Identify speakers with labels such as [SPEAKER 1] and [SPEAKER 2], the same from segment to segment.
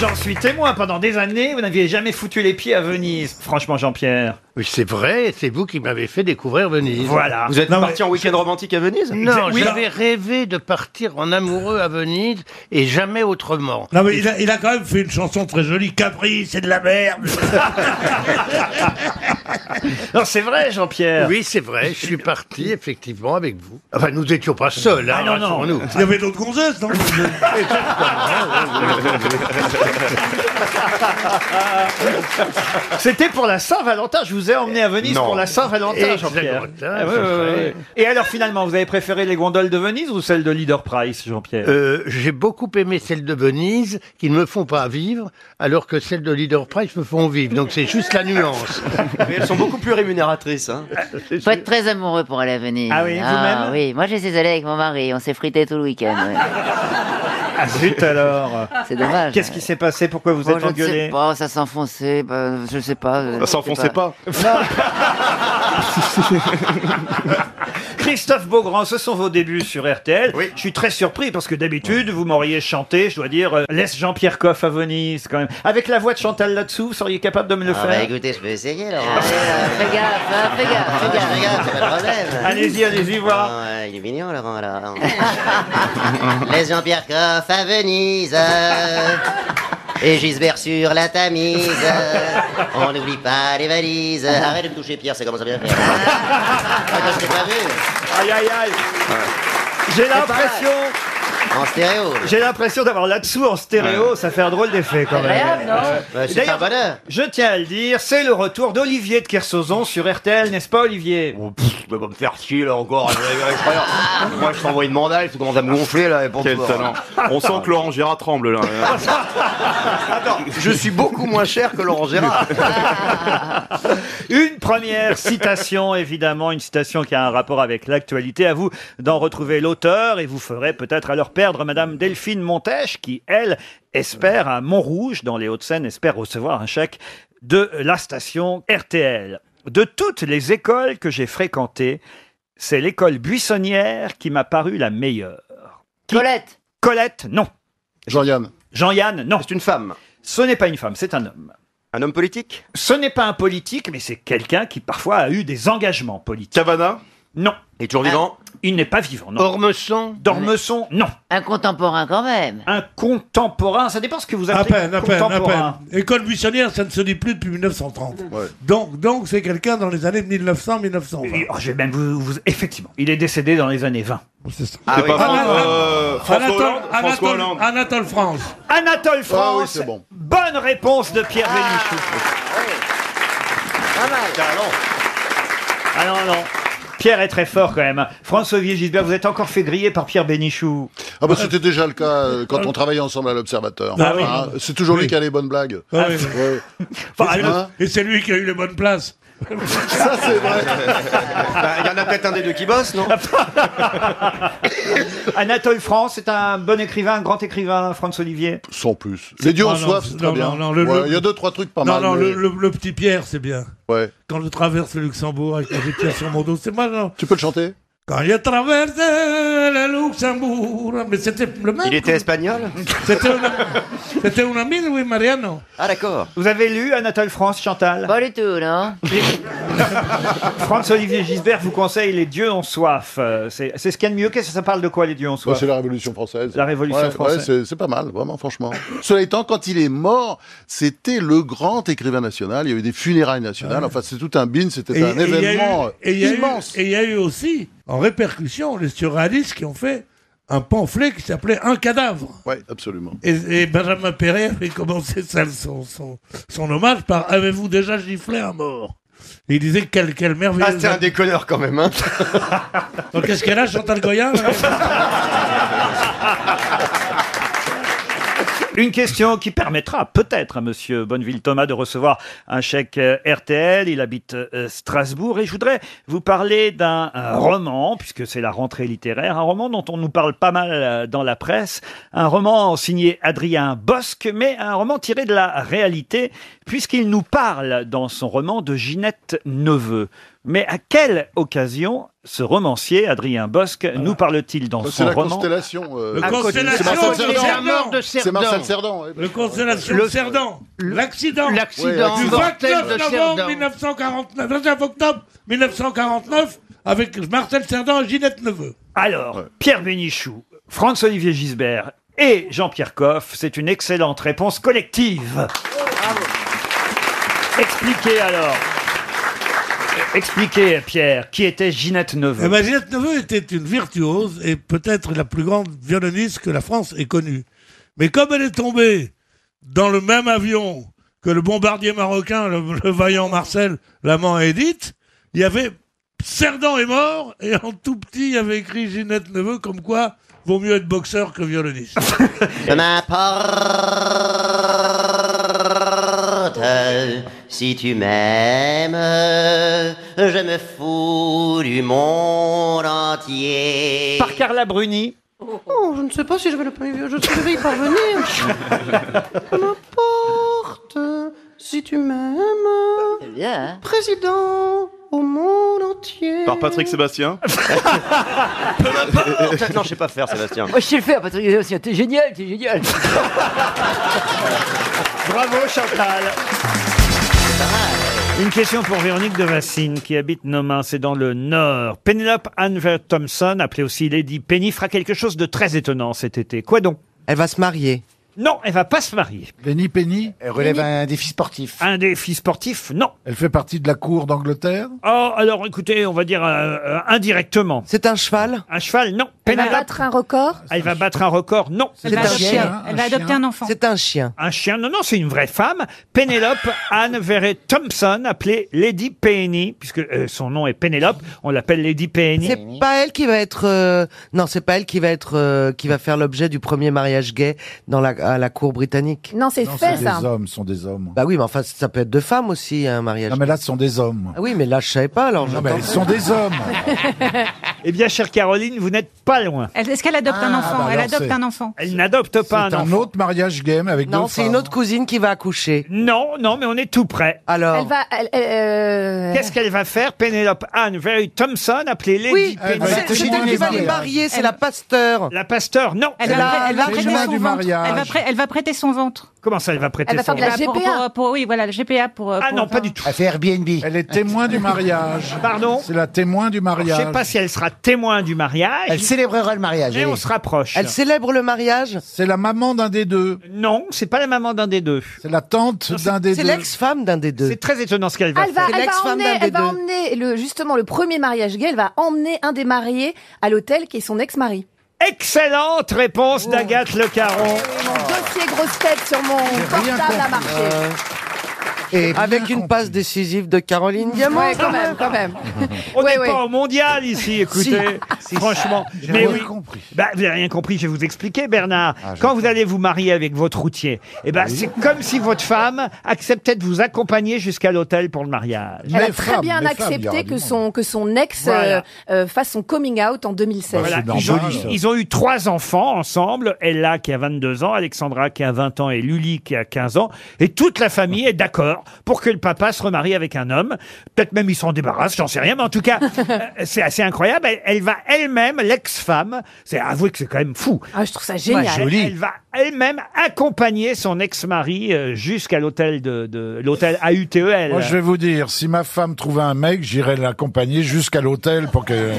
[SPEAKER 1] J'en suis témoin. Pendant des années, vous n'aviez jamais foutu les pieds à Venise. Franchement, Jean-Pierre.
[SPEAKER 2] Oui, c'est vrai, c'est vous qui m'avez fait découvrir Venise.
[SPEAKER 1] Voilà.
[SPEAKER 3] Vous êtes
[SPEAKER 1] Non, mais-
[SPEAKER 3] parti en week-end romantique à Venise
[SPEAKER 2] Non,
[SPEAKER 1] Oui,
[SPEAKER 2] j'avais
[SPEAKER 1] non.
[SPEAKER 2] rêvé de partir en amoureux à Venise et jamais autrement.
[SPEAKER 4] Non, mais il a, il a quand même fait une chanson très jolie. Caprice, c'est de la merde.
[SPEAKER 1] Non, c'est vrai, Jean-Pierre.
[SPEAKER 2] Oui, c'est vrai, je suis parti effectivement avec vous. Enfin, nous n'étions pas seuls, hein,
[SPEAKER 1] Ah, non, non.
[SPEAKER 2] rassurons-nous.
[SPEAKER 4] Il y avait d'autres gonzesses, non
[SPEAKER 1] C'était pour la Saint-Valentin. Je vous ai emmené à Venise
[SPEAKER 3] Non.
[SPEAKER 1] pour la Saint-Valentin, Jean-Pierre.
[SPEAKER 2] Exactement.
[SPEAKER 1] Ah, ouais, ouais, ouais. Et alors, finalement, vous avez préféré les gondoles de Venise ou celles de Leader Price, Jean-Pierre
[SPEAKER 2] Euh, J'ai beaucoup aimé celles de Venise, qui ne me font pas vivre, alors que celles de Leader Price me font vivre. Donc c'est juste la nuance.
[SPEAKER 3] Mais elles sont beaucoup plus rémunératrices. Hein.
[SPEAKER 5] Faut être très amoureux pour aller à Venise.
[SPEAKER 1] Ah oui, vous-même
[SPEAKER 5] Oui, moi j'étais allé avec mon mari, on s'est frité tout le week-end. ouais.
[SPEAKER 1] Ah, zut alors
[SPEAKER 5] C'est dommage.
[SPEAKER 1] Qu'est-ce qui s'est passé Pourquoi vous
[SPEAKER 5] Bon,
[SPEAKER 1] êtes
[SPEAKER 5] je ne sais
[SPEAKER 1] engueulé
[SPEAKER 5] pas, ça s'enfonçait, bah, je sais pas. je- je
[SPEAKER 6] Ça
[SPEAKER 5] sais
[SPEAKER 6] s'enfonçait pas.
[SPEAKER 1] Christophe Beaugrand, ce sont vos débuts sur RTL.
[SPEAKER 3] Oui.
[SPEAKER 1] Je suis très surpris parce que d'habitude, vous m'auriez chanté, je dois dire, euh, laisse Jean-Pierre Coff à Venise quand même. Avec la voix de Chantal là-dessous, vous seriez capable de me le
[SPEAKER 7] Ah
[SPEAKER 1] faire
[SPEAKER 7] bah écoutez, je peux essayer Laurent.
[SPEAKER 5] Allez, euh, fais gaffe, hein, fais gaffe,
[SPEAKER 7] Ah,
[SPEAKER 5] fais
[SPEAKER 7] je
[SPEAKER 5] gaffe.
[SPEAKER 7] regarde, c'est pas le problème.
[SPEAKER 1] Allez-y, allez-y, voir.
[SPEAKER 7] Ah, ouais, il est mignon Laurent alors. Laisse Jean-Pierre Coff à Venise. Et Gisbert sur la Tamise. On n'oublie pas les valises. Arrête de me toucher Pierre, ça commence à bien faire. Ah, je t'ai pas vu.
[SPEAKER 1] Aïe, aïe, aïe. J'ai l'impression,
[SPEAKER 7] En stéréo.
[SPEAKER 1] j'ai l'impression d'avoir là-dessous en stéréo, ça fait un drôle d'effet quand même.
[SPEAKER 5] Agréable, non
[SPEAKER 7] Ouais, c'est un
[SPEAKER 1] D'ailleurs-
[SPEAKER 7] bonheur.
[SPEAKER 1] Je tiens à le dire, c'est le retour d'Olivier de Kersauzon sur RTL, n'est-ce pas Olivier
[SPEAKER 3] Oh, pff, tu peux pas me faire chier là encore. Je- je- je- je- Moi je t'envoie une mandale, tu commences à me gonfler là. et pour
[SPEAKER 6] Quel
[SPEAKER 3] toi.
[SPEAKER 6] talent. On sent que Laurent Gérard tremble là.
[SPEAKER 3] Attends, je suis beaucoup moins cher que Laurent Gérard.
[SPEAKER 1] Une première citation, évidemment, une citation qui a un rapport avec l'actualité. À vous d'en retrouver l'auteur et vous ferez peut-être alors perdre Madame Delphine Montèche qui, elle, espère à Montrouge, dans les Hauts-de-Seine, espère recevoir un chèque de la station RTL. De toutes les écoles que j'ai fréquentées, c'est l'école buissonnière qui m'a paru la meilleure.
[SPEAKER 5] Colette
[SPEAKER 1] Colette, non.
[SPEAKER 8] Jean-Yann.
[SPEAKER 1] Jean-Yann, non.
[SPEAKER 3] C'est une femme.
[SPEAKER 1] Ce n'est pas une femme, c'est un homme.
[SPEAKER 3] Un homme politique
[SPEAKER 1] Ce n'est pas un politique, mais c'est quelqu'un qui parfois a eu des engagements politiques.
[SPEAKER 6] Cavana
[SPEAKER 1] Non. Ah.
[SPEAKER 3] Il est toujours vivant
[SPEAKER 1] Il n'est pas vivant, non.
[SPEAKER 2] Ormesson,
[SPEAKER 1] Dormesson, non.
[SPEAKER 5] Un contemporain quand même.
[SPEAKER 1] Un contemporain, ça dépend ce que vous
[SPEAKER 4] À
[SPEAKER 1] appelez
[SPEAKER 4] peine, à peine, à peine.
[SPEAKER 1] contemporain.
[SPEAKER 4] École buissonnière, ça ne se dit plus depuis 1930. Donc, donc c'est quelqu'un dans les années
[SPEAKER 1] Et-
[SPEAKER 4] 1900-1920.
[SPEAKER 1] oh, je vais même vous, vous- Effectivement, il est décédé dans les années 20.
[SPEAKER 4] C'est ça.
[SPEAKER 6] C'est pas
[SPEAKER 4] Ah,
[SPEAKER 6] Fran-
[SPEAKER 4] ah,
[SPEAKER 6] euh, François
[SPEAKER 4] Anatole,
[SPEAKER 6] Hollande François
[SPEAKER 4] Anatole-
[SPEAKER 6] Hollande.
[SPEAKER 4] Anatole France.
[SPEAKER 1] Anatole France.
[SPEAKER 8] oui, c'est bon.
[SPEAKER 1] Bonne réponse de Pierre Bénichou.
[SPEAKER 7] Pas mal.
[SPEAKER 1] Ah non, non. Pierre est très fort quand même. François-Olivier Gisbert, vous êtes encore fait griller par Pierre Bénichou.
[SPEAKER 8] Ah bah c'était déjà le cas euh, quand on travaillait ensemble à l'Observateur.
[SPEAKER 4] Ah oui.
[SPEAKER 8] Hein, c'est toujours lui qui a les bonnes blagues.
[SPEAKER 4] Ah oui.
[SPEAKER 8] Ouais. Hein
[SPEAKER 1] Enfin,
[SPEAKER 4] Et c'est
[SPEAKER 1] alors-
[SPEAKER 4] le- Et c'est lui qui a eu les bonnes places.
[SPEAKER 8] Ça c'est vrai.
[SPEAKER 3] Bah, Il y en a peut-être
[SPEAKER 4] hein.
[SPEAKER 3] un des deux qui bosse, non
[SPEAKER 1] Anatole France c'est un bon écrivain, un grand écrivain, François-Olivier.
[SPEAKER 8] Sans plus. Les dieux
[SPEAKER 4] Ah non,
[SPEAKER 8] en soif, c'est
[SPEAKER 4] non,
[SPEAKER 8] très
[SPEAKER 4] non,
[SPEAKER 8] bien.
[SPEAKER 4] non, le-
[SPEAKER 8] Ouais,
[SPEAKER 4] le-
[SPEAKER 8] Il y a deux trois trucs pas
[SPEAKER 4] Non,
[SPEAKER 8] mal.
[SPEAKER 4] non, le,
[SPEAKER 8] mais-
[SPEAKER 4] le- le petit Pierre, c'est bien.
[SPEAKER 8] ouais.
[SPEAKER 4] Quand je traverse le Luxembourg avec le Pierre sur mon dos, c'est moi, non
[SPEAKER 8] Tu peux le chanter
[SPEAKER 4] Quand je traverse le Luxembourg. Mais c'était le même.
[SPEAKER 3] Il était espagnol
[SPEAKER 4] C'était un C'était un ami de Louis Mariano.
[SPEAKER 3] Ah d'accord. Bah.
[SPEAKER 1] Vous avez lu Anatole France, Chantal
[SPEAKER 5] Pas du tout, non
[SPEAKER 1] François-Olivier Gisbert vous conseille Les Dieux ont soif. Euh, C'est c'est ce qu'il y a de mieux. Qu'est-ce que ça parle de quoi, Les Dieux ont
[SPEAKER 8] Bah,
[SPEAKER 1] soif
[SPEAKER 8] C'est la Révolution française.
[SPEAKER 1] La Révolution
[SPEAKER 8] Ouais, ouais,
[SPEAKER 1] française.
[SPEAKER 8] c'est- c'est pas mal, vraiment, franchement. Cela étant, quand il est mort, c'était le grand écrivain national. Il y a eu des funérailles
[SPEAKER 1] Ah
[SPEAKER 8] nationales. Enfin, c'est tout un bin. C'était un
[SPEAKER 4] il y a eu-
[SPEAKER 8] événement euh,
[SPEAKER 4] et il y a eu-
[SPEAKER 8] immense.
[SPEAKER 4] et il y a eu aussi, en répercussion, les surréalistes qui ont fait un pamphlet qui s'appelait Un cadavre.
[SPEAKER 8] Ouais, absolument.
[SPEAKER 4] Et, et Benjamin Perret avait commencé sa- son, son, son hommage par Avez-vous déjà giflé un mort Et il disait quel, quel merveilleux.
[SPEAKER 3] Ah, c'était un déconneur quand même, hein
[SPEAKER 4] Donc qu'est-ce qu'elle a, Chantal Goya là
[SPEAKER 1] Une question qui permettra peut-être à Monsieur Bonneville Thomas de recevoir un chèque euh, RTL. Il habite euh, Strasbourg et je voudrais vous parler d'un euh, roman, puisque c'est la rentrée littéraire, un roman dont on nous parle pas mal euh, dans la presse, un roman signé Adrien Bosque, mais un roman tiré de la réalité, puisqu'il nous parle dans son roman de Ginette Neveu. Mais à quelle occasion ce romancier, Adrien Bosque, nous parle-t-il dans
[SPEAKER 9] C'est
[SPEAKER 1] son
[SPEAKER 9] la
[SPEAKER 1] roman
[SPEAKER 9] constellation. euh,
[SPEAKER 4] Le
[SPEAKER 9] c'est
[SPEAKER 4] Constellation,
[SPEAKER 9] Marcel
[SPEAKER 4] c'est
[SPEAKER 9] Cerdan.
[SPEAKER 4] la mort de
[SPEAKER 9] C'est Marcel Cerdan. ouais.
[SPEAKER 4] Le Constellation
[SPEAKER 10] Le-
[SPEAKER 4] Cerdan. L'accident.
[SPEAKER 10] L'accident
[SPEAKER 4] Du
[SPEAKER 10] mortel
[SPEAKER 4] 29
[SPEAKER 10] de
[SPEAKER 4] novembre
[SPEAKER 10] Cerdan.
[SPEAKER 4] 1949, 29 octobre 1949, avec Marcel Cerdan et Ginette Neveu.
[SPEAKER 1] Alors, Pierre Bénichou, Franz-Olivier Gisbert et Jean-Pierre Coff, c'est une excellente réponse collective. Expliquez alors. Expliquez, Pierre, qui était Ginette Neveu.
[SPEAKER 4] Eh ben, Ginette Neveu était une virtuose et peut-être la plus grande violoniste que la France ait connue. Mais comme elle est tombée dans le même avion que le bombardier marocain, le, le vaillant Marcel, l'amant Edith, il y avait Cerdan est mort et en tout petit, il y avait écrit Ginette Neveu comme quoi vaut mieux être boxeur que violoniste.
[SPEAKER 7] Peu m'importe si tu m'aimes, je me fous du monde entier.
[SPEAKER 1] Par Carla Bruni.
[SPEAKER 11] Oh, je ne sais pas si je vais, le, je, si je vais y parvenir. Peu M'importe si tu m'aimes,
[SPEAKER 5] C'est bien, hein
[SPEAKER 11] président au monde entier.
[SPEAKER 12] Par Patrick Sébastien
[SPEAKER 3] Euh, Non, je sais pas faire, Sébastien.
[SPEAKER 5] Moi, je sais le faire, Patrick Sébastien. T'es génial, t'es génial.
[SPEAKER 1] Bravo, Chantal. Une question pour Véronique de Vassine, qui habite Nomain, c'est dans le Nord. Penelope Anver Thompson, appelée aussi Lady Penny, fera quelque chose de très étonnant cet été. Quoi donc
[SPEAKER 13] Elle va se marier.
[SPEAKER 1] Non, elle va pas se marier.
[SPEAKER 8] Penny Penny, elle relève un défi sportif.
[SPEAKER 1] Un défi sportif Non.
[SPEAKER 8] Elle fait partie de la cour d'Angleterre.
[SPEAKER 1] Oh, alors écoutez, on va dire euh, euh, indirectement.
[SPEAKER 13] C'est un cheval.
[SPEAKER 1] Un cheval, non.
[SPEAKER 14] Elle va
[SPEAKER 1] Penelope,
[SPEAKER 14] battre un
[SPEAKER 13] Ah,
[SPEAKER 14] record.
[SPEAKER 1] elle Ah, va battre un record, non.
[SPEAKER 13] C'est un chien.
[SPEAKER 8] hein,
[SPEAKER 14] Elle
[SPEAKER 8] un
[SPEAKER 14] va adopter
[SPEAKER 8] chien.
[SPEAKER 14] un enfant.
[SPEAKER 13] C'est un chien.
[SPEAKER 1] Un chien, non, non, c'est une vraie femme. Penelope Anne Verret Thompson, appelée Lady Penny, puisque euh, son nom est Penelope, on l'appelle Lady Penny.
[SPEAKER 13] C'est pas elle qui va être. euh, Non, c'est pas elle qui va être euh, qui va faire l'objet du premier mariage gay dans la à la cour britannique.
[SPEAKER 14] Non, c'est
[SPEAKER 8] Non,
[SPEAKER 14] fait
[SPEAKER 8] c'est
[SPEAKER 14] ça.
[SPEAKER 8] des hommes, sont des hommes.
[SPEAKER 13] Bah oui, mais enfin ça peut être de femmes aussi un mariage.
[SPEAKER 8] Non, mais là, ce sont des hommes.
[SPEAKER 13] Ah oui, mais là je savais pas alors.
[SPEAKER 8] Non, mais
[SPEAKER 13] j'entends.
[SPEAKER 8] ils sont des hommes.
[SPEAKER 1] Eh bien, chère Caroline, vous n'êtes pas loin.
[SPEAKER 14] Elle- Est-ce qu'elle adopte un enfant
[SPEAKER 8] bah
[SPEAKER 14] Elle
[SPEAKER 8] alors
[SPEAKER 14] adopte
[SPEAKER 8] c'est-
[SPEAKER 14] un enfant.
[SPEAKER 1] Elle n'adopte
[SPEAKER 8] C'est
[SPEAKER 1] pas un
[SPEAKER 8] un
[SPEAKER 1] enfant.
[SPEAKER 8] autre mariage game avec
[SPEAKER 13] Non,
[SPEAKER 8] deux
[SPEAKER 13] c'est
[SPEAKER 8] femmes.
[SPEAKER 13] une autre cousine qui va accoucher.
[SPEAKER 1] Non, non, mais on est tout près.
[SPEAKER 13] Alors.
[SPEAKER 14] Elle va. elle- elle, euh,
[SPEAKER 1] Qu'est-ce qu'elle va faire, Penelope Anne Verret Thompson, appelée Lady
[SPEAKER 13] Oui,
[SPEAKER 8] Elle
[SPEAKER 1] Penny
[SPEAKER 8] va
[SPEAKER 13] c'est
[SPEAKER 8] être
[SPEAKER 13] c'est
[SPEAKER 8] cousine
[SPEAKER 13] elle qui
[SPEAKER 8] du
[SPEAKER 13] va les
[SPEAKER 8] mariage.
[SPEAKER 13] marier. C'est
[SPEAKER 14] Elle-
[SPEAKER 13] la pasteur.
[SPEAKER 1] La pasteur, non.
[SPEAKER 14] Elle
[SPEAKER 13] C'est
[SPEAKER 14] va,
[SPEAKER 13] la-
[SPEAKER 14] prê- elle va
[SPEAKER 13] la
[SPEAKER 14] prêter
[SPEAKER 8] jument
[SPEAKER 14] son
[SPEAKER 8] du
[SPEAKER 14] ventre.
[SPEAKER 8] mariage.
[SPEAKER 14] Elle va, prê- elle va prêter son ventre.
[SPEAKER 1] Comment ça, elle va prêter
[SPEAKER 14] Elle va
[SPEAKER 1] son
[SPEAKER 14] faire de la
[SPEAKER 1] ventre
[SPEAKER 14] GPA. Bah, Pour, pour- pour- oui, voilà, le GPA pour. euh,
[SPEAKER 1] Ah
[SPEAKER 14] pour
[SPEAKER 1] non, pas
[SPEAKER 14] faire-
[SPEAKER 1] du tout.
[SPEAKER 8] Elle fait Airbnb. Elle est témoin du mariage.
[SPEAKER 1] Pardon
[SPEAKER 8] C'est la témoin du
[SPEAKER 1] Je ne
[SPEAKER 8] mariage.
[SPEAKER 1] sais pas si elle sera témoin du mariage. Elle célébrera le mariage. Mais on se rapproche.
[SPEAKER 13] Elle célèbre le mariage.
[SPEAKER 8] C'est la maman d'un des deux.
[SPEAKER 1] Non, c'est pas la maman d'un des deux.
[SPEAKER 8] C'est la tante d'un des
[SPEAKER 13] C'est
[SPEAKER 8] deux.
[SPEAKER 13] l'ex-femme d'un des deux.
[SPEAKER 1] C'est très étonnant ce qu'elle va
[SPEAKER 14] Elle va,
[SPEAKER 1] faire.
[SPEAKER 13] C'est
[SPEAKER 14] elle va
[SPEAKER 13] l'ex-femme
[SPEAKER 14] emmener,
[SPEAKER 13] d'un des
[SPEAKER 14] elle va
[SPEAKER 13] deux.
[SPEAKER 14] emmener le, justement le premier mariage gay, elle va emmener un des mariés à l'hôtel qui est son ex-mari.
[SPEAKER 1] Excellente réponse d'Agathe
[SPEAKER 8] Oh.
[SPEAKER 1] Le Caron.
[SPEAKER 14] Mon dossier grosse tête sur mon
[SPEAKER 8] rien
[SPEAKER 14] portable a
[SPEAKER 8] compris.
[SPEAKER 14] marché.
[SPEAKER 13] Euh,
[SPEAKER 8] Et bien
[SPEAKER 13] avec une
[SPEAKER 8] compris.
[SPEAKER 13] passe décisive de Caroline Diamant.
[SPEAKER 14] Ouais, quand même, quand même.
[SPEAKER 1] On
[SPEAKER 14] Ouais,
[SPEAKER 1] n'est
[SPEAKER 14] ouais.
[SPEAKER 1] pas au mondial ici, écoutez. franchement,
[SPEAKER 8] J'ai
[SPEAKER 1] mais
[SPEAKER 8] rien
[SPEAKER 1] oui.
[SPEAKER 8] compris. Ah,
[SPEAKER 1] Bah, vous n'avez rien compris, je vais vous expliquer, Bernard. Quand vous allez vous marier avec votre routier, eh ben, c'est comme si votre femme acceptait de vous accompagner jusqu'à l'hôtel pour le mariage.
[SPEAKER 14] Elle a
[SPEAKER 8] Mais
[SPEAKER 14] très
[SPEAKER 8] femme,
[SPEAKER 14] bien
[SPEAKER 8] mais femme, il y aura
[SPEAKER 14] accepté
[SPEAKER 8] du
[SPEAKER 14] que
[SPEAKER 8] monde.
[SPEAKER 14] son, que son ex euh,
[SPEAKER 1] Voilà.
[SPEAKER 14] euh, fasse son coming out en 2016.
[SPEAKER 8] Voilà. c'est
[SPEAKER 1] ils, ont,
[SPEAKER 8] normal, ça.
[SPEAKER 1] ils ont eu trois enfants ensemble, Ella qui a 22 ans, Alexandra qui a 20 ans et Luli qui a 15 ans. Et toute la famille est d'accord pour que le papa se remarie avec un homme. Peut-être même ils s'en débarrassent, j'en sais rien, mais en tout cas, euh, c'est assez incroyable. Elle, elle va elle-même, l'ex-femme, c'est avoué que c'est quand même fou.
[SPEAKER 14] Ah, je trouve ça génial.
[SPEAKER 1] Elle- Elle, va elle-même accompagner son ex-mari euh, jusqu'à l'hôtel de, de- l'hôtel AUTEL.
[SPEAKER 8] Moi, je vais vous dire, si ma femme trouvait un mec, j'irais l'accompagner jusqu'à l'hôtel pour qu'elle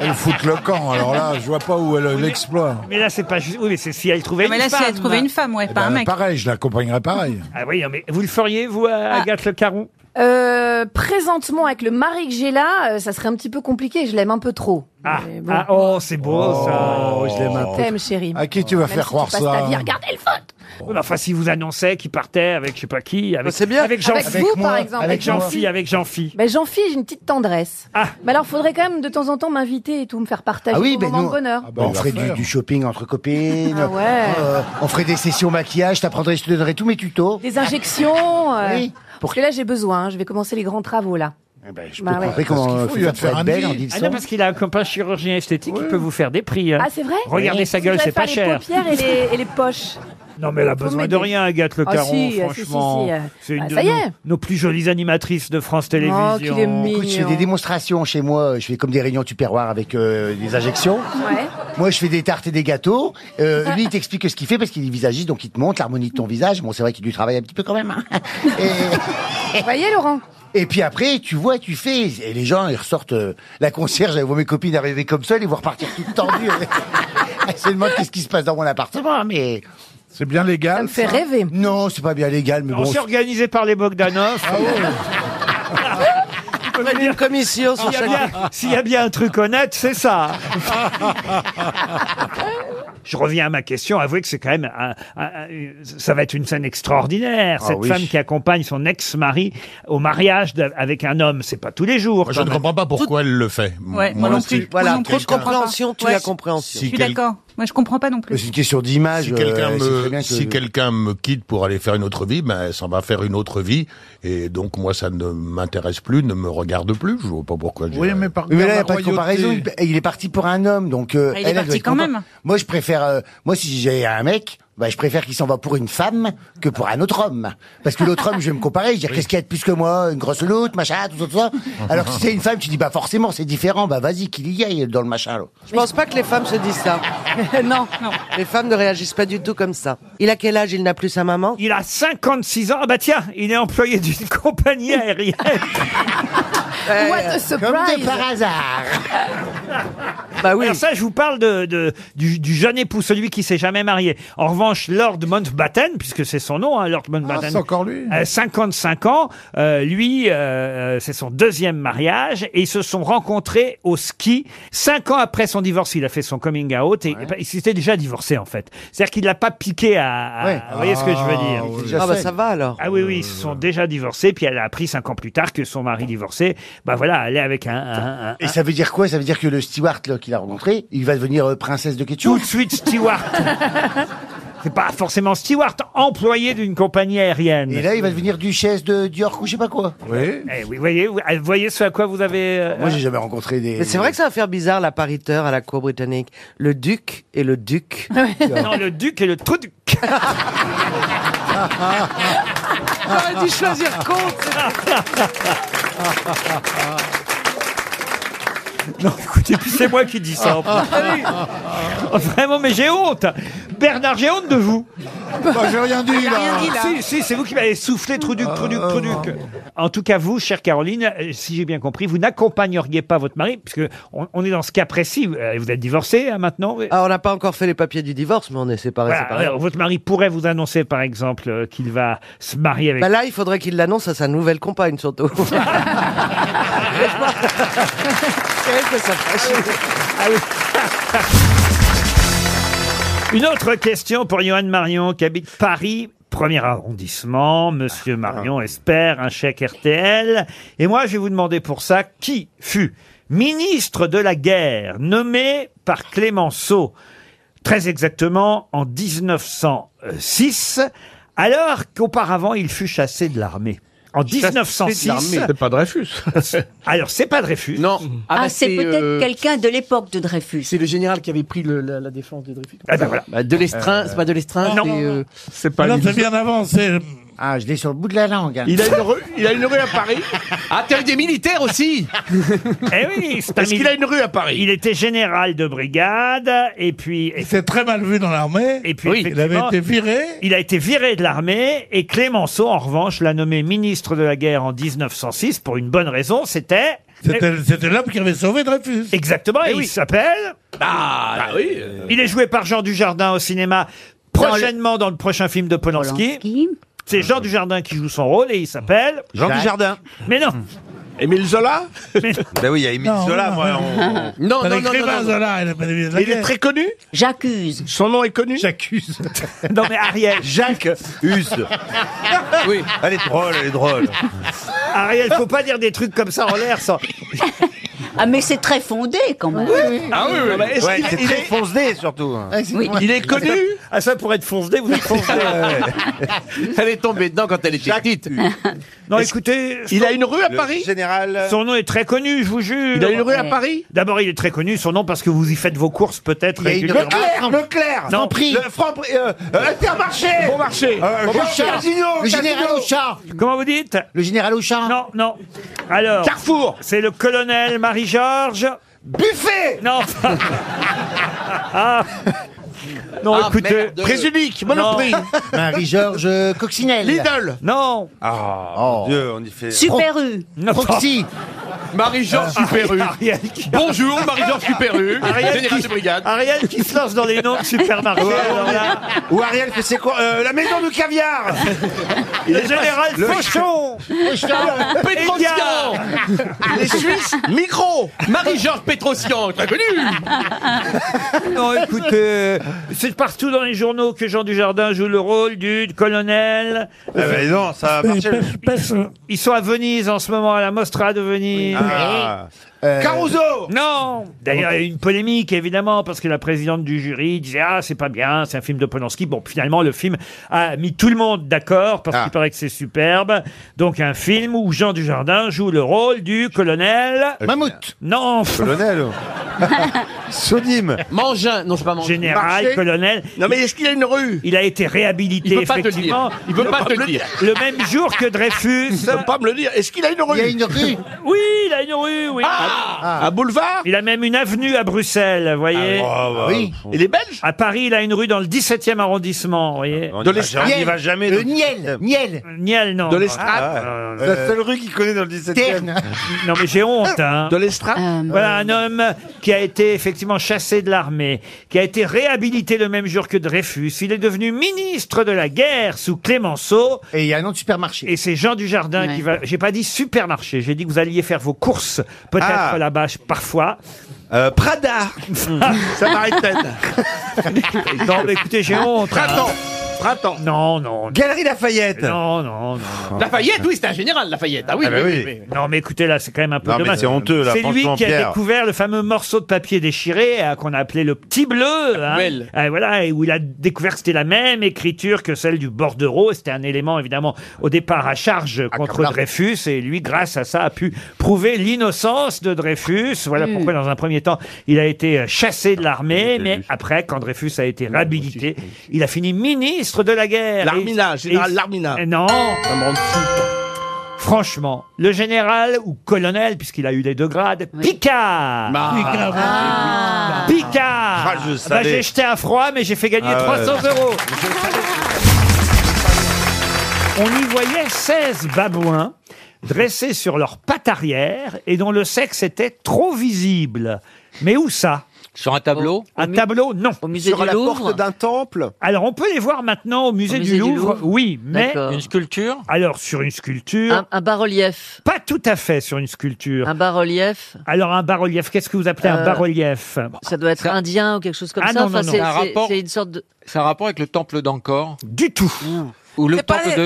[SPEAKER 8] elle foute le camp. Alors là, je vois pas où elle l'exploit.
[SPEAKER 1] Mais là, c'est pas juste. Oui, mais c'est si elle trouvait
[SPEAKER 14] mais
[SPEAKER 1] une
[SPEAKER 14] là,
[SPEAKER 1] femme.
[SPEAKER 14] si elle trouvait une femme, ouais,
[SPEAKER 8] Eh
[SPEAKER 14] pas un
[SPEAKER 8] ben,
[SPEAKER 14] mec.
[SPEAKER 8] pareil, je l'accompagnerais pareil.
[SPEAKER 1] Ah oui, non, mais vous le feriez, vous,
[SPEAKER 11] Ah.
[SPEAKER 1] à Agathe Le Caron
[SPEAKER 11] Euh, présentement, avec le mari que j'ai là, euh, ça serait un petit peu compliqué. Je l'aime un peu trop.
[SPEAKER 1] Ah,
[SPEAKER 11] Mais bon.
[SPEAKER 1] ah, oh, c'est beau ça.
[SPEAKER 8] je l'aime
[SPEAKER 1] Oh.
[SPEAKER 8] un
[SPEAKER 11] T'aimes, chérie.
[SPEAKER 8] À qui tu vas
[SPEAKER 11] Même
[SPEAKER 8] faire
[SPEAKER 11] si
[SPEAKER 8] croire
[SPEAKER 11] tu passes
[SPEAKER 8] ça
[SPEAKER 11] ta vie à regarder le foot.
[SPEAKER 1] Oui, Oh, mais Enfin, si vous annoncez qu'il partait avec je sais pas qui,
[SPEAKER 8] Oh,
[SPEAKER 1] avec,
[SPEAKER 13] C'est bien.
[SPEAKER 1] avec jean
[SPEAKER 11] Avec, vous, par exemple.
[SPEAKER 1] avec jean
[SPEAKER 11] Jean-Phi.
[SPEAKER 1] avec jean phi
[SPEAKER 11] Ben, Jean-Phi, j'ai une petite tendresse.
[SPEAKER 1] Ah.
[SPEAKER 11] Mais alors, faudrait quand même de temps en temps m'inviter et tout, me faire partager
[SPEAKER 13] Ah oui,
[SPEAKER 11] mon
[SPEAKER 13] ben
[SPEAKER 11] moment
[SPEAKER 13] nous-
[SPEAKER 11] de bonheur.
[SPEAKER 8] Ah bah, il va faire.
[SPEAKER 13] shopping entre copines.
[SPEAKER 11] Ah ouais.
[SPEAKER 2] Euh,
[SPEAKER 13] on ferait des sessions maquillage. T'apprendrais, je te donnerais tous mes tutos.
[SPEAKER 11] Des injections. euh,
[SPEAKER 13] Oui.
[SPEAKER 11] Parce que là, j'ai besoin. hein, Je vais commencer les grands travaux, là. Bah ouais.
[SPEAKER 8] comment il va te faire un devis.
[SPEAKER 1] Ah non, parce qu'il a un copain chirurgien esthétique qui peut vous faire des prix. hein.
[SPEAKER 11] Ah, c'est vrai
[SPEAKER 1] Regardez sa
[SPEAKER 11] Parce que
[SPEAKER 1] gueule,
[SPEAKER 11] je
[SPEAKER 1] c'est
[SPEAKER 11] vais faire
[SPEAKER 1] pas cher.
[SPEAKER 11] les paupières et les, et les poches.
[SPEAKER 1] Non, mais elle a besoin
[SPEAKER 11] m'aider.
[SPEAKER 1] de rien, Agathe Le
[SPEAKER 11] Ah,
[SPEAKER 1] Caron,
[SPEAKER 11] si, si, si,
[SPEAKER 1] franchement.
[SPEAKER 11] si, euh,
[SPEAKER 1] C'est une
[SPEAKER 11] ah,
[SPEAKER 1] de
[SPEAKER 11] ça y
[SPEAKER 1] nos,
[SPEAKER 11] est.
[SPEAKER 1] nos plus jolies animatrices de France
[SPEAKER 15] Oh,
[SPEAKER 1] Télévisions.
[SPEAKER 2] Écoute, je fais des démonstrations chez moi. Je fais comme des réunions tupperware avec euh, des injections.
[SPEAKER 11] Ouais.
[SPEAKER 2] Moi, je fais des tartes et des gâteaux. Euh, lui, il t'explique ce qu'il fait parce qu'il est visagiste, donc il te montre l'harmonie de ton visage. Bon, c'est vrai qu'il a du travail un petit peu quand même. hein.
[SPEAKER 15] Vous voyez, Laurent
[SPEAKER 2] Et puis après, tu vois, tu fais. Et les gens, ils ressortent. euh, la concierge, elle voit mes copines arriver comme ça, ils vont repartir toutes tendues. elle se demande qu'est-ce qui se passe dans mon appartement, mais. C'est bien légal. Ça me
[SPEAKER 15] fait rêver.
[SPEAKER 2] Non, c'est pas bien légal, mais
[SPEAKER 1] On
[SPEAKER 2] bon.
[SPEAKER 1] s'est organisé par les Bogdanov. Je peux vous dire- S'il y a bien- S'il y a bien un truc honnête, c'est ça. Je reviens à ma question. Avouez que c'est quand même, un- un- un- ça va être une scène extraordinaire.
[SPEAKER 3] Ah
[SPEAKER 1] Cette
[SPEAKER 3] oui.
[SPEAKER 1] femme qui accompagne son ex-mari au mariage d'a- avec un homme, c'est pas tous les jours.
[SPEAKER 3] je ne comprends pas pourquoi elle le fait.
[SPEAKER 14] Ouais, moi, non plus.
[SPEAKER 13] Voilà,
[SPEAKER 14] moi non plus, je
[SPEAKER 13] quelqu'un-
[SPEAKER 14] comprends pas.
[SPEAKER 13] compréhension, tu la compréhension.
[SPEAKER 14] Je
[SPEAKER 13] Si
[SPEAKER 14] suis
[SPEAKER 13] quel-
[SPEAKER 14] d'accord. Moi, je comprends pas non plus.
[SPEAKER 2] une question d'image.
[SPEAKER 16] Si quelqu'un
[SPEAKER 2] euh, c'est très
[SPEAKER 16] me,
[SPEAKER 2] bien que-
[SPEAKER 16] si quelqu'un me quitte pour aller faire une autre vie, ben, elle s'en va faire une autre vie. Et donc, moi, ça ne m'intéresse plus, ne me regarde plus. Je vois pas pourquoi.
[SPEAKER 2] Oui, mais par Mais là, il n'y a pas de comparaison. Il il est parti pour un homme, donc. euh,
[SPEAKER 14] Ah, il est
[SPEAKER 2] elle, elle
[SPEAKER 14] parti
[SPEAKER 2] doit être
[SPEAKER 14] quand
[SPEAKER 2] contente.
[SPEAKER 14] même.
[SPEAKER 2] Moi, je préfère. euh, moi, si j'ai un mec, bah, je préfère qu'il s'en va pour une femme que pour un autre homme. Parce que l'autre homme, je vais me comparer. Je vais dire, qu'est-ce qu'il y a de plus que moi Une grosse loute, machin, tout ça, tout ça. Alors que si c'est une femme, tu dis, bah, forcément, c'est différent. Bah, vas-y, qu'il y aille dans le machin, là.
[SPEAKER 13] Je pense pas que les femmes se disent ça. non, non. Les femmes ne réagissent pas du tout comme ça. Il a quel âge Il n'a plus sa maman
[SPEAKER 1] Il a 56 ans. Ah bah tiens, il est employé d'une compagnie aérienne.
[SPEAKER 15] What a surprise
[SPEAKER 2] Comme de par hasard
[SPEAKER 1] Bah oui. Alors ça, je vous parle de, de- du, du jeune époux, celui qui s'est jamais marié. En revanche, Lord Mountbatten, puisque c'est son nom, hein, Lord Mountbatten.
[SPEAKER 16] c'est encore lui.
[SPEAKER 1] euh, 55 ans. euh, lui, euh, euh, c'est son deuxième mariage et ils se sont rencontrés au ski. Cinq ans après son divorce, il a fait son coming out et et bah, il s'était déjà divorcé en fait. C'est-à-dire qu'il l'a pas piqué à. à- Ah, Vous voyez ce que je veux dire
[SPEAKER 13] Ah, ouais. Ah, bah, ça va, alors.
[SPEAKER 1] Ah oui oui, ils se sont déjà divorcés puis elle a appris cinq ans plus tard que son mari divorcé. Bah voilà, elle est avec un. un- un-
[SPEAKER 2] Et ça veut dire quoi Ça veut dire que le steward là, qu'il a rencontré, il va devenir euh, princesse de ketchup Tout
[SPEAKER 1] de suite steward C'est pas forcément steward, employé d'une compagnie aérienne.
[SPEAKER 2] Et là, il va devenir duchesse de Dior ou je sais pas quoi.
[SPEAKER 1] Oui. Eh oui, voyez, vous euh, voyez ce à quoi vous avez. euh,
[SPEAKER 2] Moi, j'ai jamais rencontré des.
[SPEAKER 13] Mais c'est vrai que ça va faire bizarre la pariteur à la cour britannique. Le duc et le duc.
[SPEAKER 1] non, le duc et le trou duc.
[SPEAKER 13] J'aurais dû choisir
[SPEAKER 11] contre.
[SPEAKER 1] Non, écoutez, puis c'est moi qui dis ça. en plus.
[SPEAKER 11] Ah
[SPEAKER 1] Oh, Vraiment, mais j'ai honte. Bernard, j'ai honte de vous.
[SPEAKER 11] Bah, j'ai rien dit, Il a là. rien dit, là.
[SPEAKER 1] Si, si, c'est vous qui m'avez soufflé,
[SPEAKER 13] Euh,
[SPEAKER 1] Trouduc, Trouduc, Trouduc. En tout cas, vous, chère Caroline, euh, si j'ai bien compris, vous n'accompagneriez pas votre mari, puisque on, on est dans ce cas précis. euh, Vous êtes divorcé hein, maintenant.
[SPEAKER 13] Ah, on n'a pas encore fait les papiers du divorce, mais on est séparés,
[SPEAKER 1] Voilà,
[SPEAKER 13] séparés.
[SPEAKER 1] alors, votre mari pourrait vous annoncer, par exemple, euh, qu'il va se marier avec
[SPEAKER 13] Bah là, il faudrait qu'il l'annonce à sa nouvelle compagne, surtout.
[SPEAKER 17] Ah
[SPEAKER 3] Ah
[SPEAKER 1] Une autre question pour Johan Marion qui habite Paris. Premier arrondissement, Monsieur Marion espère un chèque RTL. Et moi, je vais vous demander pour ça qui fut ministre de la guerre nommé par Clémenceau, très exactement en 1906, alors qu'auparavant il fut chassé de l'armée. En 1906.
[SPEAKER 18] C'est
[SPEAKER 1] pas Dreyfus. alors c'est pas Dreyfus. Non. bah,
[SPEAKER 18] Ah, c'est peut-être
[SPEAKER 1] euh,
[SPEAKER 18] quelqu'un de l'époque de Dreyfus.
[SPEAKER 19] C'est le général qui avait pris le- la, la défense de Dreyfus.
[SPEAKER 1] Ah
[SPEAKER 18] bah,
[SPEAKER 1] ben voilà.
[SPEAKER 2] Bah,
[SPEAKER 19] de l'estrin,
[SPEAKER 18] Euh,
[SPEAKER 2] Euh,
[SPEAKER 19] c'est pas de l'estrin,
[SPEAKER 1] non.
[SPEAKER 19] c'est. euh,
[SPEAKER 16] C'est
[SPEAKER 19] pas
[SPEAKER 16] Non,
[SPEAKER 19] lui.
[SPEAKER 16] c'est bien
[SPEAKER 19] avant, c'est.
[SPEAKER 2] Ah, je l'ai sur le bout de la langue.
[SPEAKER 19] Il a une rue-
[SPEAKER 2] il a une rue à Paris.
[SPEAKER 19] Ah, t'as eu des militaires aussi
[SPEAKER 1] Eh oui,
[SPEAKER 19] Est-ce qu'il a une
[SPEAKER 1] rue à Paris Il était général de brigade et puis. Il s'est très mal vu dans l'armée. Et puis
[SPEAKER 19] Oui, il avait
[SPEAKER 1] effectivement,
[SPEAKER 19] été viré.
[SPEAKER 1] Il a été viré de l'armée et Clémenceau, en revanche, l'a nommé ministre de la guerre en 1906 pour une bonne raison, c'était.
[SPEAKER 17] C'était- c'était l'homme qui avait sauvé Dreyfus.
[SPEAKER 1] Exactement,
[SPEAKER 17] Eh
[SPEAKER 1] et
[SPEAKER 17] oui.
[SPEAKER 1] il s'appelle.
[SPEAKER 17] Ah, oui.
[SPEAKER 1] Il est joué par Jean Dujardin au cinéma, prochainement dans le prochain film de Polanski. C'est Jean Dujardin qui joue son rôle et il s'appelle.
[SPEAKER 3] Jean Jacques. Dujardin.
[SPEAKER 1] Mais non
[SPEAKER 3] Émile Zola Ben oui, il y a Émile
[SPEAKER 1] Non,
[SPEAKER 3] Zola,
[SPEAKER 1] non,
[SPEAKER 3] moi.
[SPEAKER 1] non.
[SPEAKER 3] on-
[SPEAKER 1] Non,
[SPEAKER 3] on
[SPEAKER 1] non,
[SPEAKER 3] écrit
[SPEAKER 1] non, non,
[SPEAKER 3] pas
[SPEAKER 1] non.
[SPEAKER 3] Zola,
[SPEAKER 17] il a pas
[SPEAKER 3] de- Il est très connu
[SPEAKER 18] J'accuse.
[SPEAKER 3] Son nom est connu J'accuse.
[SPEAKER 1] non, mais Ariel.
[SPEAKER 3] Jacques Hus. Ah Oui. Elle est drôle, elle est drôle.
[SPEAKER 1] Ariel, faut pas dire des trucs comme ça en l'air sans.
[SPEAKER 20] Ah, mais c'est très fondé quand même.
[SPEAKER 1] Ah oui, oui.
[SPEAKER 20] Non, mais est-ce
[SPEAKER 1] Ouais,
[SPEAKER 20] qu'il-
[SPEAKER 1] c'est
[SPEAKER 20] il
[SPEAKER 1] très
[SPEAKER 20] est-
[SPEAKER 1] foncedé, surtout.
[SPEAKER 20] Ah, c'est- Oui. Il est connu
[SPEAKER 1] Ah ça pour être foncedé, vous êtes foncedé.
[SPEAKER 21] Elle est tombée dedans quand elle était petite.
[SPEAKER 1] Non, écoutez.
[SPEAKER 21] Il a une rue à Paris
[SPEAKER 1] Général. Son nom est très connu, je vous jure.
[SPEAKER 21] Il a une rue à Ouais. Paris
[SPEAKER 1] D'abord, il est très connu, son nom, parce que vous y faites vos courses peut-être.
[SPEAKER 3] Il y a une-
[SPEAKER 1] régulièrement.
[SPEAKER 3] Leclerc, Leclerc,
[SPEAKER 1] Non.
[SPEAKER 3] Franprix. Le Franprix, euh, euh, Intermarché.
[SPEAKER 1] Bon marché.
[SPEAKER 3] Euh, Jean- Casino,
[SPEAKER 1] Le
[SPEAKER 3] Casino.
[SPEAKER 1] général Auchard. Comment vous dites Le général Auchard. Non, non. Alors. Carrefour. C'est le colonel Marie-Georges. Buffet. Non. ah. Non,
[SPEAKER 19] Ah,
[SPEAKER 1] écoutez.
[SPEAKER 19] merde. Présubique,
[SPEAKER 1] Non.
[SPEAKER 19] Monoprix. Marie-Georges euh, Coccinelle.
[SPEAKER 1] Lidl. Non.
[SPEAKER 3] Ah,
[SPEAKER 6] Oh.
[SPEAKER 3] mon Dieu, on y
[SPEAKER 2] Euh,
[SPEAKER 3] fait.
[SPEAKER 19] Super
[SPEAKER 3] U.
[SPEAKER 19] Non. Proxy.
[SPEAKER 3] Marie-Georges
[SPEAKER 1] Ah,
[SPEAKER 3] Super U.
[SPEAKER 1] Ariel
[SPEAKER 3] Bonjour, Marie-Georges Super U,
[SPEAKER 1] Ariel
[SPEAKER 3] général
[SPEAKER 1] qui-
[SPEAKER 3] de brigade.
[SPEAKER 1] Ariel qui se lance dans les noms de supermarchés.
[SPEAKER 3] Ouais, ouais,
[SPEAKER 1] alors
[SPEAKER 3] ouais.
[SPEAKER 1] là.
[SPEAKER 3] Ou Ariel fait c'est quoi Euh, La maison du caviar
[SPEAKER 1] Le général Fauchon.
[SPEAKER 3] Petrosian Ah, Les Suisses Micro Marie-Georges Petrosian, très connu
[SPEAKER 1] Non, Oh, écoutez, c'est partout dans les journaux que Jean Dujardin joue le rôle du colonel.
[SPEAKER 3] Eh ben non, ça a
[SPEAKER 1] Euh,
[SPEAKER 3] marché.
[SPEAKER 1] Ils sont à Venise en ce moment, à la Mostra de Venise.
[SPEAKER 3] Ah.
[SPEAKER 1] Euh,
[SPEAKER 3] Caruso
[SPEAKER 1] Non D'ailleurs, il y a eu une polémique, évidemment, parce que la présidente du jury disait Ah, c'est pas bien, c'est un film de Polanski. Bon, finalement, le film a mis tout le monde d'accord, parce
[SPEAKER 3] Ah.
[SPEAKER 1] qu'il paraît que c'est superbe. Donc, un film où Jean Dujardin joue le rôle du colonel. Mammouth Non
[SPEAKER 3] Euh, Colonel
[SPEAKER 1] Sodime
[SPEAKER 21] Mangin, non, c'est pas Mangin.
[SPEAKER 1] Général,
[SPEAKER 21] Marché.
[SPEAKER 1] colonel.
[SPEAKER 21] Non, mais est-ce qu'il a une rue
[SPEAKER 1] Il a été réhabilité,
[SPEAKER 21] Il peut pas te le
[SPEAKER 1] effectivement.
[SPEAKER 21] dire. Il peut pas te le dire.
[SPEAKER 1] Le même jour que Dreyfus. Il peut
[SPEAKER 3] pas me le dire. Est-ce qu'il a une rue Il a une rue Ah.
[SPEAKER 1] Oui, il a une rue, oui.
[SPEAKER 3] Un boulevard
[SPEAKER 1] Il a même une avenue à Bruxelles, vous voyez.
[SPEAKER 3] Ah, bah, oui.
[SPEAKER 1] Il est belge À Paris, il a une rue dans le 17e arrondissement, vous voyez.
[SPEAKER 3] De y va l'Estrade. jamais, on y va jamais dans
[SPEAKER 1] Le
[SPEAKER 3] le
[SPEAKER 1] Niel, Niel. Niel, non.
[SPEAKER 3] De l'Estrade.
[SPEAKER 1] Ah,
[SPEAKER 3] C'est la seule rue qu'il connaît dans le 17 e
[SPEAKER 1] Non mais j'ai honte. Hein.
[SPEAKER 3] De l'estrade
[SPEAKER 1] Voilà un homme qui a été effectivement chassé de l'armée, qui a été réhabilité le même jour que Dreyfus. Il est devenu ministre de la guerre sous Clémenceau. Et il y a un nom de supermarché. Et c'est Jean Dujardin qui va. J'ai pas dit supermarché, j'ai dit que vous alliez faire vos courses peut-être
[SPEAKER 3] Ah.
[SPEAKER 1] là-bas parfois. Euh,
[SPEAKER 3] Prada Samaritaine
[SPEAKER 1] non mais écoutez, j'ai honte.
[SPEAKER 3] Ah. Printemps.
[SPEAKER 1] Printemps. Non, non.
[SPEAKER 3] Galerie Lafayette
[SPEAKER 1] Non, non, non.
[SPEAKER 21] Lafayette, oui, c'est un général, Lafayette. Ah oui,
[SPEAKER 1] Ah bah
[SPEAKER 21] oui,
[SPEAKER 1] oui.
[SPEAKER 21] oui, oui.
[SPEAKER 1] Non, mais écoutez, là, c'est quand même un peu
[SPEAKER 3] Non, mais
[SPEAKER 1] dommage.
[SPEAKER 3] c'est honteux, là,
[SPEAKER 1] C'est lui
[SPEAKER 3] franchement,
[SPEAKER 1] qui a
[SPEAKER 3] Pierre.
[SPEAKER 1] découvert le fameux morceau de papier déchiré euh, qu'on a appelé le petit bleu. hein.
[SPEAKER 21] poubelle.
[SPEAKER 1] Ah, voilà, et où il a découvert que c'était la même écriture que celle du bordereau. C'était un élément, évidemment, au départ à charge
[SPEAKER 3] Ah,
[SPEAKER 1] contre
[SPEAKER 21] Carnac.
[SPEAKER 1] Dreyfus. Et lui, grâce à ça, a pu prouver l'innocence de Dreyfus. Voilà
[SPEAKER 21] Mm.
[SPEAKER 1] pourquoi, dans un premier temps, il a été euh,
[SPEAKER 3] Ah,
[SPEAKER 1] chassé de l'armée. Mais après, quand Dreyfus a été réhabilité, il a fini ministre de la guerre.
[SPEAKER 21] Larmina,
[SPEAKER 1] Et-
[SPEAKER 21] général
[SPEAKER 1] et-
[SPEAKER 21] Larmina.
[SPEAKER 1] Eh Non. Franchement, le général ou colonel, puisqu'il a eu les deux grades, Picard
[SPEAKER 17] Bah.
[SPEAKER 1] Picard Picard
[SPEAKER 3] Ah, je
[SPEAKER 1] Bah,
[SPEAKER 3] savais.
[SPEAKER 1] J'ai jeté un froid, mais j'ai fait gagner
[SPEAKER 3] Ah ouais.
[SPEAKER 1] 300 euros On y voyait 16 babouins dressés sur leur patte arrière et dont le sexe était trop visible. Mais où ça
[SPEAKER 21] Sur un tableau
[SPEAKER 1] un tableau, non. Au
[SPEAKER 21] musée Sur du la Louvre porte d'un
[SPEAKER 1] temple Alors, on peut les voir maintenant au musée,
[SPEAKER 21] musée
[SPEAKER 1] du,
[SPEAKER 21] du
[SPEAKER 1] Louvre,
[SPEAKER 21] Louvre
[SPEAKER 1] oui, mais...
[SPEAKER 21] D'accord. Une
[SPEAKER 1] sculpture Alors, sur une sculpture...
[SPEAKER 22] Un, un bas-relief.
[SPEAKER 1] Pas tout à fait sur une sculpture.
[SPEAKER 22] Un bas-relief.
[SPEAKER 1] Alors, un bas-relief, qu'est-ce que vous appelez un
[SPEAKER 22] Euh,
[SPEAKER 1] bas-relief
[SPEAKER 22] Ça doit être indien ou quelque chose comme
[SPEAKER 1] Ah
[SPEAKER 22] ça.
[SPEAKER 1] non, non,
[SPEAKER 22] Enfin,
[SPEAKER 1] non.
[SPEAKER 22] c'est-
[SPEAKER 1] Un
[SPEAKER 22] c'est-
[SPEAKER 1] rapport-
[SPEAKER 22] C'est une sorte de.
[SPEAKER 21] C'est un rapport avec le temple d'Angkor
[SPEAKER 1] Du tout.
[SPEAKER 21] Ou le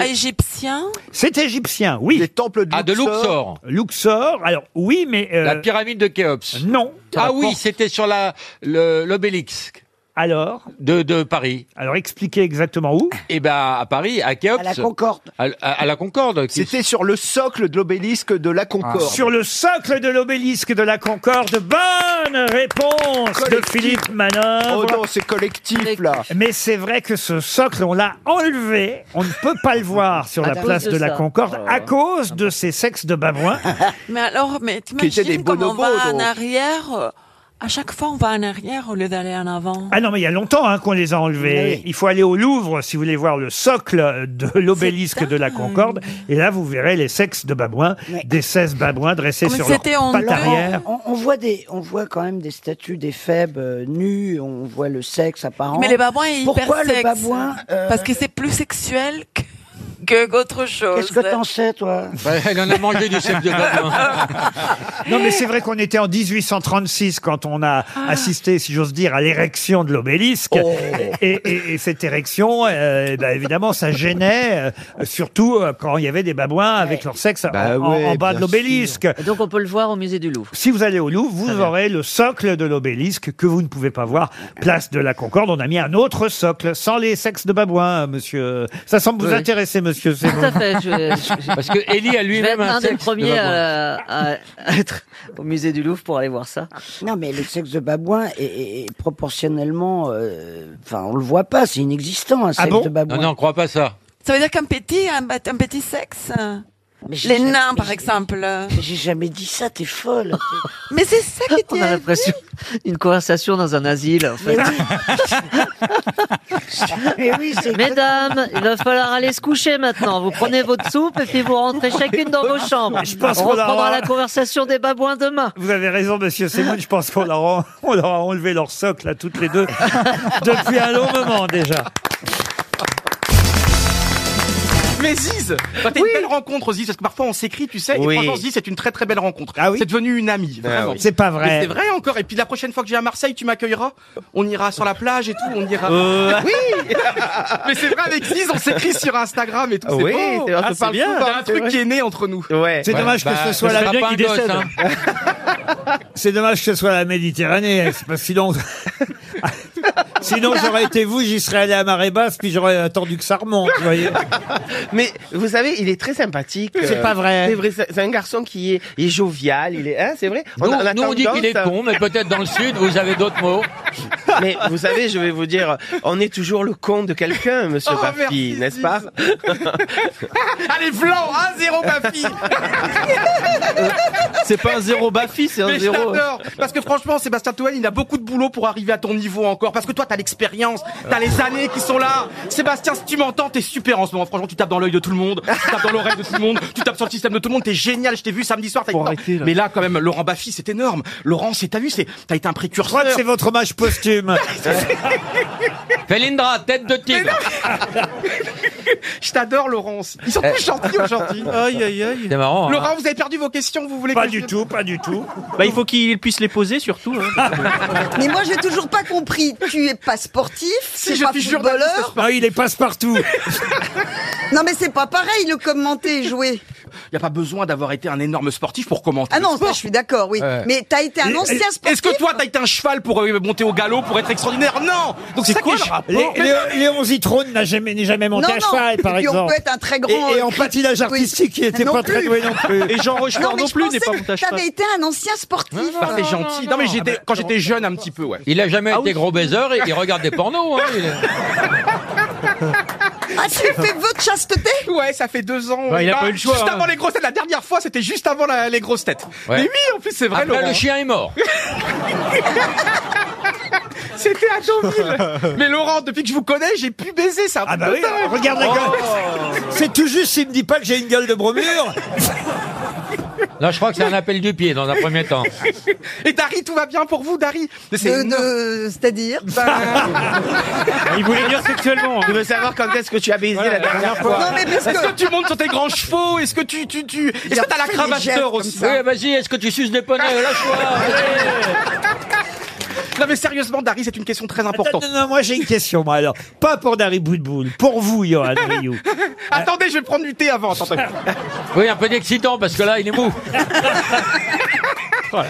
[SPEAKER 22] égyptien
[SPEAKER 1] C'est égyptien, oui. Les temples
[SPEAKER 21] Ah, de Luxor.
[SPEAKER 1] Luxor, alors oui, mais... euh,
[SPEAKER 21] La pyramide de Khéops.
[SPEAKER 1] Non.
[SPEAKER 21] Ah oui, c'était sur la le- l'obélix.
[SPEAKER 1] Alors
[SPEAKER 21] euh, de, de Paris.
[SPEAKER 1] Alors expliquez exactement où
[SPEAKER 21] Eh ben à Paris, à Khéops.
[SPEAKER 23] À la Concorde.
[SPEAKER 21] À, à- à la Concorde. qui-
[SPEAKER 23] C'était sur le socle de l'obélisque de la Concorde.
[SPEAKER 1] Ah. Sur le socle de l'obélisque de la Concorde, bonne réponse de Philippe Manœuvre.
[SPEAKER 23] Oh non, c'est collectif là.
[SPEAKER 1] Mais c'est vrai que ce socle, on l'a enlevé. On ne peut pas le voir sur
[SPEAKER 23] À
[SPEAKER 1] la
[SPEAKER 23] cause
[SPEAKER 1] place
[SPEAKER 23] de
[SPEAKER 1] de la
[SPEAKER 23] ça.
[SPEAKER 1] Concorde à cause de ces sexes de babouins.
[SPEAKER 2] Mais alors, mais
[SPEAKER 1] étaient des
[SPEAKER 2] t'imagines comme on
[SPEAKER 1] bonobos,
[SPEAKER 2] va en
[SPEAKER 1] donc.
[SPEAKER 2] arrière euh, À chaque fois, on va en arrière au lieu d'aller en avant.
[SPEAKER 1] Ah non, mais il y a longtemps hein, qu'on les a enlevés.
[SPEAKER 2] Oui.
[SPEAKER 1] Il faut aller au Louvre si vous voulez voir le socle de l'obélisque de la Concorde. Et là, vous verrez les sexes de babouins, des 16 babouins dressés
[SPEAKER 24] Mais
[SPEAKER 1] sur leur
[SPEAKER 24] c'était honteux.
[SPEAKER 1] patte arrière.
[SPEAKER 24] On, on voit des, on voit quand même des statues des faibles euh, nues, on voit le sexe apparent.
[SPEAKER 2] Mais les babouins, ils hyper
[SPEAKER 24] Pourquoi le
[SPEAKER 2] sexe.
[SPEAKER 24] babouin euh,
[SPEAKER 2] Parce que c'est plus sexuel que,
[SPEAKER 25] que- qu'autre chose.
[SPEAKER 26] Qu'est-ce que t'en sais, toi
[SPEAKER 17] elle en a mangé du chef de Babin.
[SPEAKER 1] Non, mais c'est vrai qu'on était en 1836 quand on a assisté, si j'ose dire, à l'érection de l'obélisque. Et, et- et cette érection, euh, bah, évidemment, ça gênait, euh, surtout euh, quand il y avait des babouins avec leur sexe en- en,
[SPEAKER 14] Bah ouais,
[SPEAKER 1] en bas de
[SPEAKER 14] bien
[SPEAKER 1] l'obélisque.
[SPEAKER 14] Donc on peut le voir au musée du Louvre.
[SPEAKER 1] Si vous allez au Louvre, vous aurez le socle de l'obélisque que vous ne pouvez pas voir. Place de la Concorde, on a mis un autre socle sans les sexes de babouins, monsieur. Ça semble vous
[SPEAKER 14] Oui.
[SPEAKER 1] intéresser, monsieur. Tout
[SPEAKER 14] Tout à fait. Je, je-
[SPEAKER 17] Parce que Ellie a
[SPEAKER 14] je
[SPEAKER 17] lui-même
[SPEAKER 14] vais être
[SPEAKER 17] un
[SPEAKER 14] un, des
[SPEAKER 17] sexe de
[SPEAKER 14] premiers
[SPEAKER 17] babouin.
[SPEAKER 14] à, à- à être au musée du Louvre pour aller voir ça.
[SPEAKER 26] Non, mais le sexe de babouin est, est- est proportionnellement. euh, Enfin, on le voit pas, c'est inexistant,
[SPEAKER 1] Ah
[SPEAKER 26] un sexe de babouin.
[SPEAKER 17] Non, non, on croit pas ça.
[SPEAKER 27] Ça veut dire qu'un petit, un, ba- un petit sexe
[SPEAKER 5] euh,
[SPEAKER 27] Les nains, par exemple.
[SPEAKER 26] J'ai jamais dit ça, t'es folle.
[SPEAKER 14] Mais c'est ça qui On a l'impression d'une conversation dans un asile, en fait.
[SPEAKER 26] Mais oui, c'est
[SPEAKER 14] Mesdames, il va falloir aller se coucher maintenant. Vous prenez votre soupe et puis vous rentrez chacune dans vos chambres.
[SPEAKER 1] Je pense
[SPEAKER 14] on
[SPEAKER 1] qu'on a-
[SPEAKER 14] reprendra la conversation des babouins demain.
[SPEAKER 1] Vous avez raison, monsieur Simon. Je pense qu'on leur, a, on leur a enlevé leur socle à toutes les deux depuis un long moment déjà.
[SPEAKER 3] Mais Ziz, bah, t'as une belle rencontre, Ziz, parce que parfois on s'écrit, tu sais,
[SPEAKER 1] Oui.
[SPEAKER 3] et franchement, Ziz, c'est une très très belle rencontre.
[SPEAKER 1] Ah oui
[SPEAKER 3] c'est devenu une amie,
[SPEAKER 1] Ah
[SPEAKER 3] vraiment.
[SPEAKER 1] oui. C'est pas vrai.
[SPEAKER 3] Mais C'est vrai encore, et puis la prochaine fois que j'ai à Marseille, tu m'accueilleras, on ira sur la plage et tout, on ira...
[SPEAKER 18] Euh.
[SPEAKER 3] Oui Mais c'est vrai, avec Ziz, on s'écrit sur Instagram et tout,
[SPEAKER 18] Oui,
[SPEAKER 3] c'est beau
[SPEAKER 18] c'est vrai, on se
[SPEAKER 3] Ah,
[SPEAKER 18] parle
[SPEAKER 3] bien
[SPEAKER 18] souvent,
[SPEAKER 3] C'est un
[SPEAKER 18] c'est
[SPEAKER 3] truc
[SPEAKER 18] vrai.
[SPEAKER 3] qui est né entre nous
[SPEAKER 1] C'est dommage que ce soit la hein.
[SPEAKER 17] qui décède.
[SPEAKER 1] C'est dommage que ce soit la Méditerranée, hein, c'est parce que sinon, sinon j'aurais été vous, j'y serais allé à marée basse, puis j'aurais attendu que ça remonte. Vous voyez.
[SPEAKER 2] Mais vous savez, il est très sympathique.
[SPEAKER 1] C'est
[SPEAKER 2] Euh,
[SPEAKER 1] pas vrai.
[SPEAKER 2] C'est vrai, c'est c'est un garçon qui est, il est jovial, il est, hein, c'est vrai.
[SPEAKER 17] Nous,
[SPEAKER 2] a- a
[SPEAKER 17] nous, on dit qu'il est
[SPEAKER 2] tendance à-
[SPEAKER 17] con, mais peut-être dans le sud, vous avez d'autres mots.
[SPEAKER 2] Mais vous savez, je vais vous dire, on est toujours le con de quelqu'un, monsieur
[SPEAKER 3] Oh,
[SPEAKER 2] Baffy, n'est-ce pas
[SPEAKER 3] Allez, flan 1-0, ma fille
[SPEAKER 2] C'est pas un zéro Baffy, c'est
[SPEAKER 3] Mais je t'adore Parce que franchement, Sébastien Toen, il a beaucoup de boulot pour arriver à ton niveau encore. Parce que toi, t'as l'expérience, t'as les années qui sont là. Sébastien, si tu m'entends, t'es super en ce moment. Franchement, tu tapes dans l'œil de tout le monde, tu tapes dans l'oreille de tout le monde, tu tapes sur le système de tout le monde. T'es génial. Je t'ai vu samedi soir. t'as été- Mais là, quand même, Laurent Baffy, c'est énorme. Laurent, c'est t'as vu, c'est t'as été un
[SPEAKER 1] Je crois
[SPEAKER 3] précurseur.
[SPEAKER 1] que c'est votre hommage posthume.
[SPEAKER 17] Felindra, tête de tigre.
[SPEAKER 3] Je t'adore, Laurence. Ils sont tous gentils aujourd'hui. Aïe, aïe, aïe.
[SPEAKER 17] Eh. C'est marrant, hein.
[SPEAKER 3] Laurent, vous avez perdu vos questions. Vous voulez
[SPEAKER 1] Pas
[SPEAKER 3] que
[SPEAKER 1] du
[SPEAKER 3] je-
[SPEAKER 1] tout, pas du tout.
[SPEAKER 2] Bah, il faut qu'il puisse les poser surtout.
[SPEAKER 18] hein.
[SPEAKER 28] Mais moi, j'ai toujours pas compris. Tu es pas sportif,
[SPEAKER 3] Si,
[SPEAKER 28] t'es
[SPEAKER 3] je
[SPEAKER 28] pas
[SPEAKER 3] suis journaliste
[SPEAKER 28] footballeur.
[SPEAKER 1] Ah, il est passe-partout.
[SPEAKER 28] Non, mais c'est pas pareil, le commenter et jouer.
[SPEAKER 3] Il n'y a pas besoin d'avoir été un énorme sportif pour commenter.
[SPEAKER 28] Ah
[SPEAKER 3] le
[SPEAKER 28] non, ça,
[SPEAKER 3] sport.
[SPEAKER 28] je suis d'accord, oui.
[SPEAKER 3] Ouais.
[SPEAKER 28] Mais t'as été un
[SPEAKER 3] Et-
[SPEAKER 28] ancien
[SPEAKER 3] est-
[SPEAKER 28] sportif. hein.
[SPEAKER 3] Est-ce que toi, t'as été un cheval pour euh, monter au galop, pour être extraordinaire Non Donc c'est quoi le rapport
[SPEAKER 1] Lé- Lé- Léon Zitrone n'a jamais, n'est jamais monté
[SPEAKER 28] Non,
[SPEAKER 1] à
[SPEAKER 28] non.
[SPEAKER 1] cheval, par
[SPEAKER 28] Et puis on
[SPEAKER 1] exemple.
[SPEAKER 28] peut être un très grand,
[SPEAKER 1] Et, et
[SPEAKER 28] euh,
[SPEAKER 1] en
[SPEAKER 28] cri-
[SPEAKER 1] patinage artistique, il n'était
[SPEAKER 28] Non
[SPEAKER 1] pas très
[SPEAKER 28] plus.
[SPEAKER 1] doué non plus.
[SPEAKER 2] Et Jean Rochefort
[SPEAKER 28] non, mais je
[SPEAKER 2] plus
[SPEAKER 28] pensais
[SPEAKER 2] n'est pas
[SPEAKER 28] que
[SPEAKER 2] monté à
[SPEAKER 28] T'avais
[SPEAKER 2] cheval.
[SPEAKER 28] été un ancien sportif.
[SPEAKER 1] Ah.
[SPEAKER 3] Bah, t'es gentil. Non, mais j'étais-
[SPEAKER 1] bah,
[SPEAKER 3] quand j'étais jeune, un petit peu, ouais. Ah
[SPEAKER 17] Il a jamais été gros baiser, il, il regarde des pornos. Hein, il est-
[SPEAKER 28] Ah, tu fais vœu de chasteté
[SPEAKER 3] Ouais, ça fait deux ans.
[SPEAKER 17] Bah, il a pas eu le choix,
[SPEAKER 3] Juste
[SPEAKER 17] hein.
[SPEAKER 3] avant les grosses têtes. La dernière fois, c'était juste avant la- les grosses têtes.
[SPEAKER 17] Ouais.
[SPEAKER 3] Mais oui, en plus, c'est vrai,
[SPEAKER 17] Après,
[SPEAKER 3] Laurent.
[SPEAKER 17] le chien est mort.
[SPEAKER 3] C'était à Deauville. Mais Laurent, depuis que je vous connais, j'ai pu baiser ça.
[SPEAKER 1] Ah bah oui, regarde
[SPEAKER 3] Oh.
[SPEAKER 1] la gueule. C'est tout juste s'il me dit pas que j'ai une gueule de bromure.
[SPEAKER 17] Là, je crois que c'est un appel du pied dans un premier temps.
[SPEAKER 3] Et Dari, tout va bien pour vous, Dari Mais c'est-
[SPEAKER 28] C'est-à-dire
[SPEAKER 3] Ah,
[SPEAKER 2] Il voulait dire sexuellement. Il veut savoir quand est-ce que tu as baisé la dernière fois.
[SPEAKER 28] Non, mais parce
[SPEAKER 3] Est-ce que
[SPEAKER 28] que-
[SPEAKER 3] tu montes sur tes grands chevaux Est-ce que tu tu tu
[SPEAKER 28] Il
[SPEAKER 3] Est-ce
[SPEAKER 28] a
[SPEAKER 3] que t'as la
[SPEAKER 28] fait des gestes
[SPEAKER 3] cravateur
[SPEAKER 28] comme
[SPEAKER 3] aussi
[SPEAKER 28] ça.
[SPEAKER 17] Oui, vas-y, est-ce que tu suces des poneys Lâche-moi
[SPEAKER 3] Non mais sérieusement, Dari, c'est une question très
[SPEAKER 1] Non,
[SPEAKER 3] importante.
[SPEAKER 1] non, non, moi j'ai une question, moi alors. Pas pour Dari Boudboul, pour vous, Johan Rioux.
[SPEAKER 3] Attendez, je vais prendre du thé avant. attendez.
[SPEAKER 17] Oui, un peu d'excitant parce que là, il est mou.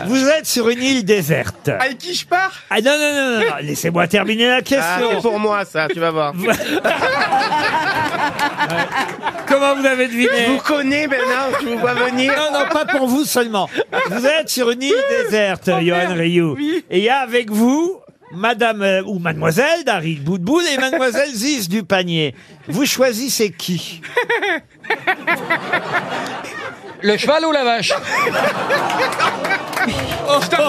[SPEAKER 1] Vous êtes sur une île déserte.
[SPEAKER 3] Avec qui je pars
[SPEAKER 1] Ah non, non, non, non, non, laissez-moi terminer la
[SPEAKER 2] Ah,
[SPEAKER 1] question.
[SPEAKER 2] c'est pour moi ça, tu vas voir.
[SPEAKER 1] Comment vous avez deviné
[SPEAKER 2] Je vous connais Bernard, je vous vois venir.
[SPEAKER 1] Non, non, pas pour vous seulement. Vous êtes sur une île déserte,
[SPEAKER 3] Oh,
[SPEAKER 1] Johan Rioux. Et il y a avec vous Madame euh, ou Mademoiselle Dari Boudboul et Mademoiselle Ziz du Panier. Vous choisissez qui
[SPEAKER 29] le cheval ou la vache
[SPEAKER 3] Oh, je t'en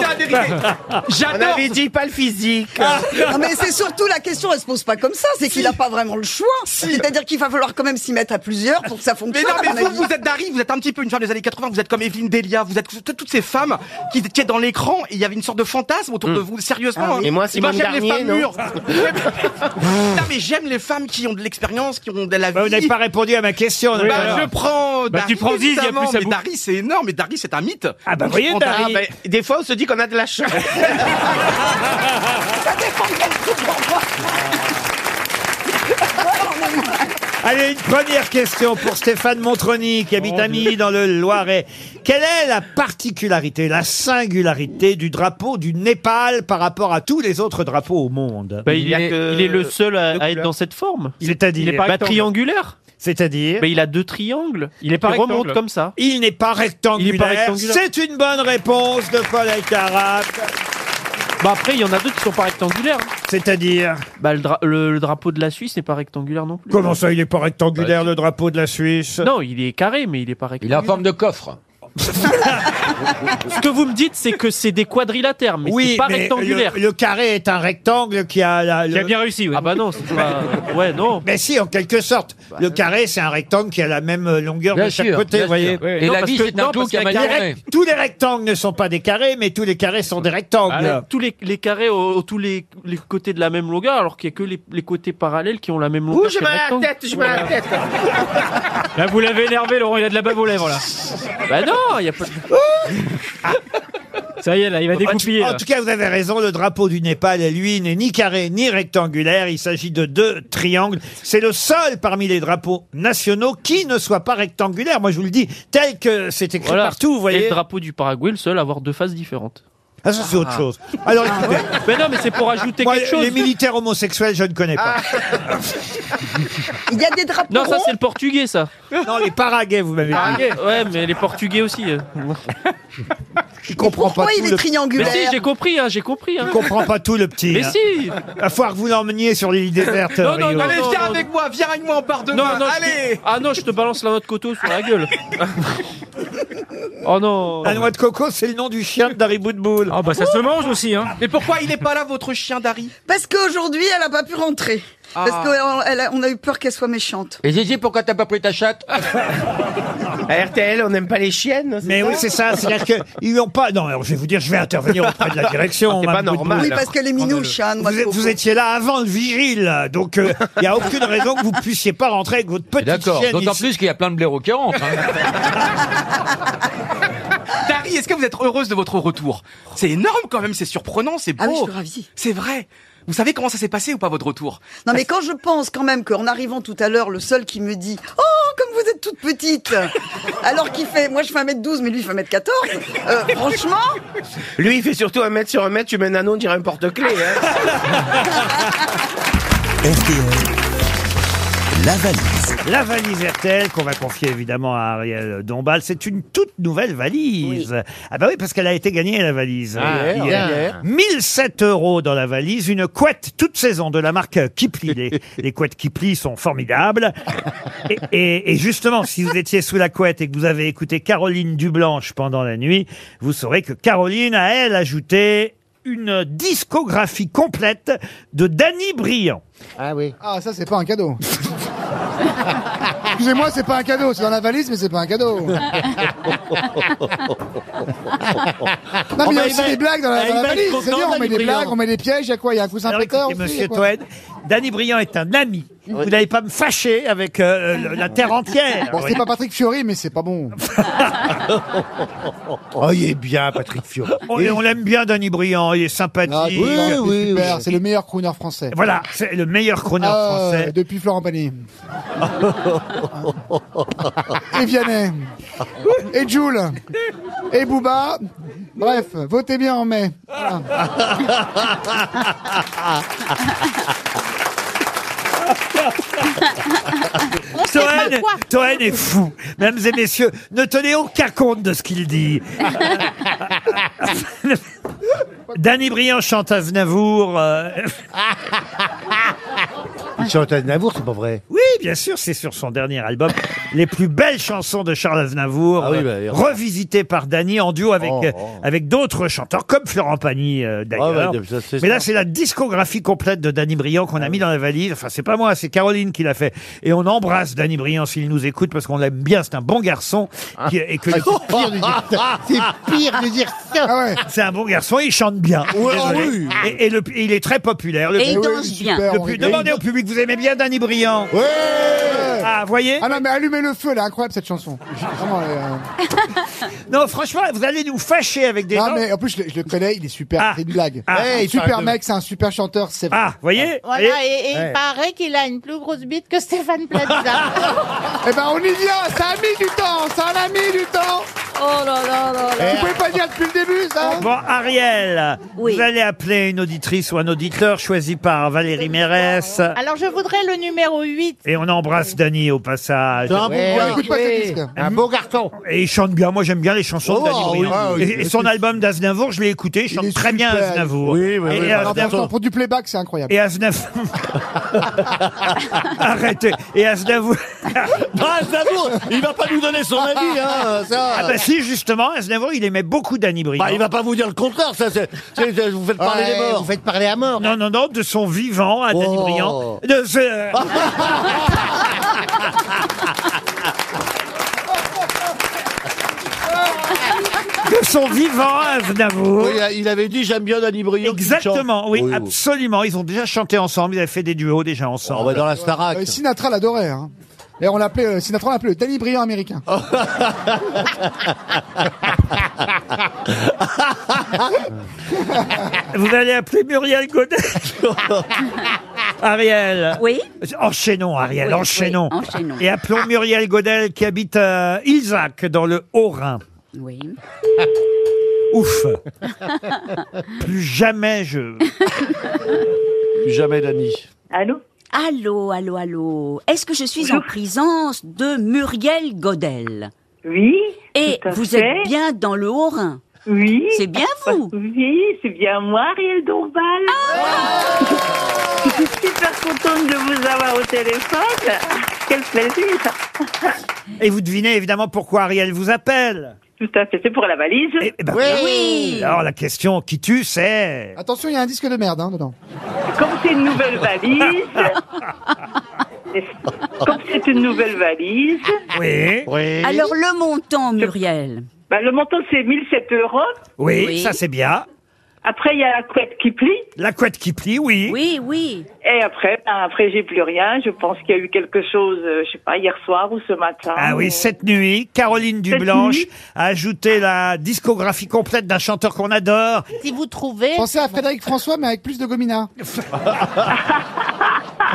[SPEAKER 3] ai
[SPEAKER 18] On avait dit pas le physique.
[SPEAKER 28] Ah.
[SPEAKER 3] Ah,
[SPEAKER 28] Non, mais c'est surtout la question, elle se pose pas comme ça, c'est qu'il n'a pas vraiment le choix. C'est-à-dire qu'il va falloir quand même s'y mettre à plusieurs pour que ça
[SPEAKER 3] Mais
[SPEAKER 28] fonctionne.
[SPEAKER 3] non,
[SPEAKER 28] à
[SPEAKER 3] mais
[SPEAKER 28] mon
[SPEAKER 3] vous,
[SPEAKER 28] avis.
[SPEAKER 3] vous êtes Dari, vous êtes un petit peu une femme des années 80, vous êtes comme Evelyne Delia, vous êtes toutes toutes ces femmes qui étaient dans l'écran et il y avait une sorte de fantasme
[SPEAKER 28] Hmm.
[SPEAKER 3] autour de vous, sérieusement.
[SPEAKER 17] Ah oui.
[SPEAKER 3] hein.
[SPEAKER 17] Et moi, Simone
[SPEAKER 3] j'aime les
[SPEAKER 17] Garnier,
[SPEAKER 3] femmes
[SPEAKER 17] non
[SPEAKER 3] mûres. non, mais j'aime les femmes qui ont de l'expérience, qui ont de la vie.
[SPEAKER 1] vous n'avez pas répondu à ma question.
[SPEAKER 3] Bah,
[SPEAKER 1] d'ailleurs.
[SPEAKER 3] je prends
[SPEAKER 1] Bah,
[SPEAKER 3] Dari,
[SPEAKER 1] tu prends Ziz, il y a
[SPEAKER 3] évidemment,
[SPEAKER 1] plus à
[SPEAKER 3] mais
[SPEAKER 1] bout-
[SPEAKER 3] Dari, c'est énorme, mais Dari, c'est un mythe. Ah
[SPEAKER 1] bah, voyez, Dari.
[SPEAKER 3] des fois, on se dit qu'on a de la chance.
[SPEAKER 28] Ça dépend de quel truc on voit.
[SPEAKER 1] Allez, une première question pour Stéphane Montroni, qui habite à Milly, dans le Loiret. Quelle est la particularité, la singularité du drapeau du Népal par rapport à tous les autres drapeaux au monde
[SPEAKER 18] Bah, il, est, il est le seul à, à être dans cette forme.
[SPEAKER 1] C'est-à-dire
[SPEAKER 18] Il est pas triangulaire.
[SPEAKER 1] C'est-à-dire
[SPEAKER 18] Mais il a deux triangles. Il est
[SPEAKER 1] pas
[SPEAKER 18] remonte
[SPEAKER 1] rectangle.
[SPEAKER 18] comme ça.
[SPEAKER 1] Il n'est pas
[SPEAKER 18] Il est pas
[SPEAKER 1] rectangulaire.
[SPEAKER 18] rectangulaire.
[SPEAKER 1] C'est une bonne réponse de Paul Alcarat.
[SPEAKER 18] Bah après, il y en a d'autres qui sont pas rectangulaires.
[SPEAKER 1] C'est-à-dire
[SPEAKER 18] Bah le, dra- le- le drapeau de la Suisse n'est pas rectangulaire non plus.
[SPEAKER 1] Comment ça, il n'est pas rectangulaire, le drapeau de la Suisse
[SPEAKER 18] Non, il est carré, mais il est pas rectangulaire.
[SPEAKER 29] Bah, Il est en forme de coffre.
[SPEAKER 18] Ce que vous me dites, c'est que c'est des quadrilatères, mais
[SPEAKER 1] oui,
[SPEAKER 18] c'est pas
[SPEAKER 1] mais euh,
[SPEAKER 18] rectangulaire.
[SPEAKER 1] Le, le carré est un rectangle qui a la, le-
[SPEAKER 18] bien réussi, Ah bah non, c'est pas... Ouais, non.
[SPEAKER 1] Mais si, en quelque sorte. Le carré, c'est un rectangle qui a la même euh, longueur
[SPEAKER 29] Bien
[SPEAKER 1] de chaque
[SPEAKER 29] sûr,
[SPEAKER 1] côté,
[SPEAKER 29] bien
[SPEAKER 1] vous voyez.
[SPEAKER 29] sûr. Et la vie, c'est un tout qui a mal
[SPEAKER 1] les
[SPEAKER 29] tourné.
[SPEAKER 1] rect- Tous les rectangles ne sont pas des carrés, mais tous les carrés sont des rectangles.
[SPEAKER 18] Avec tous les, les carrés au- au- tous les, les côtés de la même longueur, alors qu'il n'y a que les, les côtés parallèles qui ont la même longueur.
[SPEAKER 3] Ouh, j'ai
[SPEAKER 18] que
[SPEAKER 3] mal à la
[SPEAKER 18] rectangle.
[SPEAKER 3] tête, j'ai mal à la tête.
[SPEAKER 18] Là, vous l'avez énervé, Laurent, il a de la bave aux lèvres, là. Bah non, il n'y a pas Ça y est, là, il va découpiller.
[SPEAKER 1] En tout cas, vous avez raison, le drapeau du Népal, lui, n'est ni carré ni rectangulaire. Il s'agit de deux triangles. C'est le seul parmi les drapeaux nationaux qui ne soit pas rectangulaire. Moi, je vous le dis, tel que c'est écrit partout, vous
[SPEAKER 18] Et
[SPEAKER 1] voyez.
[SPEAKER 18] le drapeau du Paraguay, le seul à avoir deux faces différentes.
[SPEAKER 1] Ah, ça, c'est autre chose. Alors, écoutez.
[SPEAKER 18] Mais non, mais c'est pour ajouter
[SPEAKER 1] Moi,
[SPEAKER 18] quelque chose.
[SPEAKER 1] Les militaires homosexuels, je ne connais pas.
[SPEAKER 28] Il y a des drapeaux.
[SPEAKER 18] Non, ça,
[SPEAKER 28] ronds.
[SPEAKER 18] c'est le portugais, ça.
[SPEAKER 1] Non, les paraguais, vous m'avez dit.
[SPEAKER 18] Paraguay. Ouais, mais les portugais aussi. euh.
[SPEAKER 1] Il comprend
[SPEAKER 28] Pourquoi
[SPEAKER 1] pas
[SPEAKER 28] il
[SPEAKER 1] tout
[SPEAKER 28] est
[SPEAKER 1] le-
[SPEAKER 28] triangulaire
[SPEAKER 18] Mais si, j'ai compris, hein, j'ai compris. Hein.
[SPEAKER 1] Il comprend pas tout, le petit.
[SPEAKER 18] Mais
[SPEAKER 1] hein.
[SPEAKER 18] si
[SPEAKER 1] À foire que vous l'emmeniez sur l'île déserte.
[SPEAKER 18] Non, non,
[SPEAKER 1] Rio.
[SPEAKER 18] non,
[SPEAKER 3] Allez,
[SPEAKER 18] non,
[SPEAKER 3] viens
[SPEAKER 18] non,
[SPEAKER 3] avec moi, viens avec moi en barre de
[SPEAKER 18] Non,
[SPEAKER 3] main,
[SPEAKER 18] non, je te-
[SPEAKER 3] allez
[SPEAKER 18] Ah non, je te balance la noix de coteau sur la gueule. oh non.
[SPEAKER 1] La noix de coco, c'est le nom du chien de Dari Boudboul.
[SPEAKER 30] Ah bah ça se mange aussi, hein.
[SPEAKER 3] Mais pourquoi il est pas là, votre chien Ah. Dari
[SPEAKER 28] Parce qu'aujourd'hui, elle n'a pas pu rentrer.
[SPEAKER 22] Ah.
[SPEAKER 28] Parce qu'on a eu peur qu'elle soit méchante.
[SPEAKER 29] Et Zizi, pourquoi t'as pas pris ta chatte
[SPEAKER 18] À RTL, on n'aime pas les chiennes.
[SPEAKER 1] Mais oui, c'est ça. C'est-à-dire que ils n'ont pas. Non, alors je vais vous dire, je vais intervenir auprès de la direction.
[SPEAKER 18] C'est pas
[SPEAKER 1] Madame
[SPEAKER 18] normal.
[SPEAKER 1] Boudboul.
[SPEAKER 28] oui, parce qu'elle est minouche, hein, noix
[SPEAKER 1] Vous,
[SPEAKER 28] de
[SPEAKER 1] êtes-
[SPEAKER 28] coco.
[SPEAKER 1] vous étiez là avant le vigile, donc euh, il n'y a aucune raison que vous puissiez pas rentrer avec votre petite
[SPEAKER 29] D'accord,
[SPEAKER 1] chienne.
[SPEAKER 29] d'autant
[SPEAKER 1] ici.
[SPEAKER 29] plus qu'il y a plein de blaireaux qui rentrent. hein.
[SPEAKER 3] Dari, est-ce que vous êtes heureuse de votre retour C'est énorme quand même, c'est surprenant, c'est beau.
[SPEAKER 28] Ah oui, je suis ravie.
[SPEAKER 3] C'est vrai. Vous savez comment ça s'est passé ou pas votre retour
[SPEAKER 28] Non, mais quand je pense quand même qu'en arrivant tout à l'heure, le seul qui me dit Oh, comme vous êtes toute petite Alors qu'il fait. Moi, je fais 1m12, mais lui, il fait 1m14. Euh, franchement,
[SPEAKER 18] Lui, il fait surtout un mètre sur un mètre, tu mets un anneau, on dirait un hein. porte-clé.
[SPEAKER 1] La valise. La valise RTL qu'on va confier évidemment à Ariel Dombal. C'est une toute nouvelle valise. Ah bah oui, parce qu'elle a été gagnée la valise.
[SPEAKER 17] Ah, hier, hier.
[SPEAKER 1] 1007 euros dans la valise, une couette toute saison de la marque Kipling. Les, les couettes Kipling sont formidables. Et, et- et justement, si vous étiez sous la couette et que vous avez écouté Caroline Dublanche pendant la nuit, vous saurez que Caroline a, elle, ajouté une discographie complète de Danny Briand.
[SPEAKER 30] Ah oui. Ah ça c'est pas un cadeau. Excusez-moi, c'est pas un cadeau. C'est dans la valise, mais c'est pas un cadeau. non, mais
[SPEAKER 1] Oh, bah,
[SPEAKER 30] il y a aussi des blagues dans
[SPEAKER 1] Ah,
[SPEAKER 30] la, dans la valise. C'est bien, on met des blagues, on met des pièges. Il y a quoi Il y a un coussin
[SPEAKER 1] Alors
[SPEAKER 30] péteur
[SPEAKER 1] écoutez,
[SPEAKER 30] aussi, il y
[SPEAKER 1] monsieur
[SPEAKER 30] a quoi
[SPEAKER 1] Toen, Danny Briand est un ami. Vous n'allez pas me fâcher avec euh, le- la terre entière.
[SPEAKER 30] Bon,
[SPEAKER 1] Oui.
[SPEAKER 30] c'est pas Patrick Fiori, mais c'est pas bon.
[SPEAKER 17] Oh, il est bien, Patrick Fiori.
[SPEAKER 1] On, on l'aime bien, Danny Briand. Il est sympathique.
[SPEAKER 30] Ah, oui, oui, super. C'est le meilleur crooner français.
[SPEAKER 1] Voilà, c'est le meilleur crooner
[SPEAKER 30] Ah,
[SPEAKER 1] français.
[SPEAKER 30] Depuis Florent Pagny. et Vianney. Et Jules. Et Booba. Bref, votez bien en mai. Voilà.
[SPEAKER 1] Toen, Toen est fou. Mesdames et messieurs, ne tenez aucun compte de ce qu'il dit. Danny Briand chante Aznavour. euh,
[SPEAKER 17] Il chante à Navour, c'est pas vrai.
[SPEAKER 1] Oui, bien sûr, c'est sur son dernier album. les plus belles chansons de Charles Aznavour,
[SPEAKER 31] Ah oui, bah,
[SPEAKER 1] euh,
[SPEAKER 31] il reprend.
[SPEAKER 1] revisitées par Dany en duo avec,
[SPEAKER 31] Oh,
[SPEAKER 1] euh,
[SPEAKER 31] oh.
[SPEAKER 1] avec d'autres chanteurs, comme Florent Pagny euh,
[SPEAKER 26] bah,
[SPEAKER 1] d'ailleurs.
[SPEAKER 31] Ah ouais, ça, c'est
[SPEAKER 1] Mais là,
[SPEAKER 31] ça.
[SPEAKER 1] c'est la discographie complète de Danny Briand
[SPEAKER 26] Ah
[SPEAKER 1] qu'on a mis dans la valise. Enfin, c'est pas moi, c'est Caroline qui l'a fait. Et on embrasse Danny Briand s'il nous écoute parce qu'on l'aime bien, c'est un bon garçon. qui- et que Ah
[SPEAKER 26] Ah, c'est pire de dire ça. C'est pire de dire ça.
[SPEAKER 1] C'est un bon garçon, il chante bien.
[SPEAKER 26] Ouais, ah
[SPEAKER 1] Désolé.
[SPEAKER 26] oui.
[SPEAKER 1] Et, et le- et il est très populaire. Le
[SPEAKER 26] Et il
[SPEAKER 1] public.
[SPEAKER 26] danse bien.
[SPEAKER 1] Le
[SPEAKER 26] on
[SPEAKER 1] plus-
[SPEAKER 26] rigole.
[SPEAKER 1] demandez au public, vous aimez bien Danny Briand Ah, voyez
[SPEAKER 30] Ah non, mais allumez le feu, elle est incroyable cette chanson. Vraiment, elle est, euh,
[SPEAKER 1] Non, franchement, vous allez nous fâcher avec des
[SPEAKER 30] non,
[SPEAKER 1] gens.
[SPEAKER 30] mais en plus, je le, je le connais, il est super, c'est une blague.
[SPEAKER 1] Ah.
[SPEAKER 30] Ouais,
[SPEAKER 1] Ah.
[SPEAKER 30] super
[SPEAKER 1] Ah.
[SPEAKER 30] mec, c'est un super chanteur, c'est vrai.
[SPEAKER 1] Ah, voyez
[SPEAKER 5] Voilà, et, et
[SPEAKER 30] Ouais.
[SPEAKER 5] il paraît qu'il a une plus grosse bite que Stéphane Plaza.
[SPEAKER 30] Eh ben, on y vient, ça a mis du temps, ça en a mis du temps.
[SPEAKER 5] Oh là là là
[SPEAKER 30] Vous pouvez pas dire depuis le début, ça hein
[SPEAKER 1] Bon, Ariel, vous allez appeler une auditrice ou un auditeur choisi par Valérie Mérès.
[SPEAKER 7] Bah.
[SPEAKER 5] Alors je voudrais le numéro 8.
[SPEAKER 1] Et on embrasse Dany au
[SPEAKER 30] Ah,
[SPEAKER 1] passage.
[SPEAKER 5] C'est un bon Ouais, gars. écoute pas ses disques.
[SPEAKER 1] Un beau garçon. Et il chante bien. Moi, j'aime bien les chansons
[SPEAKER 30] Oh,
[SPEAKER 1] de Dany Briand.
[SPEAKER 30] ah oui.
[SPEAKER 1] et, et son album d'Aznavour, je l'ai écouté. Il chante très bien
[SPEAKER 30] Super.
[SPEAKER 1] Aznavour. et, et
[SPEAKER 30] Alors,
[SPEAKER 1] Aznavour-
[SPEAKER 30] pour, pour du playback, c'est incroyable.
[SPEAKER 1] et Aznavour. Arrêtez. Et Aznavour.
[SPEAKER 31] Ah, Aznavour, il va pas nous donner son avis, hein, ça.
[SPEAKER 1] Ah bah si, justement, Aznavour, il aimait beaucoup Danny Briand.
[SPEAKER 31] Bah, il va pas vous dire le contraire, ça, c'est, c'est- c'est- vous faites parler
[SPEAKER 1] Ouais,
[SPEAKER 31] des morts.
[SPEAKER 1] vous
[SPEAKER 31] faites parler à mort.
[SPEAKER 1] Non, non, non, de son vivant à Danny
[SPEAKER 31] Oh.
[SPEAKER 1] Briand. De ce- de son vivant Aznavour.
[SPEAKER 31] il avait dit j'aime bien Danny Briand. qui chante.
[SPEAKER 1] Exactement, oui, absolument. Ils ont déjà chanté ensemble, ils avaient fait des duos déjà
[SPEAKER 31] Oh,
[SPEAKER 1] ensemble.
[SPEAKER 31] bah,
[SPEAKER 1] On va dans la Starac.
[SPEAKER 30] Euh, Sinatra l'adorait. Hein. Et on l'appelait, euh, Sinatra on l'appelait le Danny Brillant américain.
[SPEAKER 8] Oh.
[SPEAKER 1] Vous allez appeler Muriel Godet. Ariel.
[SPEAKER 7] Oui.
[SPEAKER 1] Enchaînons, Ariel,
[SPEAKER 7] Oui, oui,
[SPEAKER 1] enchaînons.
[SPEAKER 7] enchaînons.
[SPEAKER 1] Et appelons Muriel Godel qui habite à Ilzac, dans le Haut-Rhin.
[SPEAKER 7] Oui.
[SPEAKER 1] Ouf. Plus jamais je. Plus jamais Dani.
[SPEAKER 7] Allô Allô, allô, allô. Est-ce que je suis en présence de Muriel Godel
[SPEAKER 14] Oui.
[SPEAKER 7] Et
[SPEAKER 14] tout à
[SPEAKER 7] vous
[SPEAKER 14] fait.
[SPEAKER 7] êtes bien dans le Haut-Rhin
[SPEAKER 14] Oui. Ah,
[SPEAKER 7] C'est bien vous
[SPEAKER 14] Oui, c'est bien moi, Ariel Dombal.
[SPEAKER 7] Ah
[SPEAKER 14] Je suis super contente de vous avoir au téléphone. Quel plaisir.
[SPEAKER 1] Et vous devinez évidemment pourquoi Ariel vous appelle.
[SPEAKER 14] Tout à fait, c'est pour la valise.
[SPEAKER 1] Eh ben, bien sûr. Alors la question qui tue, c'est.
[SPEAKER 30] Attention, il y a un disque de merde hein, dedans.
[SPEAKER 14] Comme c'est une nouvelle valise. Comme c'est une nouvelle valise.
[SPEAKER 1] Oui. Oui.
[SPEAKER 7] Alors le montant, Muriel
[SPEAKER 14] bah, le montant, c'est 1007 euros.
[SPEAKER 1] Oui, ça c'est bien.
[SPEAKER 14] Après, il y a la couette qui plie.
[SPEAKER 1] La couette qui plie, oui.
[SPEAKER 7] Oui, oui.
[SPEAKER 14] Et après, ben, après, j'ai plus rien. Je pense qu'il y a eu quelque chose, euh, je sais pas, hier soir ou ce matin.
[SPEAKER 1] Ah oui, cette nuit, Caroline Dublanche a ajouté la discographie complète d'un chanteur qu'on adore.
[SPEAKER 30] Si vous trouvez. Pensez à Frédéric François, mais avec plus de gomina.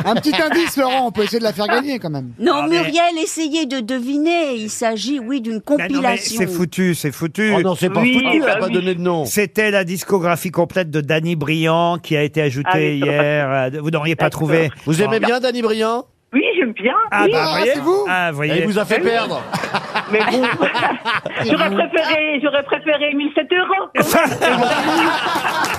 [SPEAKER 30] un petit indice, Laurent, on peut essayer de la faire gagner quand même.
[SPEAKER 7] Non,
[SPEAKER 1] Ah, mais- Ben
[SPEAKER 7] Muriel, essayez de deviner. Il s'agit, oui, d'une compilation.
[SPEAKER 1] Mais C'est foutu, c'est foutu. Ah
[SPEAKER 31] Oh non, c'est pas Oui, foutu, elle a bah pas oui. donné de nom.
[SPEAKER 1] C'était la discographie complète de Danny Briand qui a été ajoutée
[SPEAKER 31] Ah oui, ça
[SPEAKER 1] hier. Euh, Vous n'auriez pas trouvé.
[SPEAKER 31] Vous aimez bien Danny Briand
[SPEAKER 14] Oui, j'aime bien.
[SPEAKER 1] Ah
[SPEAKER 14] oui.
[SPEAKER 1] bah, voyez. Ah, voyez.
[SPEAKER 31] Il vous a fait perdre.
[SPEAKER 14] Mais bon, j'aurais préféré, j'aurais préféré 1007 euros.
[SPEAKER 1] Ah,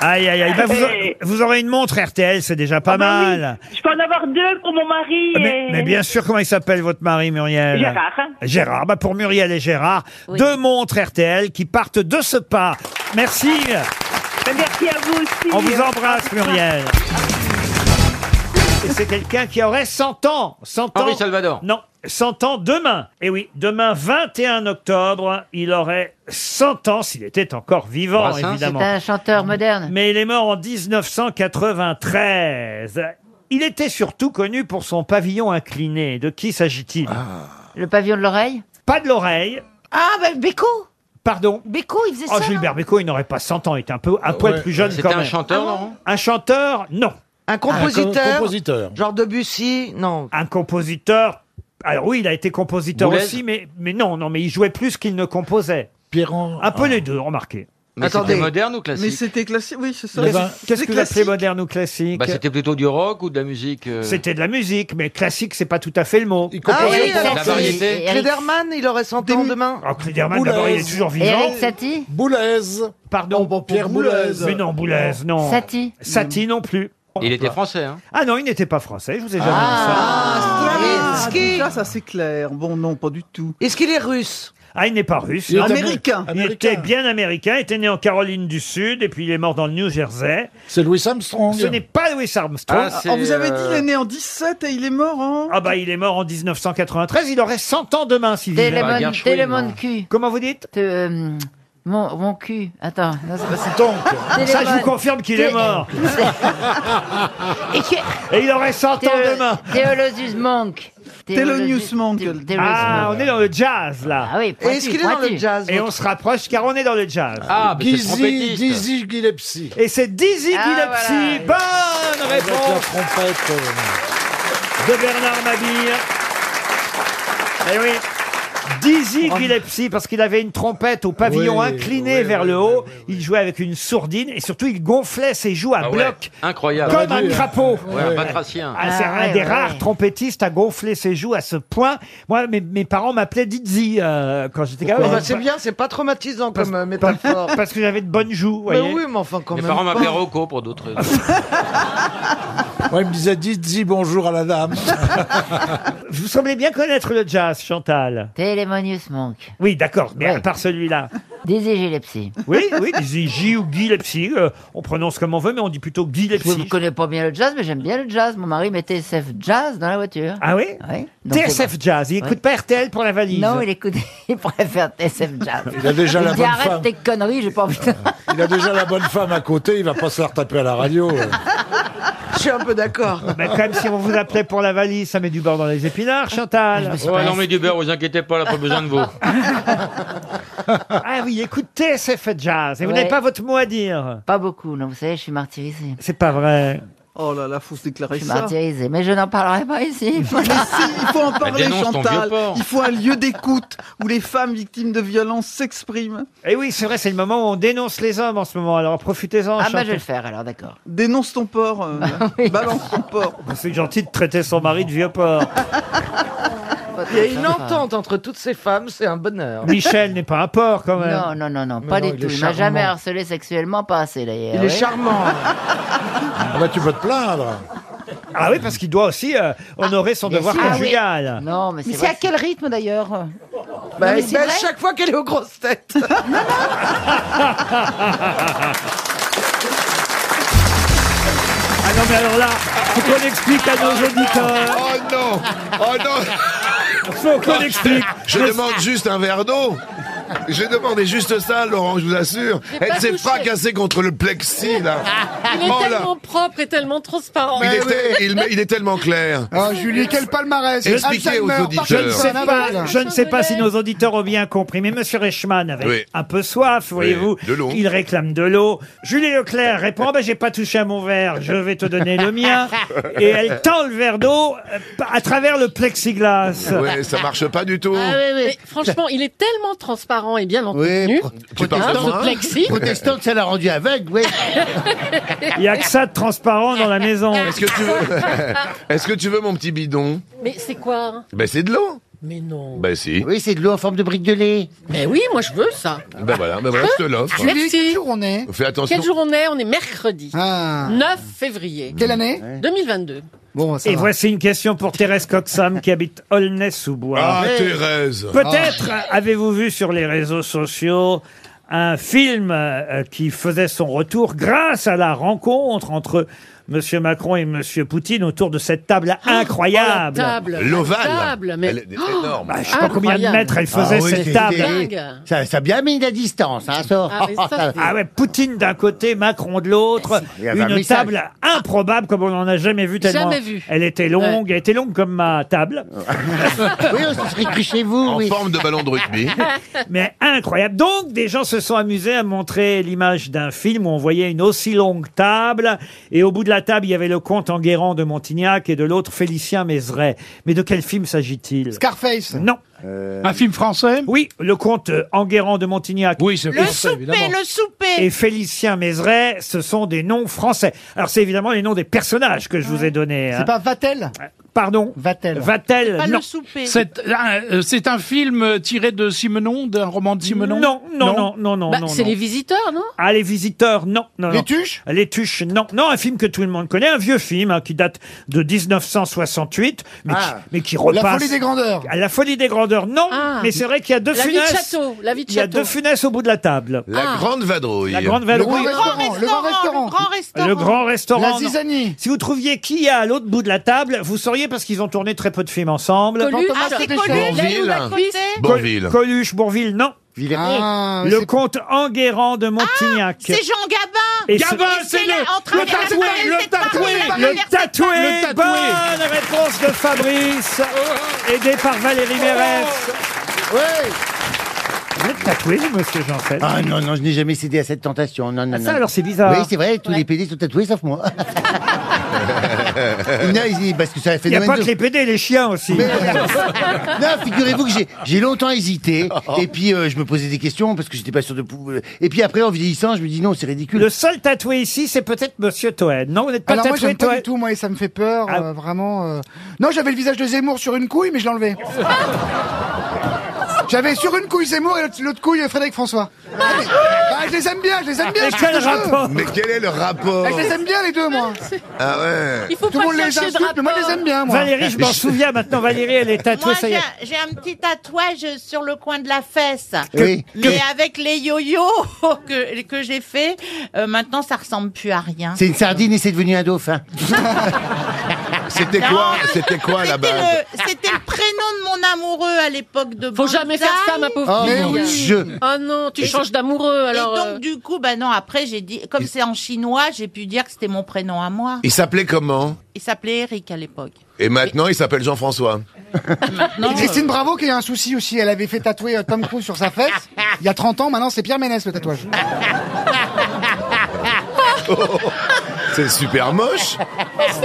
[SPEAKER 1] Aïe, aïe, aïe. Bah, vous, aurez,
[SPEAKER 14] Eh.
[SPEAKER 1] vous aurez une montre RTL, c'est déjà
[SPEAKER 14] Ah, bah
[SPEAKER 1] pas mal.
[SPEAKER 14] Je peux en avoir deux pour mon mari.
[SPEAKER 1] Ah, Mais, mais bien sûr, comment il s'appelle votre mari, Muriel
[SPEAKER 14] Gérard.
[SPEAKER 1] Gérard. Bah, pour Muriel et Gérard, deux montres RTL qui partent de ce pas. Merci.
[SPEAKER 14] Merci à vous aussi.
[SPEAKER 1] On vous embrasse, Muriel. Et c'est quelqu'un qui aurait 100 ans. 100 ans.
[SPEAKER 21] Henri Salvador.
[SPEAKER 1] Non, 100 ans demain. Et oui, demain, 21 octobre, il aurait 100 ans s'il était encore vivant,
[SPEAKER 5] Brassens.
[SPEAKER 1] évidemment.
[SPEAKER 5] C'est un chanteur moderne.
[SPEAKER 1] Mais il est mort en 1993. Il était surtout connu pour son pavillon incliné. De qui s'agit-il
[SPEAKER 5] Ah. Le pavillon de l'oreille
[SPEAKER 1] Pas de l'oreille.
[SPEAKER 5] Ah, bah, Beko
[SPEAKER 1] Pardon
[SPEAKER 5] Beko, il faisait
[SPEAKER 1] Oh,
[SPEAKER 5] ça
[SPEAKER 1] Gilbert Bécaud, il n'aurait pas 100 ans, il était un peu un poil
[SPEAKER 21] ouais.
[SPEAKER 1] plus jeune
[SPEAKER 21] C'était
[SPEAKER 1] quand
[SPEAKER 21] un
[SPEAKER 1] même.
[SPEAKER 21] chanteur,
[SPEAKER 1] Ah bon
[SPEAKER 21] Laurent
[SPEAKER 1] Un chanteur, non.
[SPEAKER 21] Un compositeur Un com- compositeur.
[SPEAKER 1] Genre Debussy, non. Un compositeur, alors oui, il a été compositeur
[SPEAKER 21] Boulez
[SPEAKER 1] aussi, mais, mais non, non, mais il jouait plus qu'il ne composait. Un
[SPEAKER 21] Ah.
[SPEAKER 1] peu les deux, remarquez.
[SPEAKER 21] Mais c'était moderne ou classique
[SPEAKER 17] Mais c'était classique, oui, c'est ça.
[SPEAKER 1] Qu'est-ce- Eh ben, Qu'est-ce
[SPEAKER 17] C'était
[SPEAKER 1] que vous appelez moderne ou classique
[SPEAKER 21] Bah, c'était plutôt du rock ou de la musique euh,
[SPEAKER 1] C'était de la musique, mais classique, c'est pas tout à fait le mot.
[SPEAKER 21] Ah oui, alors La c'est- variété.
[SPEAKER 17] Klederman, il aurait 100 ans demain.
[SPEAKER 1] Alors, Klederman, d'abord, il est toujours vivant.
[SPEAKER 17] Satie
[SPEAKER 1] Boulez. Pardon, Pierre
[SPEAKER 17] Boulez.
[SPEAKER 1] Mais euh, non, Boulez, non.
[SPEAKER 17] Satie.
[SPEAKER 1] Satie non plus.
[SPEAKER 21] Il était français, hein
[SPEAKER 1] Ah non, il n'était pas français, je vous ai jamais
[SPEAKER 17] Ah,
[SPEAKER 1] dit ça.
[SPEAKER 17] déjà, ça c'est clair. Bon, non, pas du tout.
[SPEAKER 1] Est-ce qu'il est russe Ah, il n'est pas russe.
[SPEAKER 17] Il est américain.
[SPEAKER 1] Il était bien américain, il était né en Caroline du Sud et puis il est mort dans le New Jersey. C'est Louis Armstrong. Ce n'est pas Louis Armstrong.
[SPEAKER 17] Ah, vous avez dit, il
[SPEAKER 1] euh,
[SPEAKER 17] est né en 17 et il est mort en.
[SPEAKER 1] Ah bah il est mort en 1993, il aurait 100 ans demain s'il vivait.
[SPEAKER 17] Bah,
[SPEAKER 5] Télémon, télémon cul. euh,
[SPEAKER 1] Comment vous dites Ah bah,
[SPEAKER 5] mon, mon cul. Attends. non, c'est pas ça.
[SPEAKER 1] Donc, ça je
[SPEAKER 5] Télémon.
[SPEAKER 1] vous confirme qu'il est
[SPEAKER 5] Té-
[SPEAKER 1] mort.
[SPEAKER 5] Et, que-
[SPEAKER 1] Et il aurait 100 ans
[SPEAKER 5] Théo-
[SPEAKER 1] demain.
[SPEAKER 5] Théologus Monk.
[SPEAKER 1] Thelonious
[SPEAKER 5] Monk.
[SPEAKER 1] Ah, on est dans le jazz là.
[SPEAKER 5] Ah oui, pointu, Est-ce qu'il est dans pointu. le jazz,
[SPEAKER 1] Et
[SPEAKER 5] votre-
[SPEAKER 1] on se rapproche car on est dans le jazz.
[SPEAKER 8] Ah, mais c'est le Dizzy- trompettiste. Dizzy
[SPEAKER 1] Gillespie. Et c'est Dizzy
[SPEAKER 5] Ah,
[SPEAKER 1] Gillespie. Bonne
[SPEAKER 8] Avec la
[SPEAKER 1] réponse
[SPEAKER 8] trompette. euh,
[SPEAKER 1] de Bernard Mabille. Eh oui. Dizzy Gillespie, parce qu'il avait une trompette au pavillon
[SPEAKER 8] Oh. Oui,
[SPEAKER 1] incliné vers le haut, il jouait avec une sourdine et surtout il gonflait ses joues à
[SPEAKER 21] Ah ouais,
[SPEAKER 1] bloc.
[SPEAKER 21] incroyable.
[SPEAKER 1] Comme un
[SPEAKER 21] Ouais.
[SPEAKER 1] crapaud.
[SPEAKER 21] Ouais, un batracien.
[SPEAKER 1] Ah, c'est
[SPEAKER 21] Ah
[SPEAKER 1] un
[SPEAKER 21] ouais,
[SPEAKER 1] des
[SPEAKER 21] ouais,
[SPEAKER 1] rares
[SPEAKER 21] ouais.
[SPEAKER 1] trompettiste à gonfler ses joues à ce point. Moi, mes, mes parents m'appelaient Dizzy euh, quand j'étais gamin.
[SPEAKER 17] Ah
[SPEAKER 21] Eh ben,
[SPEAKER 17] bah, c'est bien, c'est pas traumatisant comme euh, métaphore.
[SPEAKER 1] Parce que j'avais de bonnes joues, vous
[SPEAKER 17] Mais
[SPEAKER 1] voyez.
[SPEAKER 17] oui, mais enfin quand
[SPEAKER 21] Mes
[SPEAKER 17] même.
[SPEAKER 21] parents
[SPEAKER 17] pas.
[SPEAKER 21] m'appelaient Rocco pour d'autres raisons.
[SPEAKER 8] Moi, il me disait, dis, dis bonjour à la dame.
[SPEAKER 1] Vous semblez bien connaître le jazz, Chantal.
[SPEAKER 5] Télémonius Monk.
[SPEAKER 1] Oui, d'accord, mais à part celui-là.
[SPEAKER 5] Dizzy Gillespie.
[SPEAKER 1] Oui, oui, Dizzy J ou Gillespie, euh, on prononce comme on veut, mais on dit plutôt
[SPEAKER 5] Je
[SPEAKER 1] Gillespie.
[SPEAKER 5] ne connais pas bien le jazz, mais j'aime bien le jazz. Mon mari mettait SF Jazz dans la voiture.
[SPEAKER 1] Ah oui
[SPEAKER 5] Oui. Donc,
[SPEAKER 1] TSF Jazz, il
[SPEAKER 5] Ouais.
[SPEAKER 1] écoute pas RTL pour la valise.
[SPEAKER 5] Non, il écoute, il préfère SF Jazz.
[SPEAKER 8] Il a déjà
[SPEAKER 5] il
[SPEAKER 8] la
[SPEAKER 5] dit,
[SPEAKER 8] bonne
[SPEAKER 5] arrête
[SPEAKER 8] femme.
[SPEAKER 5] tes conneries, j'ai pas envie de...
[SPEAKER 8] Il a déjà la bonne femme à côté, il va pas se la retaper à la radio.
[SPEAKER 17] Je suis un peu d'accord.
[SPEAKER 1] Mais Bah, quand même, si on vous appelait pour la valise, ça met du beurre dans les épinards, Chantal.
[SPEAKER 21] Ouais, non, mais du beurre, vous inquiétez pas, là, pas besoin de vous.
[SPEAKER 1] Ah oui, écoute TSF Jazz, et vous
[SPEAKER 5] Ouais.
[SPEAKER 1] n'avez pas votre mot à dire.
[SPEAKER 5] Pas beaucoup, non, vous savez, je suis martyrisé.
[SPEAKER 1] C'est pas vrai.
[SPEAKER 17] Oh là là, faut se
[SPEAKER 5] Je
[SPEAKER 17] déclarer
[SPEAKER 5] suis
[SPEAKER 17] ça.
[SPEAKER 5] martyrisé, mais je n'en parlerai pas ici.
[SPEAKER 17] Mais si, il faut en parler,
[SPEAKER 21] dénonce ton vieux
[SPEAKER 17] Chantal.
[SPEAKER 21] porc.
[SPEAKER 17] Il faut un lieu d'écoute où les femmes victimes de violences s'expriment.
[SPEAKER 1] Et Eh oui, c'est vrai, c'est le moment où on dénonce les hommes en ce moment, alors profitez-en.
[SPEAKER 5] Ah bah
[SPEAKER 1] Chantal.
[SPEAKER 5] je vais le faire alors, d'accord.
[SPEAKER 17] Dénonce ton porc, euh, balance ton porc.
[SPEAKER 1] Bah, C'est gentil de traiter son mari de vieux porc.
[SPEAKER 5] Ah,
[SPEAKER 17] Il y a une entente entre toutes ces femmes, c'est un bonheur.
[SPEAKER 1] Michel n'est pas un porc quand même.
[SPEAKER 5] Non, non, non, non, pas
[SPEAKER 1] non,
[SPEAKER 5] du
[SPEAKER 1] il
[SPEAKER 5] tout.
[SPEAKER 1] est
[SPEAKER 5] Il m'a jamais
[SPEAKER 1] charmant.
[SPEAKER 5] harcelé sexuellement, pas assez d'ailleurs.
[SPEAKER 17] Il est charmant.
[SPEAKER 8] Ah bah, tu peux te plaindre.
[SPEAKER 1] Ah oui, parce qu'il doit aussi euh, honorer son
[SPEAKER 5] bien
[SPEAKER 1] devoir
[SPEAKER 5] sûr. Ah oui.
[SPEAKER 1] conjugal.
[SPEAKER 5] Non, mais
[SPEAKER 28] Mais
[SPEAKER 5] c'est
[SPEAKER 28] c'est à
[SPEAKER 5] vrai.
[SPEAKER 28] quel rythme d'ailleurs
[SPEAKER 17] Bah,
[SPEAKER 28] mais
[SPEAKER 17] il
[SPEAKER 28] c'est
[SPEAKER 17] baisse
[SPEAKER 28] vrai.
[SPEAKER 17] chaque fois qu'elle est aux grosses têtes.
[SPEAKER 1] Ah non, mais alors là, faut qu'on explique à nos auditeurs.
[SPEAKER 16] Oh non Oh non
[SPEAKER 1] Faut qu'on explique
[SPEAKER 16] Je demande juste un verre d'eau J'ai demandé juste ça, Laurent, je vous assure.
[SPEAKER 11] J'ai pas
[SPEAKER 16] Elle s'est
[SPEAKER 11] touché.
[SPEAKER 16] fracassée contre le plexi, là.
[SPEAKER 11] Il est
[SPEAKER 16] Oh là.
[SPEAKER 11] tellement propre et tellement transparent. Ah
[SPEAKER 16] Il, était, il, il est tellement clair.
[SPEAKER 30] Ah, Julie, quel palmarès
[SPEAKER 16] Expliquez aux
[SPEAKER 30] Alzheimer,
[SPEAKER 16] auditeurs.
[SPEAKER 1] Je ne sais
[SPEAKER 30] Parkinson,
[SPEAKER 1] pas,
[SPEAKER 30] Alzheimer.
[SPEAKER 1] je ne sais pas si nos auditeurs ont bien compris, mais Monsieur Reichmann avait
[SPEAKER 16] Oui.
[SPEAKER 1] un peu soif, voyez-vous.
[SPEAKER 16] de l'eau.
[SPEAKER 1] Il réclame de l'eau. Julie Leclerc répond, Ah ben, j'ai pas touché à mon verre, je vais te donner le mien. Et elle tend le verre d'eau euh, à travers le plexiglas.
[SPEAKER 16] Ouais, ça marche pas du tout.
[SPEAKER 11] Ah oui, oui. Mais franchement, il est tellement transparent et bien
[SPEAKER 19] Oui,
[SPEAKER 11] entretenu.
[SPEAKER 19] pro-
[SPEAKER 16] Tu parles
[SPEAKER 11] Hein,
[SPEAKER 19] protestante,
[SPEAKER 11] ce plexi.
[SPEAKER 19] protestante, ça l'a rendu aveugle, oui.
[SPEAKER 1] Il y a que ça de transparent dans la maison.
[SPEAKER 16] Est-ce que tu veux Est-ce que tu veux mon petit bidon
[SPEAKER 11] Mais c'est quoi hein
[SPEAKER 16] Ben c'est de l'eau.
[SPEAKER 11] Mais non.
[SPEAKER 16] Ben si.
[SPEAKER 19] Oui, c'est de l'eau en forme de brique de lait.
[SPEAKER 11] Mais oui, moi je veux ça.
[SPEAKER 16] Ben voilà, ben voilà, je te l'offre.
[SPEAKER 30] Julie,
[SPEAKER 11] Merci.
[SPEAKER 30] quel jour on est
[SPEAKER 16] Fais attention.
[SPEAKER 11] Quel jour on est On est mercredi.
[SPEAKER 30] Ah.
[SPEAKER 11] 9 février.
[SPEAKER 30] Quelle année
[SPEAKER 11] 2022.
[SPEAKER 30] Bon, bah, ça
[SPEAKER 1] Et
[SPEAKER 30] va.
[SPEAKER 1] voici une question pour Thérèse Coxam qui habite Aulnay-sous-Bois.
[SPEAKER 16] Ah Thérèse. Ah.
[SPEAKER 1] Peut-être avez-vous vu sur les réseaux sociaux un film euh, qui faisait son retour grâce à la rencontre entre Monsieur Macron et Monsieur Poutine autour de cette table incroyable.
[SPEAKER 11] Oh, la table.
[SPEAKER 16] L'ovale.
[SPEAKER 11] La table, mais...
[SPEAKER 16] Elle est énorme.
[SPEAKER 1] Bah, je sais pas combien de
[SPEAKER 11] Incroyable.
[SPEAKER 1] mètres elle faisait
[SPEAKER 19] Ah oui,
[SPEAKER 1] cette
[SPEAKER 19] c'était-
[SPEAKER 1] table.
[SPEAKER 11] Dingue.
[SPEAKER 16] Ah
[SPEAKER 19] Ça, ça a bien mis la distance, hein, ça.
[SPEAKER 11] Ah, mais ça, c'est-
[SPEAKER 1] Ah ouais, Poutine d'un côté, Macron de l'autre.
[SPEAKER 19] Eh, Il y avait un
[SPEAKER 1] Une
[SPEAKER 19] message.
[SPEAKER 1] table improbable comme on n'en a jamais vu tellement.
[SPEAKER 11] Jamais vu.
[SPEAKER 1] Elle était longue, elle était longue comme ma table,
[SPEAKER 19] Oui, on se serait cru chez vous,
[SPEAKER 16] En
[SPEAKER 19] oui.
[SPEAKER 16] forme de ballon de rugby.
[SPEAKER 1] mais incroyable. Donc des gens se sont amusés à montrer l'image d'un film où on voyait une aussi longue table et au bout de la table il y avait le comte Enguerrand de Montignac et de l'autre Félicien Mézeray. Mais de quel film s'agit-il
[SPEAKER 30] Scarface.
[SPEAKER 1] Non.
[SPEAKER 19] Euh,
[SPEAKER 8] Un film français
[SPEAKER 1] Oui, le comte euh, Enguerrand de Montignac.
[SPEAKER 8] Oui, c'est
[SPEAKER 28] Le
[SPEAKER 8] français,
[SPEAKER 28] souper,
[SPEAKER 8] évidemment.
[SPEAKER 28] le souper
[SPEAKER 1] et Félicien Mézeray, ce sont des noms français. Alors c'est évidemment les noms des personnages que je vous ai donnés. hein.
[SPEAKER 30] C'est pas Vatel
[SPEAKER 1] Pardon
[SPEAKER 14] Va-t-elle
[SPEAKER 1] Va-t-elle
[SPEAKER 14] C'est pas le
[SPEAKER 1] Non.
[SPEAKER 14] souper. C'est, euh, c'est un film tiré de Simenon, d'un roman de Simenon
[SPEAKER 1] Non, non, non, non, non.
[SPEAKER 14] Bah,
[SPEAKER 1] non,
[SPEAKER 14] c'est
[SPEAKER 1] non.
[SPEAKER 14] les
[SPEAKER 3] visiteurs, non
[SPEAKER 1] Ah, les visiteurs, non. non
[SPEAKER 14] Les
[SPEAKER 1] Tuches Les Tuches, non. Non, un film que tout le monde connaît, un vieux film hein, qui date de 1968, mais,
[SPEAKER 30] Ah.
[SPEAKER 1] qui, mais qui
[SPEAKER 30] La
[SPEAKER 1] repasse.
[SPEAKER 30] Folie des Grandeurs.
[SPEAKER 1] Ah, La Folie des Grandeurs, non. Mais c'est vrai qu'il y a deux
[SPEAKER 3] Ah. La vie de
[SPEAKER 1] funesses.
[SPEAKER 3] château, la vie de
[SPEAKER 1] Il y a
[SPEAKER 3] château.
[SPEAKER 1] deux funesses au bout de la table.
[SPEAKER 8] La grande vadrouille.
[SPEAKER 1] La grande vadrouille.
[SPEAKER 8] Le grand restaurant,
[SPEAKER 30] le grand restaurant.
[SPEAKER 1] Le grand restaurant.
[SPEAKER 30] La
[SPEAKER 1] non.
[SPEAKER 30] zizanie.
[SPEAKER 1] Si vous trouviez qui y a à l'autre bout de la table, vous sauriez parce qu'ils ont tourné très peu de films ensemble.
[SPEAKER 30] Coluche. Ah, c'est Coluche,
[SPEAKER 8] Bourville.
[SPEAKER 30] là, il est à côté.
[SPEAKER 1] Col-
[SPEAKER 8] Bourville.
[SPEAKER 1] Coluche, Bourville, non.
[SPEAKER 30] Ah, oui,
[SPEAKER 1] le
[SPEAKER 30] c'est-
[SPEAKER 1] comte Enguerrand de Montignac.
[SPEAKER 14] Ah, C'est Jean Gabin
[SPEAKER 1] Et
[SPEAKER 14] Gabin,
[SPEAKER 1] ce-
[SPEAKER 14] c'est le, le tatoué, le tatoué
[SPEAKER 1] Le tatoué Bonne réponse de Fabrice
[SPEAKER 14] Oh.
[SPEAKER 1] Aidé par Valérie Mérès Vous êtes tatoué, vous, monsieur Janssen
[SPEAKER 2] Ah non, non, je n'ai jamais cédé à cette tentation. Non, non,
[SPEAKER 1] Ah, ça,
[SPEAKER 2] non.
[SPEAKER 1] alors, c'est bizarre.
[SPEAKER 2] Oui, c'est vrai, tous les PD sont tatoués sauf moi. non, ils- parce que ça a fait
[SPEAKER 1] Il n'y a pas que les PD, les chiens aussi
[SPEAKER 2] Mais- non, figurez-vous que j'ai- j'ai longtemps hésité. Et puis, euh, je me posais des questions parce que j'étais pas sûr de pouvoir. Et puis après, en vieillissant, je me dis non, c'est ridicule.
[SPEAKER 1] Le seul tatoué ici, c'est peut-être Monsieur Toen. Non, vous n'êtes pas
[SPEAKER 30] Alors moi,
[SPEAKER 1] tatoué,
[SPEAKER 30] j'aime pas
[SPEAKER 1] Toen
[SPEAKER 30] du tout, moi, et ça me fait peur,
[SPEAKER 8] Ah.
[SPEAKER 30] euh, vraiment. euh. Non, j'avais le visage de Zemmour sur une couille, mais je l'ai enlevé. j'avais sur une couille Zemmour et l'autre- l'autre couille euh, Frédéric François. Ah, mais- bah, je les aime bien, je les aime bien.
[SPEAKER 8] Et
[SPEAKER 30] je
[SPEAKER 8] Ah, quel
[SPEAKER 30] te jure.
[SPEAKER 8] rapport Mais quel est le rapport
[SPEAKER 30] Ah, Je les aime bien, les deux, moi.
[SPEAKER 8] Ah ouais.
[SPEAKER 30] Tout le monde les insulte, mais moi, je les aime bien, moi.
[SPEAKER 1] Valérie, je m'en souviens maintenant. Valérie, elle est tatouée,
[SPEAKER 14] Moi,
[SPEAKER 1] ça y
[SPEAKER 14] j'ai
[SPEAKER 1] est.
[SPEAKER 14] un- j'ai un petit tatouage sur le coin de la fesse.
[SPEAKER 1] Oui.
[SPEAKER 14] Mais
[SPEAKER 1] Que-
[SPEAKER 14] avec les yo-yo que, que j'ai fait, euh, maintenant, ça ressemble plus à rien.
[SPEAKER 2] C'est une sardine et c'est devenu un dauphin.
[SPEAKER 8] C'était quoi C'était quoi la
[SPEAKER 14] C'était
[SPEAKER 8] base
[SPEAKER 14] le, c'était le prénom de mon amoureux à l'époque de
[SPEAKER 3] Faut jamais faire ça, ma pauvre
[SPEAKER 14] Oh,
[SPEAKER 3] fille.
[SPEAKER 14] mon Dieu.
[SPEAKER 3] Oh non, tu
[SPEAKER 14] Et-
[SPEAKER 3] changes d'amoureux, alors...
[SPEAKER 14] Et
[SPEAKER 3] euh,
[SPEAKER 14] donc, du coup, bah non, après, j'ai dit, comme c'est en chinois, j'ai pu dire que c'était mon prénom à moi.
[SPEAKER 8] Il s'appelait comment
[SPEAKER 14] Il s'appelait Eric à l'époque.
[SPEAKER 8] Et maintenant, il s'appelle Jean-François.
[SPEAKER 30] Et Christine Bravo qui a un souci aussi, elle avait fait tatouer euh, Tom Cruise sur sa fesse. Il y a 30 ans, maintenant c'est Pierre Ménès le tatouage.
[SPEAKER 8] C'est super moche.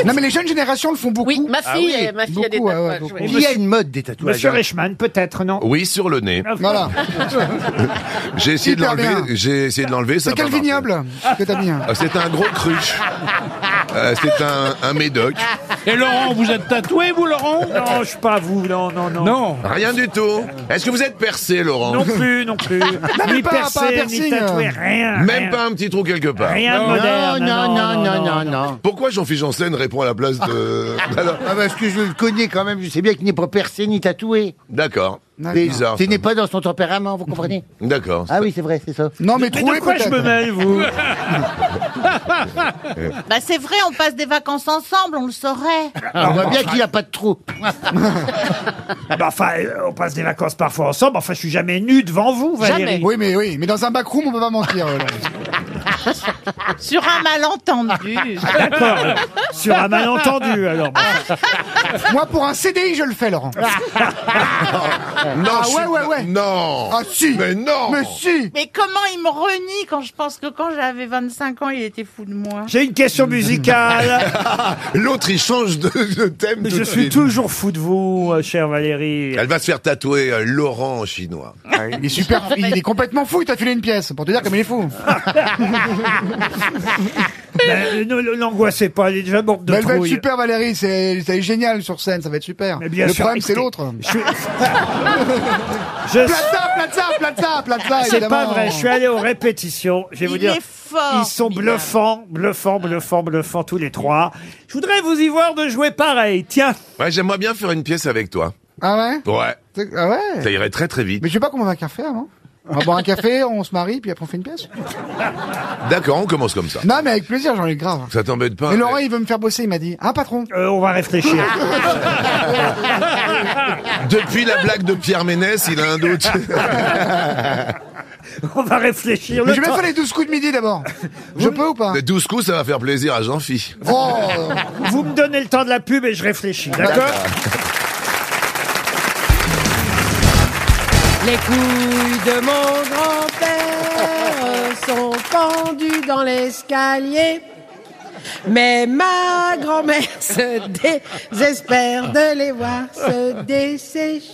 [SPEAKER 30] Non mais les jeunes générations le font beaucoup. Oui,
[SPEAKER 3] ma fille, Ah oui, ma fille a des beaucoup, ouais, ouais, tatouages, beaucoup. oui.
[SPEAKER 2] Il y a une mode des tatouages. hein.
[SPEAKER 1] Monsieur Reichmann, peut-être, non
[SPEAKER 8] Oui, sur le nez.
[SPEAKER 30] Voilà.
[SPEAKER 8] J'ai essayé de
[SPEAKER 30] Hyper bien.
[SPEAKER 8] l'enlever. J'ai essayé de l'enlever. ça
[SPEAKER 30] C'est
[SPEAKER 8] a pas
[SPEAKER 30] quel
[SPEAKER 8] marché.
[SPEAKER 30] vignoble que t'as mis hein
[SPEAKER 8] Ah, C'est un gros cruche. Euh, c'est un, un médoc.
[SPEAKER 14] Et Laurent,
[SPEAKER 2] vous êtes tatoué, vous, Laurent
[SPEAKER 1] Non, je suis pas vous, non, non, non. Non.
[SPEAKER 8] Rien du tout. Est-ce que vous êtes percé, Laurent
[SPEAKER 1] Non plus, non plus.
[SPEAKER 30] mais
[SPEAKER 1] ni
[SPEAKER 30] pas- pas un
[SPEAKER 1] percé, ni
[SPEAKER 30] piercing,
[SPEAKER 1] tatoué,
[SPEAKER 30] euh.
[SPEAKER 1] rien.
[SPEAKER 8] Même
[SPEAKER 1] rien.
[SPEAKER 8] pas un petit trou quelque part.
[SPEAKER 1] Rien de
[SPEAKER 2] Non,
[SPEAKER 1] moderne.
[SPEAKER 2] non, non, non, non, non.
[SPEAKER 8] Pourquoi Jean-Philippe Janssen répond à la place de. Alors,
[SPEAKER 2] Ah, parce que je le connais quand même, je sais bien qu'il n'est pas percé ni tatoué.
[SPEAKER 8] D'accord.
[SPEAKER 2] Mais
[SPEAKER 8] Bizarre.
[SPEAKER 2] Ce
[SPEAKER 8] ça.
[SPEAKER 2] n'est pas dans son tempérament, vous comprenez
[SPEAKER 8] D'accord.
[SPEAKER 2] Ah oui, c'est vrai, c'est ça.
[SPEAKER 30] Non mais
[SPEAKER 1] Mais de
[SPEAKER 30] troué
[SPEAKER 1] quoi je me
[SPEAKER 30] peut-être.
[SPEAKER 1] mêle, vous
[SPEAKER 14] Bah, c'est vrai, on passe des vacances ensemble, on le saurait.
[SPEAKER 2] On voit bien qu'il n'y a pas de trou.
[SPEAKER 1] Ah, Bah, Enfin, euh, on passe des vacances parfois ensemble. Enfin, je suis jamais nu devant vous, Valérie.
[SPEAKER 30] Oui mais oui, mais dans un backroom on peut pas mentir. euh, là.
[SPEAKER 14] Sur un malentendu.
[SPEAKER 1] D'accord. Sur un malentendu, alors. bon.
[SPEAKER 30] Moi pour un CDI je le fais Laurent.
[SPEAKER 8] Non,
[SPEAKER 30] Ah
[SPEAKER 8] je
[SPEAKER 30] ouais
[SPEAKER 8] suis-
[SPEAKER 30] ouais ouais.
[SPEAKER 8] Non.
[SPEAKER 30] Ah si.
[SPEAKER 8] Mais non.
[SPEAKER 30] Mais si.
[SPEAKER 14] Mais comment il me renie quand je pense que quand j'avais 25 ans, il était fou de moi
[SPEAKER 1] J'ai une question musicale.
[SPEAKER 8] L'autre, il change de, de thème tout
[SPEAKER 1] Je
[SPEAKER 8] de
[SPEAKER 1] suis
[SPEAKER 8] suite.
[SPEAKER 1] toujours fou de vous, euh, chère Valérie.
[SPEAKER 8] Elle va se faire tatouer euh, Laurent en chinois.
[SPEAKER 2] Ah
[SPEAKER 30] Il est super, il est complètement fou, il t'a filé une pièce pour te dire comme il est fou. Bah,
[SPEAKER 16] Ah
[SPEAKER 1] Ben, ne ne l'angoissez pas, elle est déjà morte de
[SPEAKER 30] Mais elle va être
[SPEAKER 1] trouille.
[SPEAKER 30] super Valérie, c'est ça va être génial sur scène, ça va être super.
[SPEAKER 1] Mais bien
[SPEAKER 30] le
[SPEAKER 1] sûr,
[SPEAKER 30] problème c'est
[SPEAKER 1] écoutez,
[SPEAKER 30] l'autre.
[SPEAKER 1] Je suis- Je suis-
[SPEAKER 30] Plaza, plaza, plaza, plaza.
[SPEAKER 1] Ah, C'est
[SPEAKER 30] évidemment.
[SPEAKER 1] pas vrai, je suis allé aux répétitions, je vais vous
[SPEAKER 14] Il
[SPEAKER 1] dire.
[SPEAKER 14] est fort,
[SPEAKER 1] ils sont
[SPEAKER 14] Milan.
[SPEAKER 1] bluffants, bluffants, bluffants, bluffants tous les trois. Je voudrais vous y voir de jouer pareil. Tiens,
[SPEAKER 8] Ouais, j'aimerais bien faire une pièce avec toi.
[SPEAKER 30] Ah ouais
[SPEAKER 8] Ouais.
[SPEAKER 30] C'est- Ah ouais
[SPEAKER 8] Ça irait très très vite.
[SPEAKER 30] Mais je sais pas comment on va faire, non On va boire un café, on se marie, puis après on fait une pièce
[SPEAKER 8] D'accord, on commence comme ça.
[SPEAKER 30] Non, mais avec plaisir, j'en ai grave.
[SPEAKER 8] Ça t'embête pas
[SPEAKER 30] Et Laurent, il veut me faire bosser, il m'a dit. Hein, patron
[SPEAKER 1] euh, on va réfléchir.
[SPEAKER 8] Depuis la blague de Pierre Ménès, il a un doute.
[SPEAKER 1] on va réfléchir.
[SPEAKER 30] Mais
[SPEAKER 1] Le
[SPEAKER 30] je vais
[SPEAKER 1] temps-
[SPEAKER 30] faire les 12 coups de midi d'abord. Je peux ou pas
[SPEAKER 8] Les 12 coups, ça va faire plaisir à Jean-Phi.
[SPEAKER 30] Oh
[SPEAKER 1] Vous me donnez le temps de la pub et je réfléchis, d'accord
[SPEAKER 3] Les couilles de mon grand-père sont pendues dans l'escalier.
[SPEAKER 28] Mais ma grand-mère se désespère de les voir se dessécher.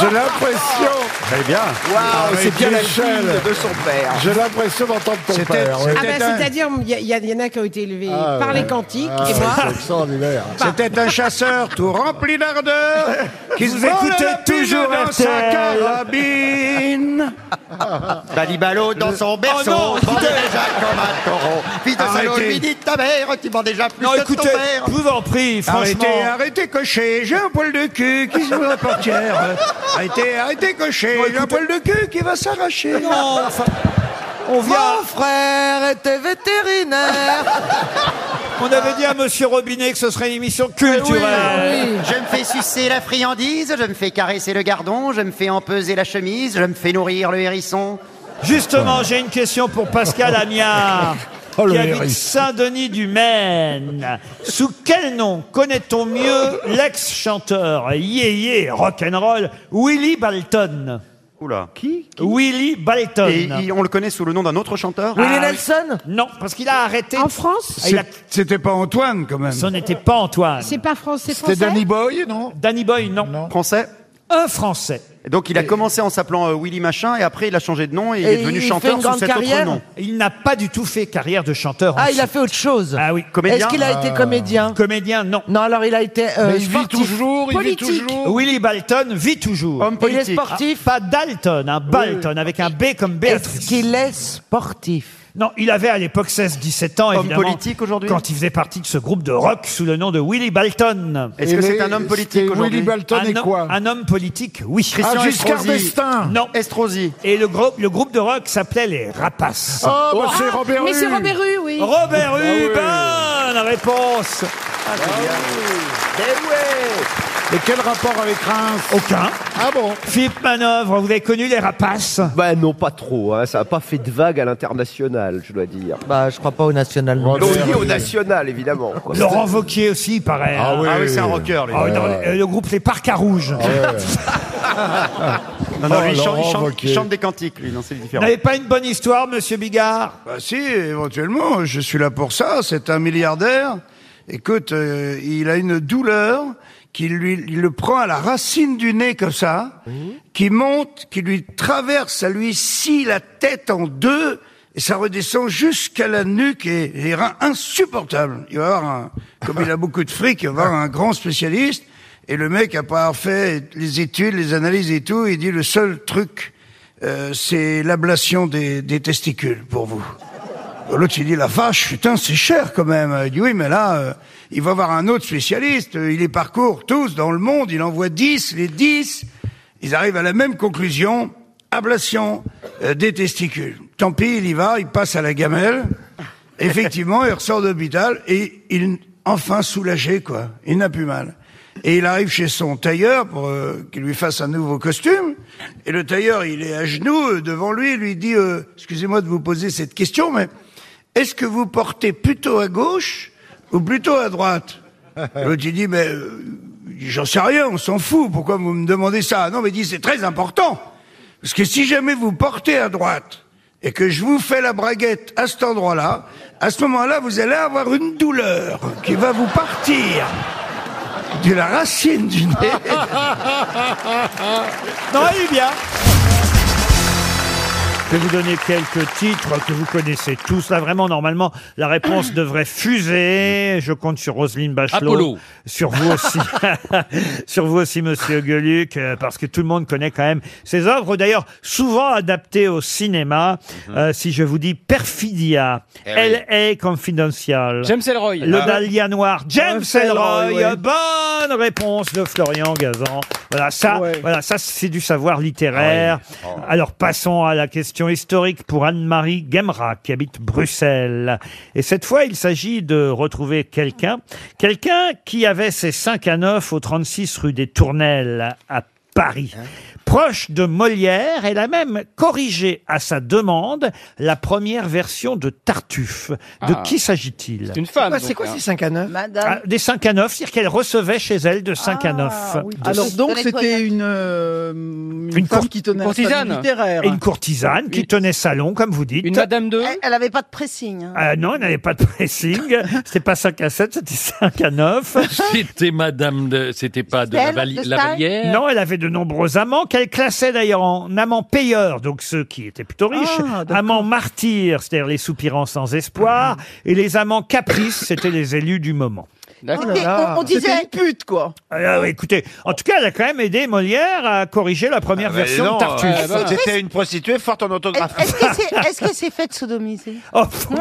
[SPEAKER 8] J'ai
[SPEAKER 28] Ah
[SPEAKER 8] l'impression.
[SPEAKER 6] Très bien.
[SPEAKER 8] Waouh, c'est bien la Michel.
[SPEAKER 17] de son père.
[SPEAKER 8] J'ai l'impression d'entendre ton
[SPEAKER 28] C'était-
[SPEAKER 8] père. ouais.
[SPEAKER 28] Ah ben, c'est-à-dire, il y, a- il y a- il y en a qui ont été élevés
[SPEAKER 8] Ah,
[SPEAKER 28] par
[SPEAKER 8] ouais.
[SPEAKER 28] les cantiques,
[SPEAKER 8] Ah,
[SPEAKER 28] et moi,
[SPEAKER 8] C'est extraordinaire.
[SPEAKER 6] C'était un chasseur tout rempli d'ardeur qui
[SPEAKER 8] Vous
[SPEAKER 6] se branlait
[SPEAKER 8] écoutez
[SPEAKER 6] la pile
[SPEAKER 8] toujours
[SPEAKER 6] dans sa
[SPEAKER 8] RTL.
[SPEAKER 6] carabine.
[SPEAKER 17] Balibalo dans son berceau,
[SPEAKER 1] Oh
[SPEAKER 17] bande déjà comme un taureau. Fils de salaud,
[SPEAKER 6] Arrêtez.
[SPEAKER 17] lui dit ta mère, tu vends déjà plus
[SPEAKER 6] Non,
[SPEAKER 17] que
[SPEAKER 6] écoutez,
[SPEAKER 17] ton père.
[SPEAKER 6] je vous en prie, franchement. Arrêtez, arrêtez, cocher, j'ai un poil de cul qui se ouvre la portière. Arrêtez, arrêtez, cocher, j'ai un poil de cul qui va s'arracher. Non, enfin, on vient.
[SPEAKER 23] Mon frère était vétérinaire.
[SPEAKER 6] On avait dit à Monsieur Robinet que ce serait une émission
[SPEAKER 30] Ah
[SPEAKER 6] culturelle.
[SPEAKER 17] Je me fais sucer la friandise, je me fais caresser le gardon, je me fais empeser la chemise, je me fais nourrir le hérisson.
[SPEAKER 1] Justement, j'ai une question pour Pascal Amiard.
[SPEAKER 17] Oh, le
[SPEAKER 1] qui habite
[SPEAKER 17] hérisson.
[SPEAKER 1] Saint-Denis du Maine. Sous quel nom connaît-on mieux l'ex-chanteur yéyé rock'n'roll Willy Balton
[SPEAKER 17] Oula. Qui
[SPEAKER 1] Willy Balton.
[SPEAKER 17] Et il- on le connaît sous le nom d'un autre chanteur
[SPEAKER 1] Ah, oui. Non, parce qu'il a arrêté. En France
[SPEAKER 6] C'était pas Antoine quand même.
[SPEAKER 1] Ah, Ce n'était pas Antoine.
[SPEAKER 28] c'est pas français, français.
[SPEAKER 6] Boy, non
[SPEAKER 1] Danny Boy, non.
[SPEAKER 17] Français
[SPEAKER 1] Un Français.
[SPEAKER 17] Donc il a commencé en s'appelant euh, Willy Machin et après il a changé de nom et, il
[SPEAKER 1] Et
[SPEAKER 17] est devenu
[SPEAKER 1] il fait
[SPEAKER 17] chanteur
[SPEAKER 1] une
[SPEAKER 17] sous
[SPEAKER 1] grande
[SPEAKER 17] cet
[SPEAKER 1] carrière
[SPEAKER 17] autre nom.
[SPEAKER 1] Il n'a pas du tout fait carrière de chanteur.
[SPEAKER 23] Ah, il a
[SPEAKER 1] ensuite.
[SPEAKER 23] fait autre chose.
[SPEAKER 1] Ah oui, Euh,
[SPEAKER 23] Est-ce qu'il a
[SPEAKER 6] Ah.
[SPEAKER 23] été comédien
[SPEAKER 1] Comédien, non.
[SPEAKER 23] Non, alors il a été. euh, sportif. Politique.
[SPEAKER 1] Willy Balton vit toujours. Homme
[SPEAKER 23] politique. Il est sportif
[SPEAKER 1] Pas Dalton, un Balton avec un B comme Béatrice. Est-ce
[SPEAKER 23] qu'il est sportif
[SPEAKER 1] Non, il avait à l'époque 16-17 ans,
[SPEAKER 17] Homme
[SPEAKER 1] évidemment.
[SPEAKER 17] politique aujourd'hui
[SPEAKER 1] Quand il faisait partie de ce groupe de rock sous le nom de Willy Balton.
[SPEAKER 17] Est-ce que Et c'est les- un homme politique c'était aujourd'hui Willy Balton
[SPEAKER 1] Un
[SPEAKER 17] et
[SPEAKER 1] homme-
[SPEAKER 17] quoi
[SPEAKER 1] Un homme politique, oui.
[SPEAKER 17] Christian Ah, Giscard Estrosi. d'Estaing.
[SPEAKER 1] Non.
[SPEAKER 17] Estrosi.
[SPEAKER 1] Et le, groupe- le groupe de rock s'appelait les Rapaces.
[SPEAKER 8] Ah,
[SPEAKER 17] Oh,
[SPEAKER 8] bah, c'est Robert
[SPEAKER 28] Mais c'est
[SPEAKER 8] Hue.
[SPEAKER 28] Robert Hue, oui.
[SPEAKER 1] Robert
[SPEAKER 8] Ah oui.
[SPEAKER 1] Hue, bonne réponse
[SPEAKER 8] Et quel rapport avec Reims
[SPEAKER 1] Aucun.
[SPEAKER 8] Ah bon
[SPEAKER 1] Philippe Manœuvre, vous avez connu les rapaces
[SPEAKER 2] Bah non, pas trop. hein. Ça n'a pas fait de vague à l'international, je dois dire.
[SPEAKER 23] Bah, je crois pas au national.
[SPEAKER 6] Ah,
[SPEAKER 23] non.
[SPEAKER 2] Donc lié au national, évidemment. quoi.
[SPEAKER 1] Laurent Vauquier aussi, il paraît.
[SPEAKER 2] Ah
[SPEAKER 1] hein.
[SPEAKER 2] oui. Ah oui, c'est un rocker, lui.
[SPEAKER 1] Ah oui, dans
[SPEAKER 2] Ouais. Ah
[SPEAKER 1] le- euh, le groupe Les Parcs à Rouge.
[SPEAKER 17] Non, non,
[SPEAKER 1] Oh,
[SPEAKER 17] lui, il chante, il
[SPEAKER 1] Laurent
[SPEAKER 17] chante- il
[SPEAKER 1] Wauquiez.
[SPEAKER 17] chante des cantiques, lui, non, c'est
[SPEAKER 1] Vous
[SPEAKER 17] différent.
[SPEAKER 1] n'avez pas une bonne histoire, monsieur Bigard
[SPEAKER 6] Bah si, éventuellement, je suis là pour ça. C'est un milliardaire. Écoute, euh, il a une douleur qui lui il le prend à la racine du nez comme ça, qui monte, qui lui traverse, ça lui scie la tête en deux et ça redescend jusqu'à la nuque et les reins insupportables. Il va avoir un, comme il a beaucoup de fric, il va avoir un grand spécialiste. Et le mec, après avoir fait les études, les analyses et tout, il dit le seul truc, euh, c'est l'ablation des, des testicules pour vous. L'autre, il dit, la vache, putain, c'est cher quand même. Il dit, oui, mais là, euh, il va voir un autre spécialiste. Euh, Il les parcourt tous dans le monde. Il envoie 10, les 10. Ils arrivent à la même conclusion. Ablation euh, des testicules. Tant pis, il y va, il passe à la gamelle. Effectivement, il ressort de l'hôpital et il, enfin soulagé, quoi. Il n'a plus mal. Et il arrive chez son tailleur pour euh, qu'il lui fasse un nouveau costume. Et le tailleur, il est à genoux euh, devant lui et lui dit, euh, excusez-moi de vous poser cette question, mais est-ce que vous portez plutôt à gauche ou plutôt à droite L'autre, il dit, mais euh, j'en sais rien, on s'en fout, pourquoi vous me demandez ça Ah Non, mais il dit, c'est très important. Parce que si jamais vous portez à droite et que je vous fais la braguette à cet endroit-là, à ce moment-là, vous allez avoir une douleur qui va vous partir de la racine du nez.
[SPEAKER 17] Ah,
[SPEAKER 1] Non, il est bien. Je vais vous donner quelques titres que vous connaissez tous. Là, vraiment, normalement, la réponse devrait fuser. Je compte sur Roselyne Bachelot.
[SPEAKER 21] Apollo.
[SPEAKER 1] Sur vous aussi. sur vous aussi, monsieur Gueluc, euh, parce que tout le monde connaît quand même ses œuvres. D'ailleurs, souvent adaptées au cinéma. Euh, si je vous dis Perfidia,
[SPEAKER 21] Mhm. Eh oui.
[SPEAKER 1] L.A. Confidential.
[SPEAKER 21] James Ellroy.
[SPEAKER 1] Le
[SPEAKER 21] Ah.
[SPEAKER 1] Dahlia Noir. James
[SPEAKER 21] James Ellroy,
[SPEAKER 1] Ellroy.
[SPEAKER 21] ouais.
[SPEAKER 1] Bonne réponse de Florian Gazan. Voilà, ça, voilà, ça, c'est du savoir littéraire.
[SPEAKER 3] Ah Oh.
[SPEAKER 1] Alors, passons à la question historique pour Anne-Marie Gemra, qui habite Bruxelles. Et cette fois, il s'agit de retrouver quelqu'un,
[SPEAKER 3] Hein
[SPEAKER 1] quelqu'un qui avait ses 5 à 9 au 36 rue des Tournelles à Paris. Proche de Molière, elle a même corrigé à sa demande la première version de Tartuffe. De
[SPEAKER 3] Ah.
[SPEAKER 1] qui s'agit-il
[SPEAKER 3] C'est une femme, C'est quoi- donc, c'est quoi hein. ces
[SPEAKER 1] 5 à 9 Ah, Des 5 à 9, c'est-à-dire qu'elle recevait chez elle de 5 à 9.
[SPEAKER 3] Alors donc c'était une,
[SPEAKER 1] Une
[SPEAKER 3] femme
[SPEAKER 1] cour-
[SPEAKER 3] qui tenait un salon littéraire.
[SPEAKER 1] Une courtisane qui tenait salon, comme vous dites. Une
[SPEAKER 3] madame de...
[SPEAKER 28] Elle n'avait pas de pressing. hein.
[SPEAKER 1] non, elle n'avait pas de pressing. C'était pas 5 à 7, c'était 5 à 9.
[SPEAKER 20] C'était Madame de. C'était pas de la,
[SPEAKER 1] Celle
[SPEAKER 20] Vali-
[SPEAKER 1] de
[SPEAKER 20] la
[SPEAKER 1] Stein
[SPEAKER 20] Vallière
[SPEAKER 1] Non, elle avait de nombreux amants qu'elle classait d'ailleurs en amants payeurs, donc ceux qui étaient plutôt riches,
[SPEAKER 3] Ah,
[SPEAKER 1] amants martyrs, c'est-à-dire les soupirants sans espoir, et les amants caprices, c'était les élus du moment.
[SPEAKER 28] C'était- on, on disait pute quoi.
[SPEAKER 1] Alors, Ah, écoutez, en tout cas, elle a quand même aidé Molière à corriger la
[SPEAKER 22] Ah,
[SPEAKER 1] première
[SPEAKER 22] bah,
[SPEAKER 1] version de Tartuffe.
[SPEAKER 22] euh, C'était une prostituée forte en autographe.
[SPEAKER 28] Est-ce que c'est est-ce que c'est fait de sodomiser
[SPEAKER 1] Ah. Oh,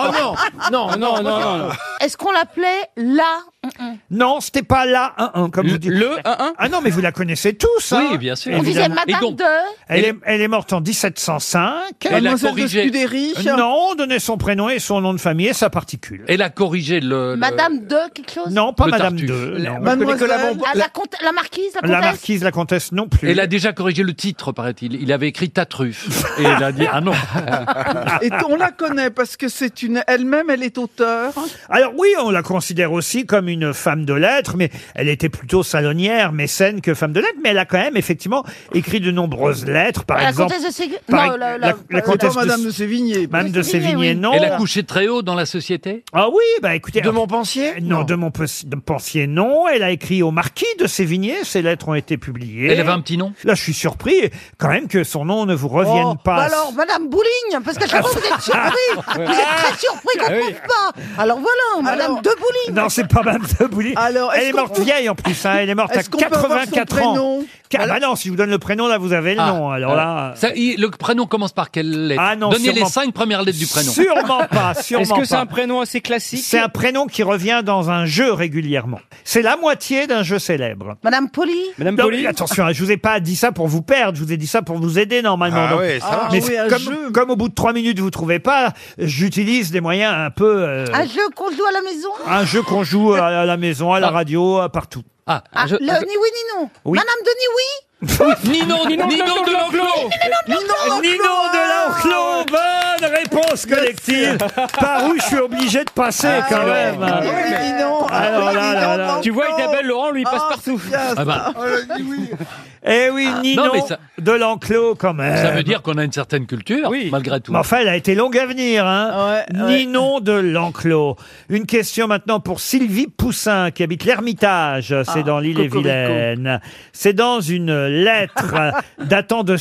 [SPEAKER 22] Oh non.
[SPEAKER 1] non, non, non, non.
[SPEAKER 28] Est-ce qu'on l'appelait la euh,
[SPEAKER 1] Non, c'était pas la 1-1, comme vous dites. Le 1-1 Ah non, mais vous la connaissez tous, hein,
[SPEAKER 20] Oui, bien sûr.
[SPEAKER 28] On disait
[SPEAKER 1] évidemment.
[SPEAKER 28] Madame de.
[SPEAKER 1] Elle est, elle est morte en 1705.
[SPEAKER 20] Elle a Mademoiselle de corrigé. Scudéry.
[SPEAKER 1] Euh, Non, on donnait son prénom et son nom de famille et sa particule.
[SPEAKER 20] Elle a corrigé le. le-
[SPEAKER 28] Madame de quelque chose
[SPEAKER 1] Non, pas
[SPEAKER 20] Le
[SPEAKER 1] Madame
[SPEAKER 20] Tartuffe.
[SPEAKER 1] de.
[SPEAKER 20] La-
[SPEAKER 1] non.
[SPEAKER 20] Mademoiselle- Nicolas Bon-
[SPEAKER 28] Ah, la, comte- la marquise, la comtesse.
[SPEAKER 1] La marquise, la comtesse non plus.
[SPEAKER 20] Elle a déjà corrigé le titre, paraît-il. Il avait écrit Tartuffe. Et elle a dit Ah non.
[SPEAKER 3] Et on la connaît parce que c'est une. Elle-même, elle est auteur.
[SPEAKER 1] Alors oui, on la considère aussi comme une femme de lettres, mais elle était plutôt salonnière, mécène que femme de lettres, mais elle a quand même effectivement écrit de nombreuses lettres, par
[SPEAKER 28] La
[SPEAKER 1] exemple.
[SPEAKER 28] comtesse de Ségu-
[SPEAKER 1] par
[SPEAKER 28] non,
[SPEAKER 1] e-
[SPEAKER 28] la- la-
[SPEAKER 1] la
[SPEAKER 28] la-
[SPEAKER 1] comtesse
[SPEAKER 28] pas Madame de
[SPEAKER 1] Sévigné. Madame de Sévigné, non.
[SPEAKER 20] Elle a couché très haut dans la société
[SPEAKER 1] Ah oui, bah écoutez. De Montpensier Non, de Montpensier, non. Elle a écrit au marquis de Sévigné. Ses lettres ont été publiées.
[SPEAKER 20] Elle avait un petit nom
[SPEAKER 1] Là, je suis surpris quand même que son nom ne vous revienne
[SPEAKER 28] Oh,
[SPEAKER 1] pas.
[SPEAKER 28] bah alors, Madame Bouligne, parce qu'à chaque fois vous
[SPEAKER 22] Ah
[SPEAKER 28] êtes surpris, vous êtes très surpris qu'on
[SPEAKER 1] Ah
[SPEAKER 28] ne
[SPEAKER 1] oui.
[SPEAKER 28] trouve pas. Alors voilà, Madame de Bouligne.
[SPEAKER 1] Non, c'est pas Madame de Bouligne.
[SPEAKER 28] Alors, est-ce
[SPEAKER 1] elle est
[SPEAKER 28] qu'on
[SPEAKER 1] morte
[SPEAKER 28] peut-
[SPEAKER 1] vieille en plus. hein. Elle est morte à
[SPEAKER 20] Est-ce qu'on peut avoir son
[SPEAKER 1] 84 ans.
[SPEAKER 20] prénom
[SPEAKER 1] Ca- bah non, si je vous donne le prénom, là, vous avez le nom. Alors
[SPEAKER 20] Ah.
[SPEAKER 1] là.
[SPEAKER 20] Euh,
[SPEAKER 3] Ah.
[SPEAKER 20] Ça, il- le prénom commence par quelle lettre
[SPEAKER 1] Ah non,
[SPEAKER 20] Donnez les
[SPEAKER 1] sûrement-
[SPEAKER 20] cinq premières lettres du prénom.
[SPEAKER 1] Sûrement pas, sûrement
[SPEAKER 20] Est-ce que c'est
[SPEAKER 1] pas.
[SPEAKER 20] un
[SPEAKER 22] prénom assez classique
[SPEAKER 1] C'est un prénom qui revient dans un jeu régulièrement. C'est la moitié d'un jeu célèbre.
[SPEAKER 28] Madame Poli.
[SPEAKER 1] Non, mais Attention, hein, je vous ai pas dit ça pour vous perdre, je vous ai dit ça pour vous aider normalement.
[SPEAKER 22] Ah
[SPEAKER 1] Donc,
[SPEAKER 22] ouais, ça va.
[SPEAKER 1] mais
[SPEAKER 22] Ah oui, un
[SPEAKER 1] comme, comme au bout de trois minutes vous trouvez pas, j'utilise des moyens un peu euh,
[SPEAKER 28] Un jeu qu'on joue Ah, à la maison.
[SPEAKER 1] un jeu qu'on joue à la maison, à la radio, à partout.
[SPEAKER 20] Ah,
[SPEAKER 28] Ah, le ni oui ni non.
[SPEAKER 1] Oui.
[SPEAKER 28] Madame de ni oui.
[SPEAKER 20] Ninon, Ninon Ninon de de l'Enclos. l'Enclos.
[SPEAKER 1] Ninon de l'Enclos Bonne réponse collective Par où je suis obligé de passer quand même Alors là, là, là.
[SPEAKER 22] Tu vois, il t'appelle Laurent, lui, il passe partout.
[SPEAKER 20] Ah bah.
[SPEAKER 1] Eh oui, Ninon
[SPEAKER 20] non, mais ça-
[SPEAKER 1] de l'enclos quand même.
[SPEAKER 20] Ça veut dire qu'on a une certaine culture, malgré tout.
[SPEAKER 1] Euh, Mais enfin, elle a été longue à venir. Hein. Ninon de l'enclos. Une question maintenant pour Sylvie Poussin, qui habite l'Ermitage. C'est
[SPEAKER 31] Ah,
[SPEAKER 1] dans l'île-et-Vilaine. C'est dans une lettre datant de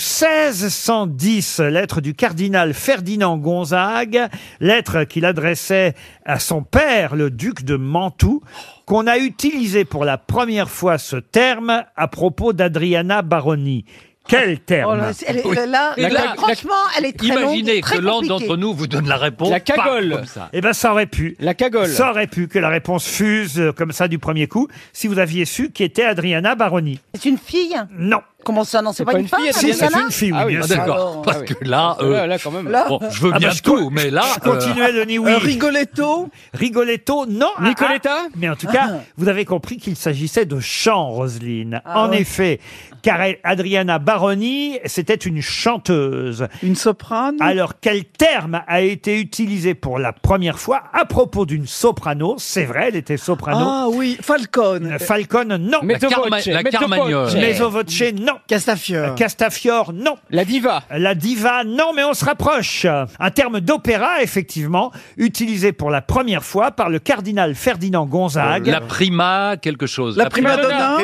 [SPEAKER 1] 1610, lettre du cardinal Ferdinand Gonzague, lettre qu'il adressait à son père, le duc de Mantoue, qu'on a utilisé pour la première fois ce terme à propos d'Adriana Baroni. Quel terme
[SPEAKER 28] Oh là, c'est- elle est-
[SPEAKER 20] Oui.
[SPEAKER 28] là,
[SPEAKER 20] La-
[SPEAKER 28] là,
[SPEAKER 20] la-
[SPEAKER 28] franchement, elle est très
[SPEAKER 20] Imaginez
[SPEAKER 28] longue, très
[SPEAKER 20] que l'un
[SPEAKER 28] compliquée.
[SPEAKER 20] d'entre nous vous donne la réponse.
[SPEAKER 1] La
[SPEAKER 20] cagole.
[SPEAKER 1] Eh ben, ça aurait pu. La cagole. Ça aurait pu que la réponse fuse euh, comme ça du premier coup, si vous aviez su qui était Adriana Baroni.
[SPEAKER 28] C'est une fille
[SPEAKER 1] Non.
[SPEAKER 28] Comment ça Non, c'est pas, une femme.
[SPEAKER 1] Si, c'est
[SPEAKER 28] Adriana
[SPEAKER 1] une fille, oui,
[SPEAKER 20] Ah oui,
[SPEAKER 1] bien
[SPEAKER 20] ah,
[SPEAKER 1] sûr.
[SPEAKER 20] d'accord. Parce que là, euh,
[SPEAKER 1] Ah, Là, là, quand même. Là.
[SPEAKER 20] bon, je veux
[SPEAKER 1] Ah,
[SPEAKER 20] bien
[SPEAKER 1] bah, je
[SPEAKER 20] tout, mais là.
[SPEAKER 1] Je continuais le ni oui.
[SPEAKER 20] euh,
[SPEAKER 1] Rigoletto Rigoletto, non. Nicoletta Mais en tout cas, vous avez compris qu'il s'agissait de chant, Roselyne.
[SPEAKER 31] Ah
[SPEAKER 1] en
[SPEAKER 31] ouais.
[SPEAKER 1] effet, car elle- Adriana Baroni, c'était une chanteuse. Une soprano Alors, quel terme a été utilisé pour la première fois à propos d'une soprano C'est vrai, elle était soprano.
[SPEAKER 3] Ah oui, Falcone.
[SPEAKER 1] Falcone, non.
[SPEAKER 3] Mezzo La Carma- voce, la mezzo Carmagnole. voce.
[SPEAKER 1] Mezzo voce, non. Castafiore. Euh, Castafiore, non. La diva. La diva, non, mais on se rapproche. Un terme d'opéra, effectivement, utilisé pour la première fois par le cardinal Ferdinand
[SPEAKER 8] Euh,
[SPEAKER 1] Gonzague.
[SPEAKER 20] La prima, quelque chose.
[SPEAKER 1] hein.
[SPEAKER 20] Primadonna.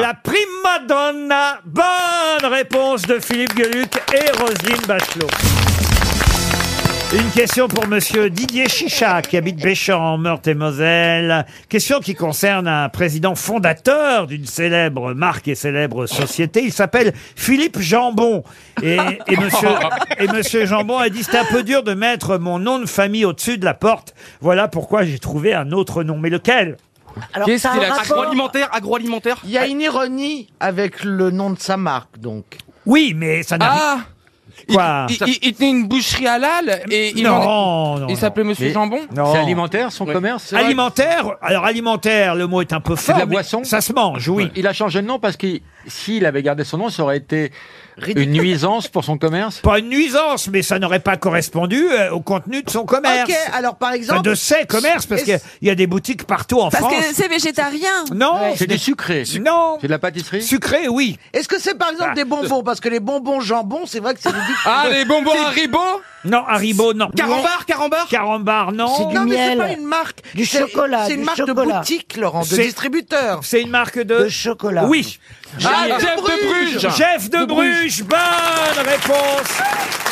[SPEAKER 1] La primadonna. Bonne réponse de Philippe Gueluc et Roselyne Bachelot. Une question pour monsieur Didier Chicha, qui habite Béchamp, en Meurthe-et-Moselle. Question qui concerne un président fondateur d'une célèbre marque et célèbre société. Il s'appelle Philippe Jambon. Et, et monsieur, et monsieur Jambon a dit, c'est un peu dur de mettre mon nom de famille au-dessus de la porte. Voilà pourquoi j'ai trouvé un autre nom. Mais lequel?
[SPEAKER 22] Alors, Qu'est-ce ça a qu'il un a- rapport- agroalimentaire, agroalimentaire
[SPEAKER 20] euh,
[SPEAKER 17] Il y a une ironie avec le nom de sa marque, donc.
[SPEAKER 1] Oui, mais ça n'a
[SPEAKER 17] Ah
[SPEAKER 1] Quoi
[SPEAKER 32] Il, il- il tenait une boucherie halal et il
[SPEAKER 1] Non,
[SPEAKER 32] vendait-
[SPEAKER 1] non,
[SPEAKER 32] Il s'appelait Monsieur
[SPEAKER 1] Mais-
[SPEAKER 32] Jambon.
[SPEAKER 1] Non. Ouais.
[SPEAKER 32] Alimentaire.
[SPEAKER 1] Alimentaire Alors alimentaire, le mot est un peu
[SPEAKER 32] C'est
[SPEAKER 1] fort.
[SPEAKER 32] de la
[SPEAKER 1] mais
[SPEAKER 32] boisson.
[SPEAKER 1] Ça se mange, oui.
[SPEAKER 32] Il a changé de nom parce que s'il avait gardé son nom, ça aurait été une nuisance pour son commerce.
[SPEAKER 1] Pas une nuisance, mais ça n'aurait pas correspondu euh, au contenu de son commerce.
[SPEAKER 13] Ok, alors par exemple.
[SPEAKER 1] Enfin, de ses commerces, parce qu'il
[SPEAKER 13] Est-ce-
[SPEAKER 1] y a des boutiques partout en
[SPEAKER 13] Parce
[SPEAKER 1] France.
[SPEAKER 13] que c'est végétarien.
[SPEAKER 1] Non,
[SPEAKER 32] C'est du sucré.
[SPEAKER 1] Non.
[SPEAKER 32] C'est de la pâtisserie.
[SPEAKER 1] Sucré, oui.
[SPEAKER 13] Est-ce que c'est par exemple
[SPEAKER 32] Ah.
[SPEAKER 13] des bonbons Parce que les bonbons jambon, c'est vrai que c'est ridicule.
[SPEAKER 32] Ah, les bonbons Haribo
[SPEAKER 1] Non, Haribo, non.
[SPEAKER 13] Carambar,
[SPEAKER 1] Carambar Carambar, non.
[SPEAKER 13] C'est du Non, mais c'est miel. pas une marque. Du C'est- chocolat, c'est une du marque de chocolat. boutique, Laurent, de
[SPEAKER 1] C'est-
[SPEAKER 13] distributeur.
[SPEAKER 1] C'est une marque de... De
[SPEAKER 13] chocolat.
[SPEAKER 1] Oui.
[SPEAKER 13] Ah, Jeff de Bruges.
[SPEAKER 1] Jeff de,
[SPEAKER 13] De
[SPEAKER 1] Bruges. bah, Bonne réponse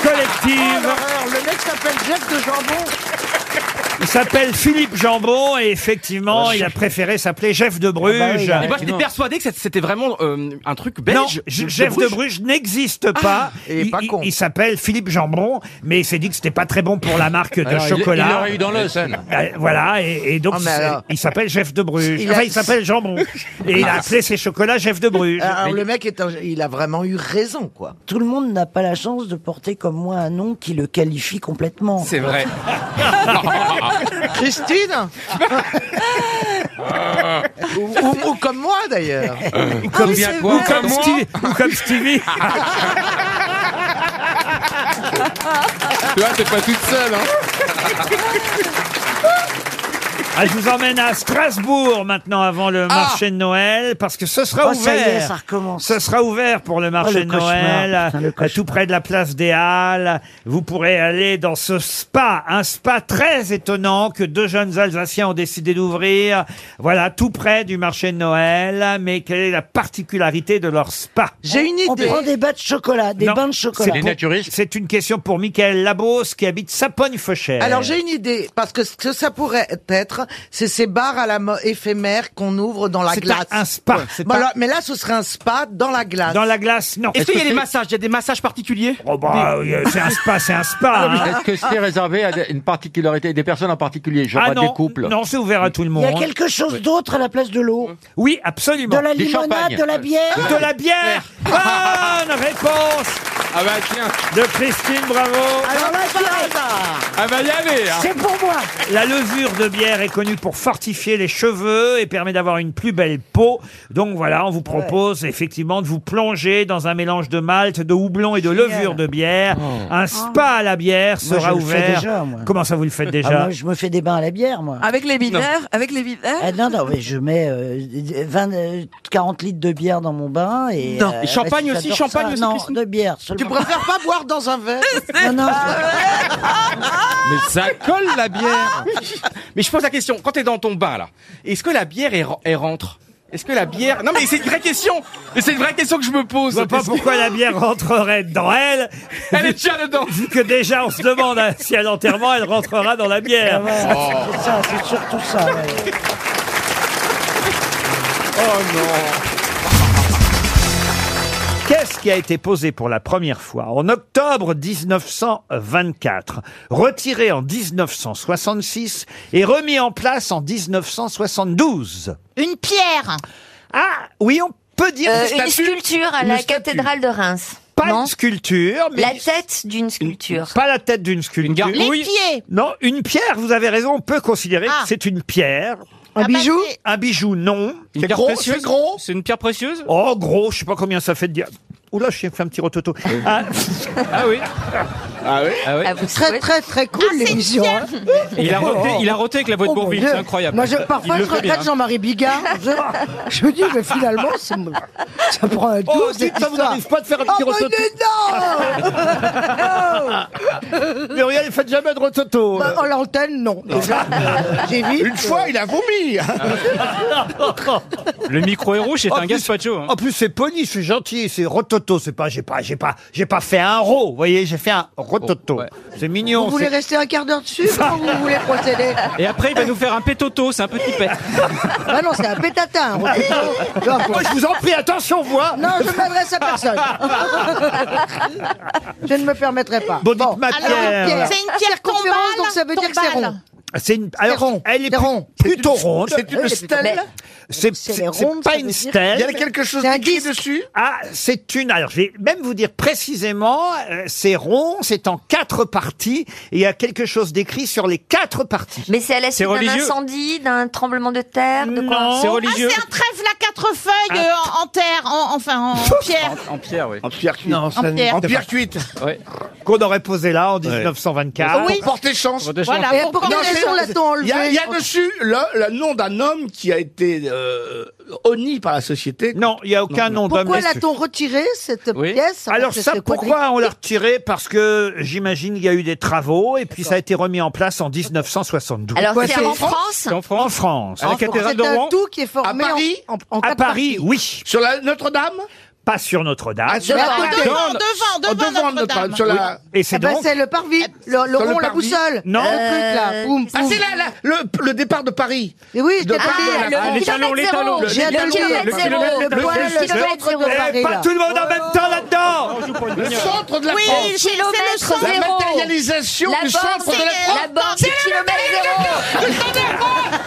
[SPEAKER 1] collective.
[SPEAKER 13] Ah, le mec s'appelle Jeff de Jambon.
[SPEAKER 1] Il s'appelle Philippe Jambon et
[SPEAKER 13] Ah,
[SPEAKER 1] effectivement,
[SPEAKER 13] bah,
[SPEAKER 1] il a préféré s'appeler Jeff de Bruges.
[SPEAKER 32] Eh
[SPEAKER 22] Et
[SPEAKER 32] ben,
[SPEAKER 22] moi, j'étais persuadé que c'était vraiment euh, un truc belge.
[SPEAKER 1] Non, J- Jeff de Bruges n'existe pas. il il- il s'appelle Philippe Jambon, mais il s'est dit que c'était pas très bon pour la marque de
[SPEAKER 21] Alors, il-
[SPEAKER 1] chocolat.
[SPEAKER 21] il l'aurait eu dans l'os, hein.
[SPEAKER 1] Euh, Voilà, et, et donc
[SPEAKER 21] Ah, mais
[SPEAKER 1] c'est-
[SPEAKER 21] alors.
[SPEAKER 1] il s'appelle Jeff de Bruges.
[SPEAKER 13] Il a-
[SPEAKER 1] enfin, il s'appelle Jambon. et il a appelé ses chocolats Jeff de Bruges.
[SPEAKER 13] Ah, Alors
[SPEAKER 1] Mais-
[SPEAKER 13] le mec, est un- il a vraiment eu raison, quoi.
[SPEAKER 26] Tout le monde n'a pas la chance de porter comme moi un nom qui le qualifie complètement.
[SPEAKER 32] C'est vrai.
[SPEAKER 13] Christine ou, ou- ou comme moi, d'ailleurs.
[SPEAKER 32] Ah.
[SPEAKER 13] Ah
[SPEAKER 32] Ou comme- oui, c'est
[SPEAKER 1] ou comme Stevie- ou comme Stevie.
[SPEAKER 32] Toi, t'es pas toute seule,
[SPEAKER 1] Ah, je vous emmène à Strasbourg maintenant avant le marché de Noël parce que ce sera
[SPEAKER 26] Oh,
[SPEAKER 1] ouvert.
[SPEAKER 26] ça y est, ça recommence.
[SPEAKER 1] Ce sera ouvert pour le marché
[SPEAKER 26] Oh, le
[SPEAKER 1] de
[SPEAKER 26] cauchemar,
[SPEAKER 1] Noël à-
[SPEAKER 26] putain, le
[SPEAKER 1] à tout près de la place des Halles. Vous pourrez aller dans ce spa, un spa très étonnant que deux jeunes Alsaciens ont décidé d'ouvrir. Voilà, tout près du marché de Noël, mais quelle est la particularité de leur spa
[SPEAKER 13] J'ai une
[SPEAKER 26] On prend des bas de chocolat, des
[SPEAKER 1] Non,
[SPEAKER 26] bains de
[SPEAKER 1] c'est
[SPEAKER 26] chocolat.
[SPEAKER 1] pour- C'est une question pour Michael Labos qui habite Sapogne-Feuchère.
[SPEAKER 13] Alors j'ai une idée, parce que ce que ça pourrait être, c'est ces bars à la mode éphémère qu'on ouvre dans la
[SPEAKER 1] C'est
[SPEAKER 13] glace.
[SPEAKER 1] un- un spa,
[SPEAKER 13] Ouais.
[SPEAKER 1] c'est
[SPEAKER 13] Bon,
[SPEAKER 1] pas-
[SPEAKER 13] alors, mais là, ce serait un spa dans la glace.
[SPEAKER 1] Dans la glace, non.
[SPEAKER 22] Est-ce qu'il y a
[SPEAKER 1] Est-ce que
[SPEAKER 22] des
[SPEAKER 1] c'est-
[SPEAKER 22] massages Il y a des Ah, massages particuliers
[SPEAKER 1] Oh bah, euh, c'est un spa, c'est un spa. hein.
[SPEAKER 32] Est-ce que c'est réservé à des- une particularité, des personnes en particulier, genre
[SPEAKER 1] Ah
[SPEAKER 32] à
[SPEAKER 1] non,
[SPEAKER 32] des couples
[SPEAKER 1] non, c'est ouvert à tout le
[SPEAKER 26] Il
[SPEAKER 1] monde.
[SPEAKER 26] y a quelque chose d'autre à la place de l'eau.
[SPEAKER 1] Mmh. Oui, absolument.
[SPEAKER 26] De la Du limonade, champagne. de la bière.
[SPEAKER 1] De la bière. Bonne réponse
[SPEAKER 32] Ah bah tiens.
[SPEAKER 1] de Christine, bravo.
[SPEAKER 26] Alors là, direct.
[SPEAKER 32] Ah bah y avait.
[SPEAKER 26] C'est pour moi.
[SPEAKER 1] La levure de bière est connue pour fortifier les cheveux et permet d'avoir une plus belle peau. Donc voilà, on vous propose effectivement de vous plonger dans un mélange de malt, de houblon et de levure de bière.
[SPEAKER 32] Oh.
[SPEAKER 1] Un spa à la bière
[SPEAKER 26] Moi,
[SPEAKER 1] sera
[SPEAKER 26] je le fais
[SPEAKER 1] ouvert.
[SPEAKER 26] déjà, moi.
[SPEAKER 1] Comment ça vous le faites
[SPEAKER 26] Ah,
[SPEAKER 1] déjà
[SPEAKER 26] moi, je me fais des bains à la bière, moi.
[SPEAKER 13] Avec les
[SPEAKER 26] binaires,
[SPEAKER 13] avec les binaires
[SPEAKER 26] Ah, non, non, mais je mets euh, 20, euh, 40 litres de bière dans mon bain. Et,
[SPEAKER 13] Non.
[SPEAKER 26] euh,
[SPEAKER 13] Et champagne
[SPEAKER 26] bah, si
[SPEAKER 13] aussi,
[SPEAKER 26] j'adore
[SPEAKER 13] champagne
[SPEAKER 26] ça.
[SPEAKER 13] aussi,
[SPEAKER 26] Non,
[SPEAKER 13] Christine.
[SPEAKER 26] de bière
[SPEAKER 13] Tu
[SPEAKER 26] seulement.
[SPEAKER 13] préfères pas boire dans un verre
[SPEAKER 26] Non, non,
[SPEAKER 32] Mais ça colle la bière.
[SPEAKER 22] Ah mais je pose la question, quand t'es dans ton bain là, est-ce que la bière elle, re- elle rentre Est-ce que la bière Non mais c'est une vraie question. Mais c'est une vraie question que je me pose.
[SPEAKER 1] Je vois pas
[SPEAKER 22] Est-ce que-
[SPEAKER 1] pourquoi la bière rentrerait dans elle.
[SPEAKER 22] Elle est déjà dedans.
[SPEAKER 1] Vu que déjà on se demande hein, si à l'enterrement elle rentrera dans la bière.
[SPEAKER 26] Ah
[SPEAKER 1] Oh.
[SPEAKER 26] c'est ça, c'est surtout ça. ouais.
[SPEAKER 13] Oh,
[SPEAKER 1] Qu'est-ce qui a été posé pour la première fois en octobre 1924, retiré en 1966 et remis en place en 1972
[SPEAKER 4] Une pierre.
[SPEAKER 1] Ah oui, on peut dire
[SPEAKER 24] Euh,
[SPEAKER 1] une
[SPEAKER 24] une
[SPEAKER 1] statue.
[SPEAKER 24] sculpture à la
[SPEAKER 1] Une statue.
[SPEAKER 24] cathédrale de Reims.
[SPEAKER 1] Pas
[SPEAKER 24] non
[SPEAKER 1] une sculpture, mais
[SPEAKER 24] La tête d'une sculpture.
[SPEAKER 1] Pas la tête d'une sculpture.
[SPEAKER 24] Les Oui. pieds.
[SPEAKER 1] Non, une pierre, vous avez raison, on peut considérer
[SPEAKER 24] Ah.
[SPEAKER 1] que c'est une pierre.
[SPEAKER 24] Un Ah bah, bijou c'est-
[SPEAKER 1] Un bijou, non.
[SPEAKER 22] Une pierre précieuse C'est une pierre précieuse
[SPEAKER 1] Oh, gros, je sais pas combien ça fait de dire. Oula, je fais un petit rototo. Ah,
[SPEAKER 22] Ah oui. Ah oui. Ah oui.
[SPEAKER 26] Très, très, très cool,
[SPEAKER 28] Ah,
[SPEAKER 26] l'émission. hein.
[SPEAKER 22] Et
[SPEAKER 1] Oh.
[SPEAKER 22] il a roté, il a roté avec la voix de
[SPEAKER 26] Oh, mon
[SPEAKER 22] Bourvil,
[SPEAKER 26] Dieu.
[SPEAKER 22] c'est incroyable.
[SPEAKER 26] Moi, je,
[SPEAKER 22] Il
[SPEAKER 26] parfois,
[SPEAKER 22] le
[SPEAKER 26] je
[SPEAKER 22] fait bien,
[SPEAKER 26] regrette
[SPEAKER 22] hein.
[SPEAKER 26] Jean-Marie Bigard. Je, je me dis, mais finalement, c'est- ça prend un
[SPEAKER 22] Oh,
[SPEAKER 26] tour.
[SPEAKER 1] dites, Oh, ça vous arrive pas de faire un petit
[SPEAKER 26] oh,
[SPEAKER 1] rototo.
[SPEAKER 26] mais
[SPEAKER 1] Muriel, faites jamais de rototo.
[SPEAKER 26] non oh, L'antenne, non. Déjà, euh, j'évite.
[SPEAKER 16] Une fois, il a vomi.
[SPEAKER 22] Le micro est rouge, c'est
[SPEAKER 1] En
[SPEAKER 22] un
[SPEAKER 1] plus-
[SPEAKER 22] gazpacho. hein.
[SPEAKER 1] En plus, c'est poli, c'est gentil, c'est rototo. C'est pas, j'ai pas, j'ai pas, j'ai pas fait un ro. Vous voyez, j'ai fait un rototo. C'est mignon.
[SPEAKER 26] Vous voulez
[SPEAKER 1] c'est-
[SPEAKER 26] rester un quart d'heure dessus Comment vous voulez procéder
[SPEAKER 22] Et après, il va nous faire un pétoto, c'est un petit pet.
[SPEAKER 26] Ah non, c'est un pétatin. un rototo. Non, faut-
[SPEAKER 1] Moi, je vous en prie, attention, voix.
[SPEAKER 26] Non, je ne m'adresse à personne. je ne me permettrai pas.
[SPEAKER 1] Bon, dites ma
[SPEAKER 26] Alors,
[SPEAKER 1] pierre.
[SPEAKER 26] Pierre.
[SPEAKER 4] C'est une pierre
[SPEAKER 26] Conférence,
[SPEAKER 4] tombale.
[SPEAKER 26] donc ça veut dire que c'est
[SPEAKER 4] Tombale.
[SPEAKER 26] rond.
[SPEAKER 1] Ah, C'est une. Alors, elle est
[SPEAKER 3] rond.
[SPEAKER 1] plutôt ronde.
[SPEAKER 3] C'est une stèle.
[SPEAKER 1] C'est
[SPEAKER 3] les
[SPEAKER 1] c'est-
[SPEAKER 3] rondes,
[SPEAKER 1] c'est pas
[SPEAKER 3] ça
[SPEAKER 1] une
[SPEAKER 3] veut dire-
[SPEAKER 1] stèle.
[SPEAKER 3] Il y a quelque chose C'est un d'écrit disque. dessus
[SPEAKER 1] Ah, c'est une. Alors, je vais même vous dire précisément, euh, c'est rond, c'est en quatre parties, et il y a quelque chose d'écrit sur les quatre parties.
[SPEAKER 33] Mais c'est à la
[SPEAKER 1] C'est
[SPEAKER 33] suite d'un
[SPEAKER 1] religieux.
[SPEAKER 33] incendie, d'un tremblement de terre, de quoi
[SPEAKER 1] Non. C'est religieux.
[SPEAKER 14] Ah, c'est un trèfle à quatre feuilles euh, en, en terre, en- enfin en pierre.
[SPEAKER 34] En pierre, oui.
[SPEAKER 1] En pierre cuite.
[SPEAKER 14] Non, ça- En pierre. en pierre
[SPEAKER 1] cuite. Qu'on aurait posé là en 1924.
[SPEAKER 3] Pour porter chance.
[SPEAKER 14] Voilà, pour porter
[SPEAKER 3] Non,
[SPEAKER 14] chance.
[SPEAKER 3] c'est-
[SPEAKER 14] On l'a donc enlevé.
[SPEAKER 3] Il y a, il y a dessus le, le nom d'un homme qui a été euh, honni par la société.
[SPEAKER 1] Non, il n'y a aucun nom d'homme
[SPEAKER 28] Pourquoi
[SPEAKER 1] là-dessus.
[SPEAKER 28] l'a-t-on retiré cette pièce en
[SPEAKER 1] Alors
[SPEAKER 28] fait,
[SPEAKER 1] ça,
[SPEAKER 28] c'est quoi
[SPEAKER 1] pourquoi on l'a retiré Parce que j'imagine il y a eu des travaux et puis ça a été remis en place en 1972.
[SPEAKER 33] Alors, Pourquoi c'est c'est en en France France
[SPEAKER 1] C'est En France. En France.
[SPEAKER 3] À la cathédrale de Rouen
[SPEAKER 28] qui est formé
[SPEAKER 3] À Paris
[SPEAKER 28] en- en- en
[SPEAKER 1] À
[SPEAKER 28] quatre
[SPEAKER 1] Paris,
[SPEAKER 28] parties.
[SPEAKER 1] oui.
[SPEAKER 3] Sur la Notre-Dame Ah,
[SPEAKER 1] Pas sur Notre-Dame.
[SPEAKER 3] sur la
[SPEAKER 28] Mais
[SPEAKER 3] côté.
[SPEAKER 28] Ah, devant,
[SPEAKER 3] Dans-
[SPEAKER 28] devant, devant
[SPEAKER 3] devant
[SPEAKER 28] Notre-Dame.
[SPEAKER 3] Notre-Dame, sur la-
[SPEAKER 1] Et c'est
[SPEAKER 28] Ah bah,
[SPEAKER 3] donc-
[SPEAKER 28] c'est le parvis, le, le
[SPEAKER 3] Sur le
[SPEAKER 28] rond, la
[SPEAKER 3] parvis.
[SPEAKER 28] boussole.
[SPEAKER 3] Non.
[SPEAKER 28] Le truc, là.
[SPEAKER 3] Euh,
[SPEAKER 28] Poum,
[SPEAKER 3] Ah,
[SPEAKER 28] poum.
[SPEAKER 3] c'est là, là, le, le départ de Paris.
[SPEAKER 28] Mais oui,
[SPEAKER 3] de
[SPEAKER 28] ah, le
[SPEAKER 3] la-
[SPEAKER 28] kilomètre zéro.
[SPEAKER 3] le-
[SPEAKER 28] J'ai
[SPEAKER 3] le-
[SPEAKER 28] attendu,
[SPEAKER 3] le-
[SPEAKER 28] le kilomètre zéro,
[SPEAKER 3] le- le-
[SPEAKER 28] le
[SPEAKER 3] le-
[SPEAKER 28] kilomètre
[SPEAKER 3] centre de
[SPEAKER 28] zéro,
[SPEAKER 3] Paris,
[SPEAKER 28] Eh, pas
[SPEAKER 3] là.
[SPEAKER 28] tout le monde en même temps
[SPEAKER 1] là-dedans.
[SPEAKER 3] Le centre de la
[SPEAKER 28] Oui,
[SPEAKER 3] France.
[SPEAKER 28] c'est- c'est le
[SPEAKER 3] La
[SPEAKER 28] centre zéro.
[SPEAKER 3] matérialisation
[SPEAKER 28] La
[SPEAKER 3] du
[SPEAKER 28] borne,
[SPEAKER 3] centre de
[SPEAKER 28] c'est
[SPEAKER 3] la
[SPEAKER 28] le-
[SPEAKER 3] France.
[SPEAKER 28] la borne
[SPEAKER 3] C'est
[SPEAKER 28] du kilomètre
[SPEAKER 3] matérialisation du centre de la France.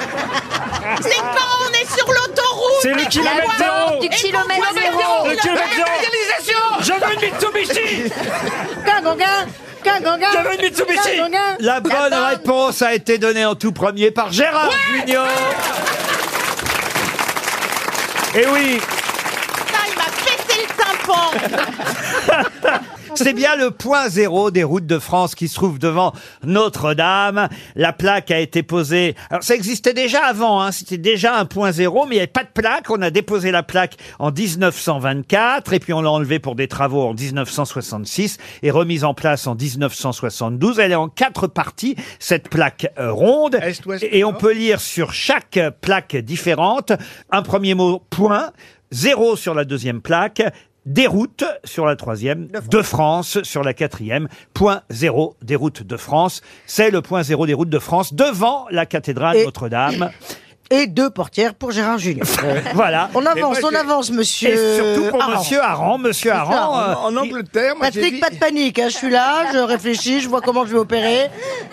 [SPEAKER 14] C'est quand on est sur l'autoroute.
[SPEAKER 3] C'est le
[SPEAKER 14] et qu'on
[SPEAKER 3] kilomètre
[SPEAKER 14] voit-
[SPEAKER 3] zéro.
[SPEAKER 14] et
[SPEAKER 3] Du
[SPEAKER 14] qu'on
[SPEAKER 3] kilomètre
[SPEAKER 14] voit
[SPEAKER 3] zéro.
[SPEAKER 14] zéro.
[SPEAKER 3] Le kilomètre zéro. Je veux une
[SPEAKER 1] Mitsubishi
[SPEAKER 17] Kangongan, Kangongan. Kangongan.
[SPEAKER 1] La bonne réponse a été donnée en tout premier par Gérard Junior. Et oui,
[SPEAKER 14] Putain, il m'a pété le tympan.
[SPEAKER 1] c'est bien le point zéro des routes de France qui se trouve devant Notre-Dame. La plaque a été posée. Alors, ça existait déjà avant, hein. c'était déjà un point zéro, mais il n'y avait pas de plaque. On a déposé la plaque en 1924 et puis on l'a enlevée pour des travaux en 1966 et remise en place en 1972. Elle est en quatre parties, cette plaque euh, ronde. et on peut lire sur chaque euh, plaque différente un premier mot point, zéro sur la deuxième plaque, des routes sur la troisième, de France sur la quatrième, point zéro des routes de France. C'est le point zéro des routes de France devant la cathédrale
[SPEAKER 28] Et-
[SPEAKER 1] Notre-Dame.
[SPEAKER 28] Et deux portières pour Gérard Junior.
[SPEAKER 1] Voilà.
[SPEAKER 28] On avance, on avance, monsieur.
[SPEAKER 1] Et surtout pour
[SPEAKER 28] Aran.
[SPEAKER 1] monsieur Aran, monsieur Aran. euh,
[SPEAKER 28] En
[SPEAKER 3] Angleterre,
[SPEAKER 1] moi, j'ai
[SPEAKER 28] Patrick,
[SPEAKER 1] dit-
[SPEAKER 28] pas de panique, hein, je suis là, je réfléchis, je vois comment je vais opérer.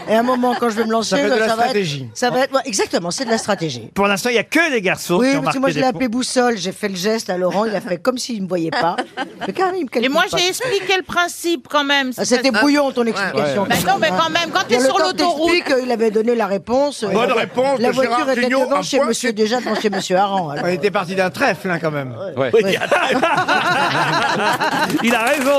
[SPEAKER 28] Et à un moment, quand je vais me lancer,
[SPEAKER 1] Ça fait de la
[SPEAKER 28] va être.
[SPEAKER 1] stratégie.
[SPEAKER 28] Ça va être ouais, exactement, c'est de la stratégie.
[SPEAKER 1] Pour l'instant, il n'y a que les garçons
[SPEAKER 28] Oui,
[SPEAKER 1] qui ont
[SPEAKER 28] parce
[SPEAKER 1] marqué
[SPEAKER 28] que moi je
[SPEAKER 1] des
[SPEAKER 28] l'ai
[SPEAKER 1] points.
[SPEAKER 28] appelé boussole, j'ai fait le geste à Laurent, il a fait comme s'il ne me voyait pas. Mais quand même, il me
[SPEAKER 14] Et moi,
[SPEAKER 28] calcule
[SPEAKER 14] j'ai
[SPEAKER 28] pas.
[SPEAKER 14] expliqué le principe quand même.
[SPEAKER 28] Ah, C'était bouillon ton explication.
[SPEAKER 14] Bah non, mais quand même, quand
[SPEAKER 28] Il y
[SPEAKER 14] t'es
[SPEAKER 28] a
[SPEAKER 14] sur
[SPEAKER 28] le temps que
[SPEAKER 14] l'autoroute.
[SPEAKER 28] t'expliques, Il avait donné la réponse.
[SPEAKER 35] Bonne
[SPEAKER 28] La vo-
[SPEAKER 35] réponse
[SPEAKER 28] La
[SPEAKER 35] de Gérard
[SPEAKER 28] voiture était
[SPEAKER 35] Jugnot,
[SPEAKER 28] devant
[SPEAKER 35] un
[SPEAKER 28] chez
[SPEAKER 35] point,
[SPEAKER 28] monsieur déjà, devant chez monsieur Aran. alors.
[SPEAKER 35] On était parti d'un trèfle, hein, quand même.
[SPEAKER 28] Ouais.
[SPEAKER 1] Oui. Il a raison.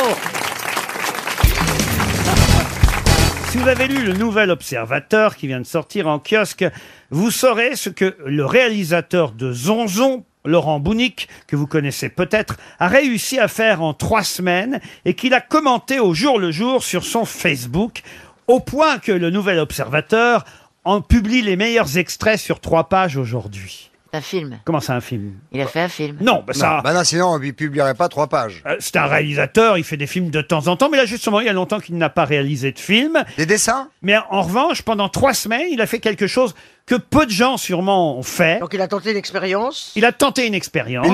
[SPEAKER 1] Si vous avez lu le Nouvel Observateur qui vient de sortir en kiosque, vous saurez ce que le réalisateur de Zonzon, Laurent Bounic, que vous connaissez peut-être, a réussi à faire en trois semaines et qu'il a commenté au jour le jour sur son Facebook, au point que le Nouvel Observateur en publie les meilleurs extraits sur trois pages aujourd'hui.
[SPEAKER 5] Un film.
[SPEAKER 1] Comment c'est un film
[SPEAKER 5] Il a fait un film.
[SPEAKER 1] Non, bah ça-
[SPEAKER 5] Bah non, sinon, il publierait pas trois pages.
[SPEAKER 1] Euh, C'est un réalisateur, il fait des films de temps en temps, mais là justement, il y a longtemps qu'il n'a pas réalisé de film. Des dessins Mais en revanche, pendant trois semaines, il a fait quelque chose que peu de gens sûrement ont fait.
[SPEAKER 28] Donc il a tenté l'expérience
[SPEAKER 1] Il a tenté une expérience.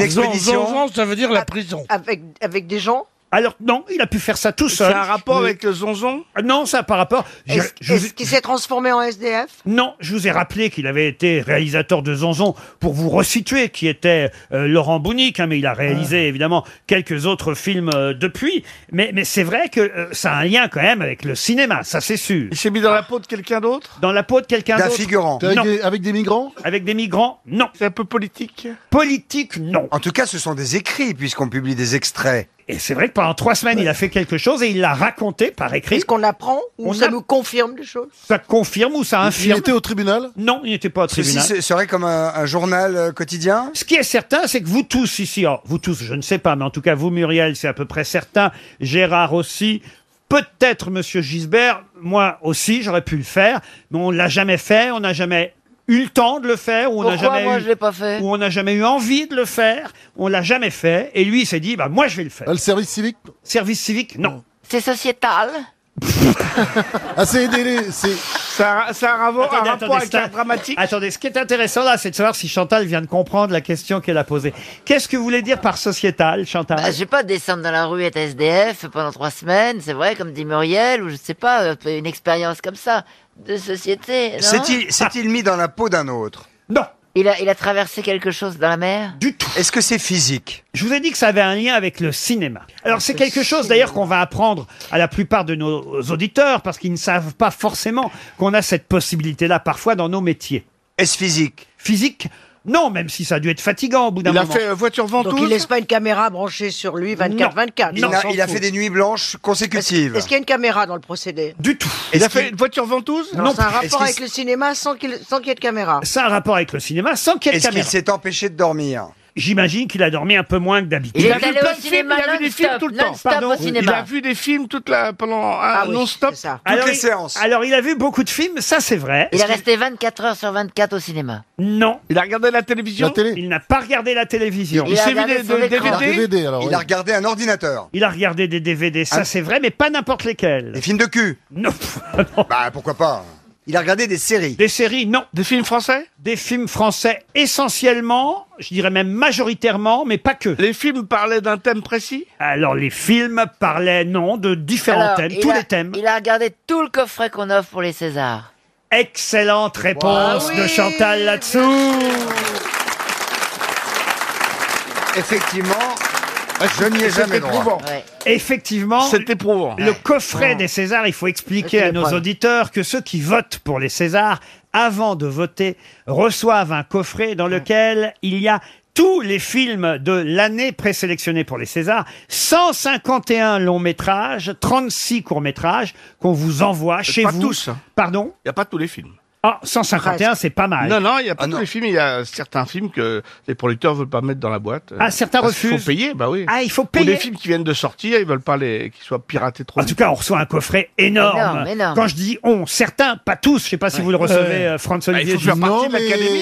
[SPEAKER 28] ça veut dire la prison. Avec, avec des gens
[SPEAKER 1] Alors non, il a pu faire ça tout seul.
[SPEAKER 28] Ça a un rapport avec
[SPEAKER 1] le zonzon Non, ça n'a pas rapport. Je- je vous-
[SPEAKER 28] Est-ce qu'il s'est transformé en SDF
[SPEAKER 1] Non, je vous ai rappelé qu'il avait été réalisateur de Zonzon pour vous resituer, qui était euh, Laurent Bounic, hein, mais il a réalisé
[SPEAKER 5] Ah.
[SPEAKER 1] évidemment quelques autres films euh, depuis. Mais, mais c'est vrai que euh, ça a un lien quand même avec le cinéma, ça c'est sûr. Il s'est mis dans la peau de quelqu'un d'autre Dans la peau de quelqu'un
[SPEAKER 36] D'un
[SPEAKER 1] d'autre.
[SPEAKER 36] figurant. Avec
[SPEAKER 1] Non.
[SPEAKER 36] des-
[SPEAKER 1] migrants Avec des migrants, non. C'est un peu politique Politique, non.
[SPEAKER 5] En tout cas, ce sont des écrits, puisqu'on publie des extraits.
[SPEAKER 1] Et c'est vrai que pendant trois semaines, il a fait quelque chose et il l'a raconté par écrit.
[SPEAKER 28] Est-ce qu'on apprend ou
[SPEAKER 1] On
[SPEAKER 28] ça
[SPEAKER 1] a-
[SPEAKER 28] nous confirme des choses
[SPEAKER 1] Ça confirme ou ça infirme
[SPEAKER 36] était
[SPEAKER 1] au tribunal Non, il n'était pas au
[SPEAKER 5] Ceci
[SPEAKER 1] tribunal.
[SPEAKER 5] se- serait comme un, un journal euh, quotidien
[SPEAKER 1] Ce qui est certain, c'est que vous tous ici, alors, vous tous, je ne sais pas, mais en tout cas vous, Muriel, c'est à peu près certain, Gérard aussi, peut-être Monsieur Gisbert, moi aussi, j'aurais pu le faire, mais on l'a jamais fait, on n'a jamais eu le temps de le faire, ou on n'a
[SPEAKER 5] Pourquoi
[SPEAKER 1] jamais
[SPEAKER 5] moi,
[SPEAKER 1] eu,
[SPEAKER 5] je l'ai pas fait
[SPEAKER 1] ou on n'a jamais eu envie de le faire, on l'a jamais Ah, fait, et lui il s'est dit, bah moi je vais le faire. le service civique Service civique, non.
[SPEAKER 5] C'est sociétal
[SPEAKER 1] Ah, c'est Ça, ça a un rapport,
[SPEAKER 37] un rapport avec l'art
[SPEAKER 1] dramatique. Attendez, ce qui est intéressant là, c'est de savoir si Chantal vient de comprendre la question qu'elle a posée. Qu'est-ce que vous voulez dire par sociétal, Chantal
[SPEAKER 5] Bah, je sais pas, descendre dans la rue être SDF pendant trois semaines, c'est vrai, comme dit Muriel, ou je sais pas, euh, une expérience comme ça, de société. non
[SPEAKER 1] Ah.
[SPEAKER 6] S'est-il s'est-il mis dans la peau d'un autre
[SPEAKER 1] Non.
[SPEAKER 5] Il a, il a traversé quelque chose dans la mer
[SPEAKER 1] Ah, Du tout. Est-ce que c'est physique Je vous ai dit que ça avait un lien avec le cinéma. Alors c'est quelque chose d'ailleurs qu'on va apprendre à la plupart de nos auditeurs parce qu'ils ne savent pas forcément qu'on a cette possibilité-là parfois dans nos métiers. Est-ce physique Physique Non, même si ça a euh, dû être fatigant au bout d'un moment.
[SPEAKER 3] voiture
[SPEAKER 28] Donc il laisse pas une caméra branchée sur lui 24-24.
[SPEAKER 6] Il, a, il a fait des nuits blanches consécutives.
[SPEAKER 28] Est-ce qu'il y a une caméra dans le procédé
[SPEAKER 1] Du tout.
[SPEAKER 3] Il a fait une voiture ventouse
[SPEAKER 28] Non, c'est un
[SPEAKER 6] Est-ce
[SPEAKER 28] rapport
[SPEAKER 6] qu'il-
[SPEAKER 28] avec le cinéma sans qu'il sans qu'il y ait de caméra.
[SPEAKER 1] Ça a un rapport avec le cinéma sans qu'il y ait de
[SPEAKER 6] Est-ce qu'il
[SPEAKER 1] caméra.
[SPEAKER 6] s'est empêché de dormir
[SPEAKER 1] J'imagine qu'il a dormi un peu moins que d'habitude.
[SPEAKER 3] Il, a vu plein de films, il a vu des films tout le temps.
[SPEAKER 1] Pardon
[SPEAKER 3] Il a vu des films toute la, pendant un
[SPEAKER 5] Ah oui,
[SPEAKER 3] non-stop.
[SPEAKER 1] il- Ah Alors, il a vu beaucoup de films, ça c'est vrai.
[SPEAKER 5] Il est resté 24 heures sur 24 au cinéma.
[SPEAKER 1] Non.
[SPEAKER 3] Il a regardé la télévision
[SPEAKER 1] Il n'a pas regardé la télévision.
[SPEAKER 5] Il Il a s'est vu regardé des- son des écran. DVD
[SPEAKER 6] Il a regardé un ordinateur.
[SPEAKER 1] Il a regardé des DVD, ça
[SPEAKER 6] Ah.
[SPEAKER 1] c'est vrai, mais pas n'importe lesquels.
[SPEAKER 6] Des films de cul
[SPEAKER 1] Non.
[SPEAKER 6] bah pourquoi pas Il a regardé des séries.
[SPEAKER 1] Des séries, non.
[SPEAKER 3] Des films français
[SPEAKER 1] Des films français essentiellement, je dirais même majoritairement, mais pas que.
[SPEAKER 3] Les films parlaient d'un thème précis
[SPEAKER 1] Alors les films parlaient, non, de différents
[SPEAKER 5] Alors,
[SPEAKER 1] thèmes,
[SPEAKER 5] il
[SPEAKER 1] tous
[SPEAKER 5] a-
[SPEAKER 1] les thèmes.
[SPEAKER 5] Il a regardé tout le coffret qu'on offre pour les Césars.
[SPEAKER 1] Excellente réponse
[SPEAKER 5] Ah
[SPEAKER 1] de
[SPEAKER 5] oui.
[SPEAKER 1] Chantal là-dessous.
[SPEAKER 6] Effectivement, je n'y ai jamais droit.
[SPEAKER 1] Ah, Effectivement,
[SPEAKER 3] C'est éprouvant.
[SPEAKER 1] le coffret des Césars, il faut expliquer à nos auditeurs que ceux qui votent pour les Césars, avant de voter, reçoivent un coffret dans lequel il y a tous les films de l'année présélectionnés pour les Césars, 151 longs métrages, 36 courts métrages qu'on vous envoie chez
[SPEAKER 3] pas
[SPEAKER 1] vous.
[SPEAKER 3] tous. hein.
[SPEAKER 1] Pardon
[SPEAKER 3] Il n'y a pas tous les films.
[SPEAKER 1] Ah, 151, c'est pas mal.
[SPEAKER 3] Non, non, il n'y a pas
[SPEAKER 1] Ah,
[SPEAKER 3] tous
[SPEAKER 1] non.
[SPEAKER 3] les films. Il y a certains films que les producteurs veulent pas mettre dans la boîte.
[SPEAKER 1] Ah, certains
[SPEAKER 3] Parce qu'il
[SPEAKER 1] refusent.
[SPEAKER 3] faut payer, bah oui.
[SPEAKER 1] Ah, il faut
[SPEAKER 3] Pour
[SPEAKER 1] payer.
[SPEAKER 3] les films qui viennent de sortir, ils veulent pas les... qu'ils soient piratés trop
[SPEAKER 1] En tout cas, on reçoit un coffret énorme.
[SPEAKER 3] Énorme, énorme.
[SPEAKER 1] Quand je dis on, certains, pas tous, je sais pas si vous le recevez,
[SPEAKER 8] Ouais.
[SPEAKER 1] euh,
[SPEAKER 16] Bah,
[SPEAKER 6] Ah,
[SPEAKER 1] François-Olivier.
[SPEAKER 8] Non, mais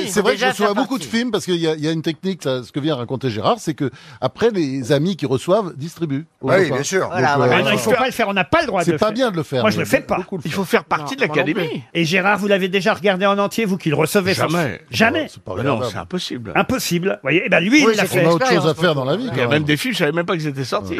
[SPEAKER 8] c'est vrai que je reçois beaucoup de films parce qu'il y, a- il y a une technique, ça, ce que vient raconter Gérard, c'est que après les amis qui reçoivent distribuent. au
[SPEAKER 6] Bah oui,
[SPEAKER 8] repas.
[SPEAKER 6] bien sûr.
[SPEAKER 8] Donc,
[SPEAKER 6] Voilà,
[SPEAKER 8] euh,
[SPEAKER 6] voilà.
[SPEAKER 1] Ah non, il faut pas le faire, on n'a pas le droit de
[SPEAKER 8] C'est
[SPEAKER 1] le
[SPEAKER 8] pas
[SPEAKER 1] faire.
[SPEAKER 8] bien de le faire,
[SPEAKER 1] Moi, je
[SPEAKER 8] mais
[SPEAKER 1] le fais pas.
[SPEAKER 3] Il faut faire partie de l'académie.
[SPEAKER 1] Et Gérard, vous l'avez déjà regardé en entier, vous qui le recevez
[SPEAKER 3] Jamais.
[SPEAKER 1] forcément. Jamais.
[SPEAKER 3] Mais non, c'est impossible.
[SPEAKER 1] Impossible. Vous voyez, eh ben lui,
[SPEAKER 3] Oui,
[SPEAKER 1] il l'a
[SPEAKER 3] c'est
[SPEAKER 1] fait.
[SPEAKER 3] une On a autre chose à expérience, faire
[SPEAKER 8] dans la vie,
[SPEAKER 3] Il y a même des films, je savais même pas qu'ils étaient sortis.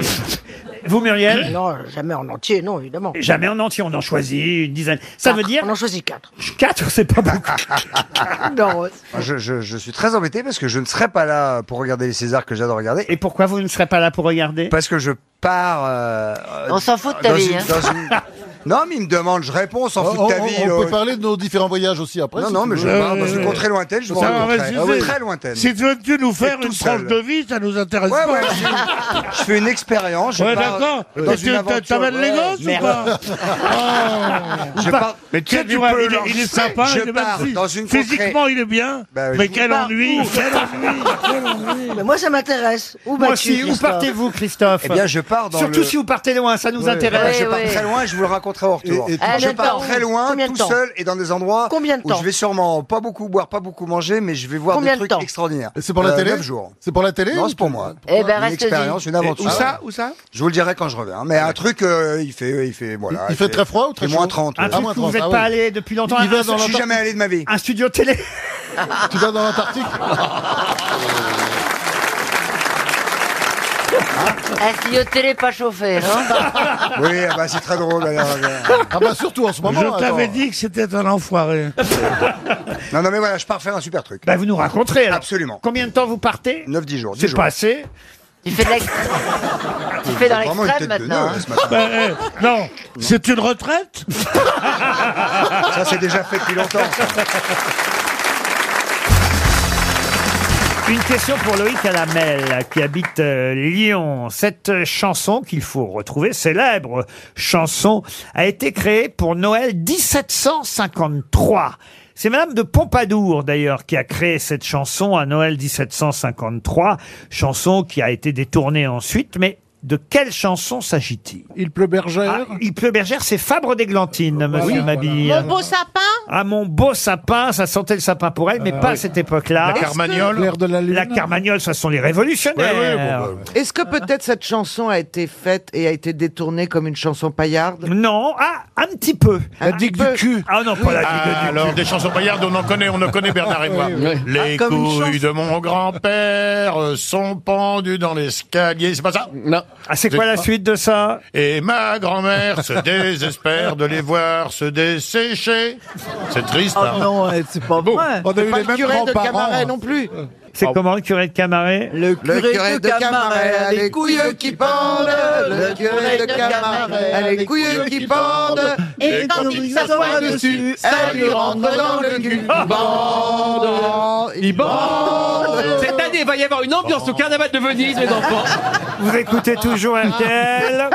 [SPEAKER 1] Vous, Muriel
[SPEAKER 28] Non, jamais en entier, non, évidemment.
[SPEAKER 1] Jamais en entier, on en choisit une dizaine. Ça veut dire
[SPEAKER 28] On en choisit quatre.
[SPEAKER 1] Quatre, c'est pas beaucoup.
[SPEAKER 28] non,
[SPEAKER 6] Moi, Je, je- je suis très embêté parce que je ne serai pas là pour regarder les Césars que j'adore regarder.
[SPEAKER 1] Et pourquoi vous ne serez pas là pour regarder
[SPEAKER 6] Parce que je pars. euh,
[SPEAKER 5] On s'en fout de ta
[SPEAKER 6] dans
[SPEAKER 5] vie,
[SPEAKER 6] une-
[SPEAKER 5] hein.
[SPEAKER 6] dans une- Non, mais il me demande, je réponds, on s'en
[SPEAKER 8] Ah, On,
[SPEAKER 6] fout de ta
[SPEAKER 8] on-
[SPEAKER 6] vie.
[SPEAKER 8] on peut
[SPEAKER 6] euh,
[SPEAKER 8] parler de nos différents voyages aussi après.
[SPEAKER 6] Non,
[SPEAKER 8] si
[SPEAKER 6] non,
[SPEAKER 8] tu
[SPEAKER 6] mais je
[SPEAKER 8] veux. Euh,
[SPEAKER 6] parle dans une contrée lointaine, je vous
[SPEAKER 8] Ça,
[SPEAKER 6] raconterai.
[SPEAKER 8] on va se
[SPEAKER 6] Ah oui,
[SPEAKER 8] user.
[SPEAKER 6] très lointaine.
[SPEAKER 4] Si tu veux tu nous faire
[SPEAKER 6] toute
[SPEAKER 4] une
[SPEAKER 6] seule.
[SPEAKER 4] tranche de vie, ça nous intéresse
[SPEAKER 6] Ouais,
[SPEAKER 4] pas.
[SPEAKER 6] ouais, je, je fais une expérience. je
[SPEAKER 4] Ouais,
[SPEAKER 6] pars
[SPEAKER 4] d'accord.
[SPEAKER 6] dans
[SPEAKER 4] Parce
[SPEAKER 6] une
[SPEAKER 4] que t'a-
[SPEAKER 6] aventure.
[SPEAKER 4] t'amènes les
[SPEAKER 6] Ouais,
[SPEAKER 4] gosses ou
[SPEAKER 6] merde.
[SPEAKER 4] pas Oh. Bah,
[SPEAKER 6] Je pars-
[SPEAKER 4] Mais
[SPEAKER 6] Tu sais,
[SPEAKER 4] tu
[SPEAKER 6] tu
[SPEAKER 4] vois,
[SPEAKER 6] peux
[SPEAKER 4] il, est-
[SPEAKER 6] leur-
[SPEAKER 4] il est sympa,
[SPEAKER 6] Je
[SPEAKER 4] il est
[SPEAKER 6] pars
[SPEAKER 4] magnifique.
[SPEAKER 6] dans une
[SPEAKER 4] Physiquement,
[SPEAKER 6] contrée.
[SPEAKER 4] il est bien.
[SPEAKER 6] Bah oui.
[SPEAKER 4] mais
[SPEAKER 6] Je
[SPEAKER 4] quel
[SPEAKER 6] pars
[SPEAKER 4] ennui,
[SPEAKER 6] où
[SPEAKER 4] quel ennui, quel ennui.
[SPEAKER 28] Mais moi, ça m'intéresse. Où
[SPEAKER 1] Moi
[SPEAKER 28] vas-tu
[SPEAKER 1] aussi, où
[SPEAKER 28] Christophe
[SPEAKER 1] partez-vous, Christophe
[SPEAKER 6] Eh bien, je pars dans
[SPEAKER 1] Surtout
[SPEAKER 6] le-
[SPEAKER 1] si vous partez loin, ça nous
[SPEAKER 6] Ouais.
[SPEAKER 1] intéresse.
[SPEAKER 6] Ouais, je pars très loin et je vous le raconterai au retour.
[SPEAKER 1] Et-
[SPEAKER 6] je
[SPEAKER 1] et Eh, Combien de
[SPEAKER 6] pars
[SPEAKER 1] temps
[SPEAKER 6] très loin,
[SPEAKER 1] Combien de
[SPEAKER 6] tout
[SPEAKER 1] temps
[SPEAKER 6] seul et dans des endroits
[SPEAKER 28] Combien de
[SPEAKER 6] où
[SPEAKER 28] temps
[SPEAKER 6] je vais sûrement pas beaucoup boire, pas beaucoup manger, mais je vais voir
[SPEAKER 28] Combien de
[SPEAKER 6] des trucs
[SPEAKER 28] temps
[SPEAKER 6] extraordinaires.
[SPEAKER 8] C'est pour la
[SPEAKER 6] Euh,
[SPEAKER 8] télé
[SPEAKER 6] neuf jours.
[SPEAKER 8] C'est pour la télé
[SPEAKER 6] Non,
[SPEAKER 8] ou
[SPEAKER 6] c'est pour
[SPEAKER 8] tu-
[SPEAKER 6] moi.
[SPEAKER 5] Eh ben,
[SPEAKER 6] une
[SPEAKER 5] reste-y.
[SPEAKER 6] expérience, une aventure.
[SPEAKER 3] Où ça Où ça
[SPEAKER 6] Je vous le dirai quand je reviens. Mais un truc, euh, il fait, il fait, voilà.
[SPEAKER 8] Il fait très froid ou très
[SPEAKER 6] il fait moins
[SPEAKER 8] chaud
[SPEAKER 6] 30.
[SPEAKER 8] Un
[SPEAKER 6] ouais.
[SPEAKER 8] truc Ah,
[SPEAKER 1] Vous
[SPEAKER 8] moins
[SPEAKER 1] n'êtes
[SPEAKER 8] Ah
[SPEAKER 1] pas
[SPEAKER 8] oui.
[SPEAKER 1] allé depuis longtemps.
[SPEAKER 8] Il va
[SPEAKER 1] un-
[SPEAKER 8] dans
[SPEAKER 6] Je suis
[SPEAKER 8] l'Antarctique.
[SPEAKER 6] jamais allé de ma vie.
[SPEAKER 1] Un studio télé.
[SPEAKER 8] Tu vas dans l'Antarctique
[SPEAKER 5] Un studio de Ah, télé pas chauffé, non
[SPEAKER 6] Oui, ah bah, c'est très drôle. d'ailleurs.
[SPEAKER 8] Ah bah surtout en ce moment.
[SPEAKER 4] Je t'avais
[SPEAKER 8] attends.
[SPEAKER 4] dit que c'était un enfoiré.
[SPEAKER 6] Non, non, mais voilà, je pars faire un super truc.
[SPEAKER 1] Bah, vous nous raconterez. alors.
[SPEAKER 6] Absolument.
[SPEAKER 1] Combien de temps vous partez
[SPEAKER 6] 9-10 jours. 10
[SPEAKER 1] C'est
[SPEAKER 6] jours.
[SPEAKER 1] pas assez.
[SPEAKER 5] Tu fais de l'ex- Tu fais dans l'extrême maintenant. hein.
[SPEAKER 4] Bah, eh, non, c'est une retraite
[SPEAKER 6] Ça, c'est déjà fait depuis longtemps.
[SPEAKER 1] Une question pour Loïc Alamel, qui habite euh, Lyon. Cette euh, chanson qu'il faut retrouver, célèbre chanson, a été créée pour Noël 1753. C'est Madame de Pompadour, d'ailleurs, qui a créé cette chanson à Noël 1753, chanson qui a été détournée ensuite, mais De quelle chanson s'agit-il Il pleut bergère. il pleut bergère, c'est Fabre d'Églantine, monsieur Mabille.
[SPEAKER 14] Mon beau sapin
[SPEAKER 1] Ah, mon beau sapin, ça sentait le sapin pour elle, mais
[SPEAKER 8] Ah,
[SPEAKER 1] pas à
[SPEAKER 8] oui.
[SPEAKER 1] cette
[SPEAKER 8] La
[SPEAKER 1] époque-là.
[SPEAKER 8] Carmagnole
[SPEAKER 1] L'air de la lune. La Carmagnole, ça sont les révolutionnaires.
[SPEAKER 8] bah,
[SPEAKER 13] Est-ce que peut-être cette chanson a été faite et a été détournée comme une chanson paillarde
[SPEAKER 1] Non, ah, un petit peu.
[SPEAKER 13] La digue du cul.
[SPEAKER 1] Ah non,
[SPEAKER 13] pas la digue
[SPEAKER 16] Ah, alors, des chansons paillardes, on en connaît, on en connaît Bernard et moi.
[SPEAKER 1] Oui, oui.
[SPEAKER 16] Les
[SPEAKER 1] Ah, comme une
[SPEAKER 16] couilles
[SPEAKER 1] chanson.
[SPEAKER 16] de mon grand-père euh, sont pendues dans l'escalier. C'est pas ça Non.
[SPEAKER 1] Ah, c'est quoi la suite de ça
[SPEAKER 16] Et ma grand-mère se désespère de les voir se dessécher. C'est
[SPEAKER 2] Oh
[SPEAKER 16] triste, hein.
[SPEAKER 8] c'est pas
[SPEAKER 16] bon.
[SPEAKER 8] On a eu les mêmes grands-parents. Ah
[SPEAKER 13] plus.
[SPEAKER 1] C'est comment le curé de Camaret Le
[SPEAKER 17] Et quand il s'assoit dessus, ça lui rentre dans le cul.
[SPEAKER 3] bande,
[SPEAKER 17] il bande.
[SPEAKER 3] Cette année, il va y avoir une ambiance au
[SPEAKER 2] Oh.
[SPEAKER 3] carnaval de Venise, mes enfants.
[SPEAKER 1] Vous écoutez toujours RTL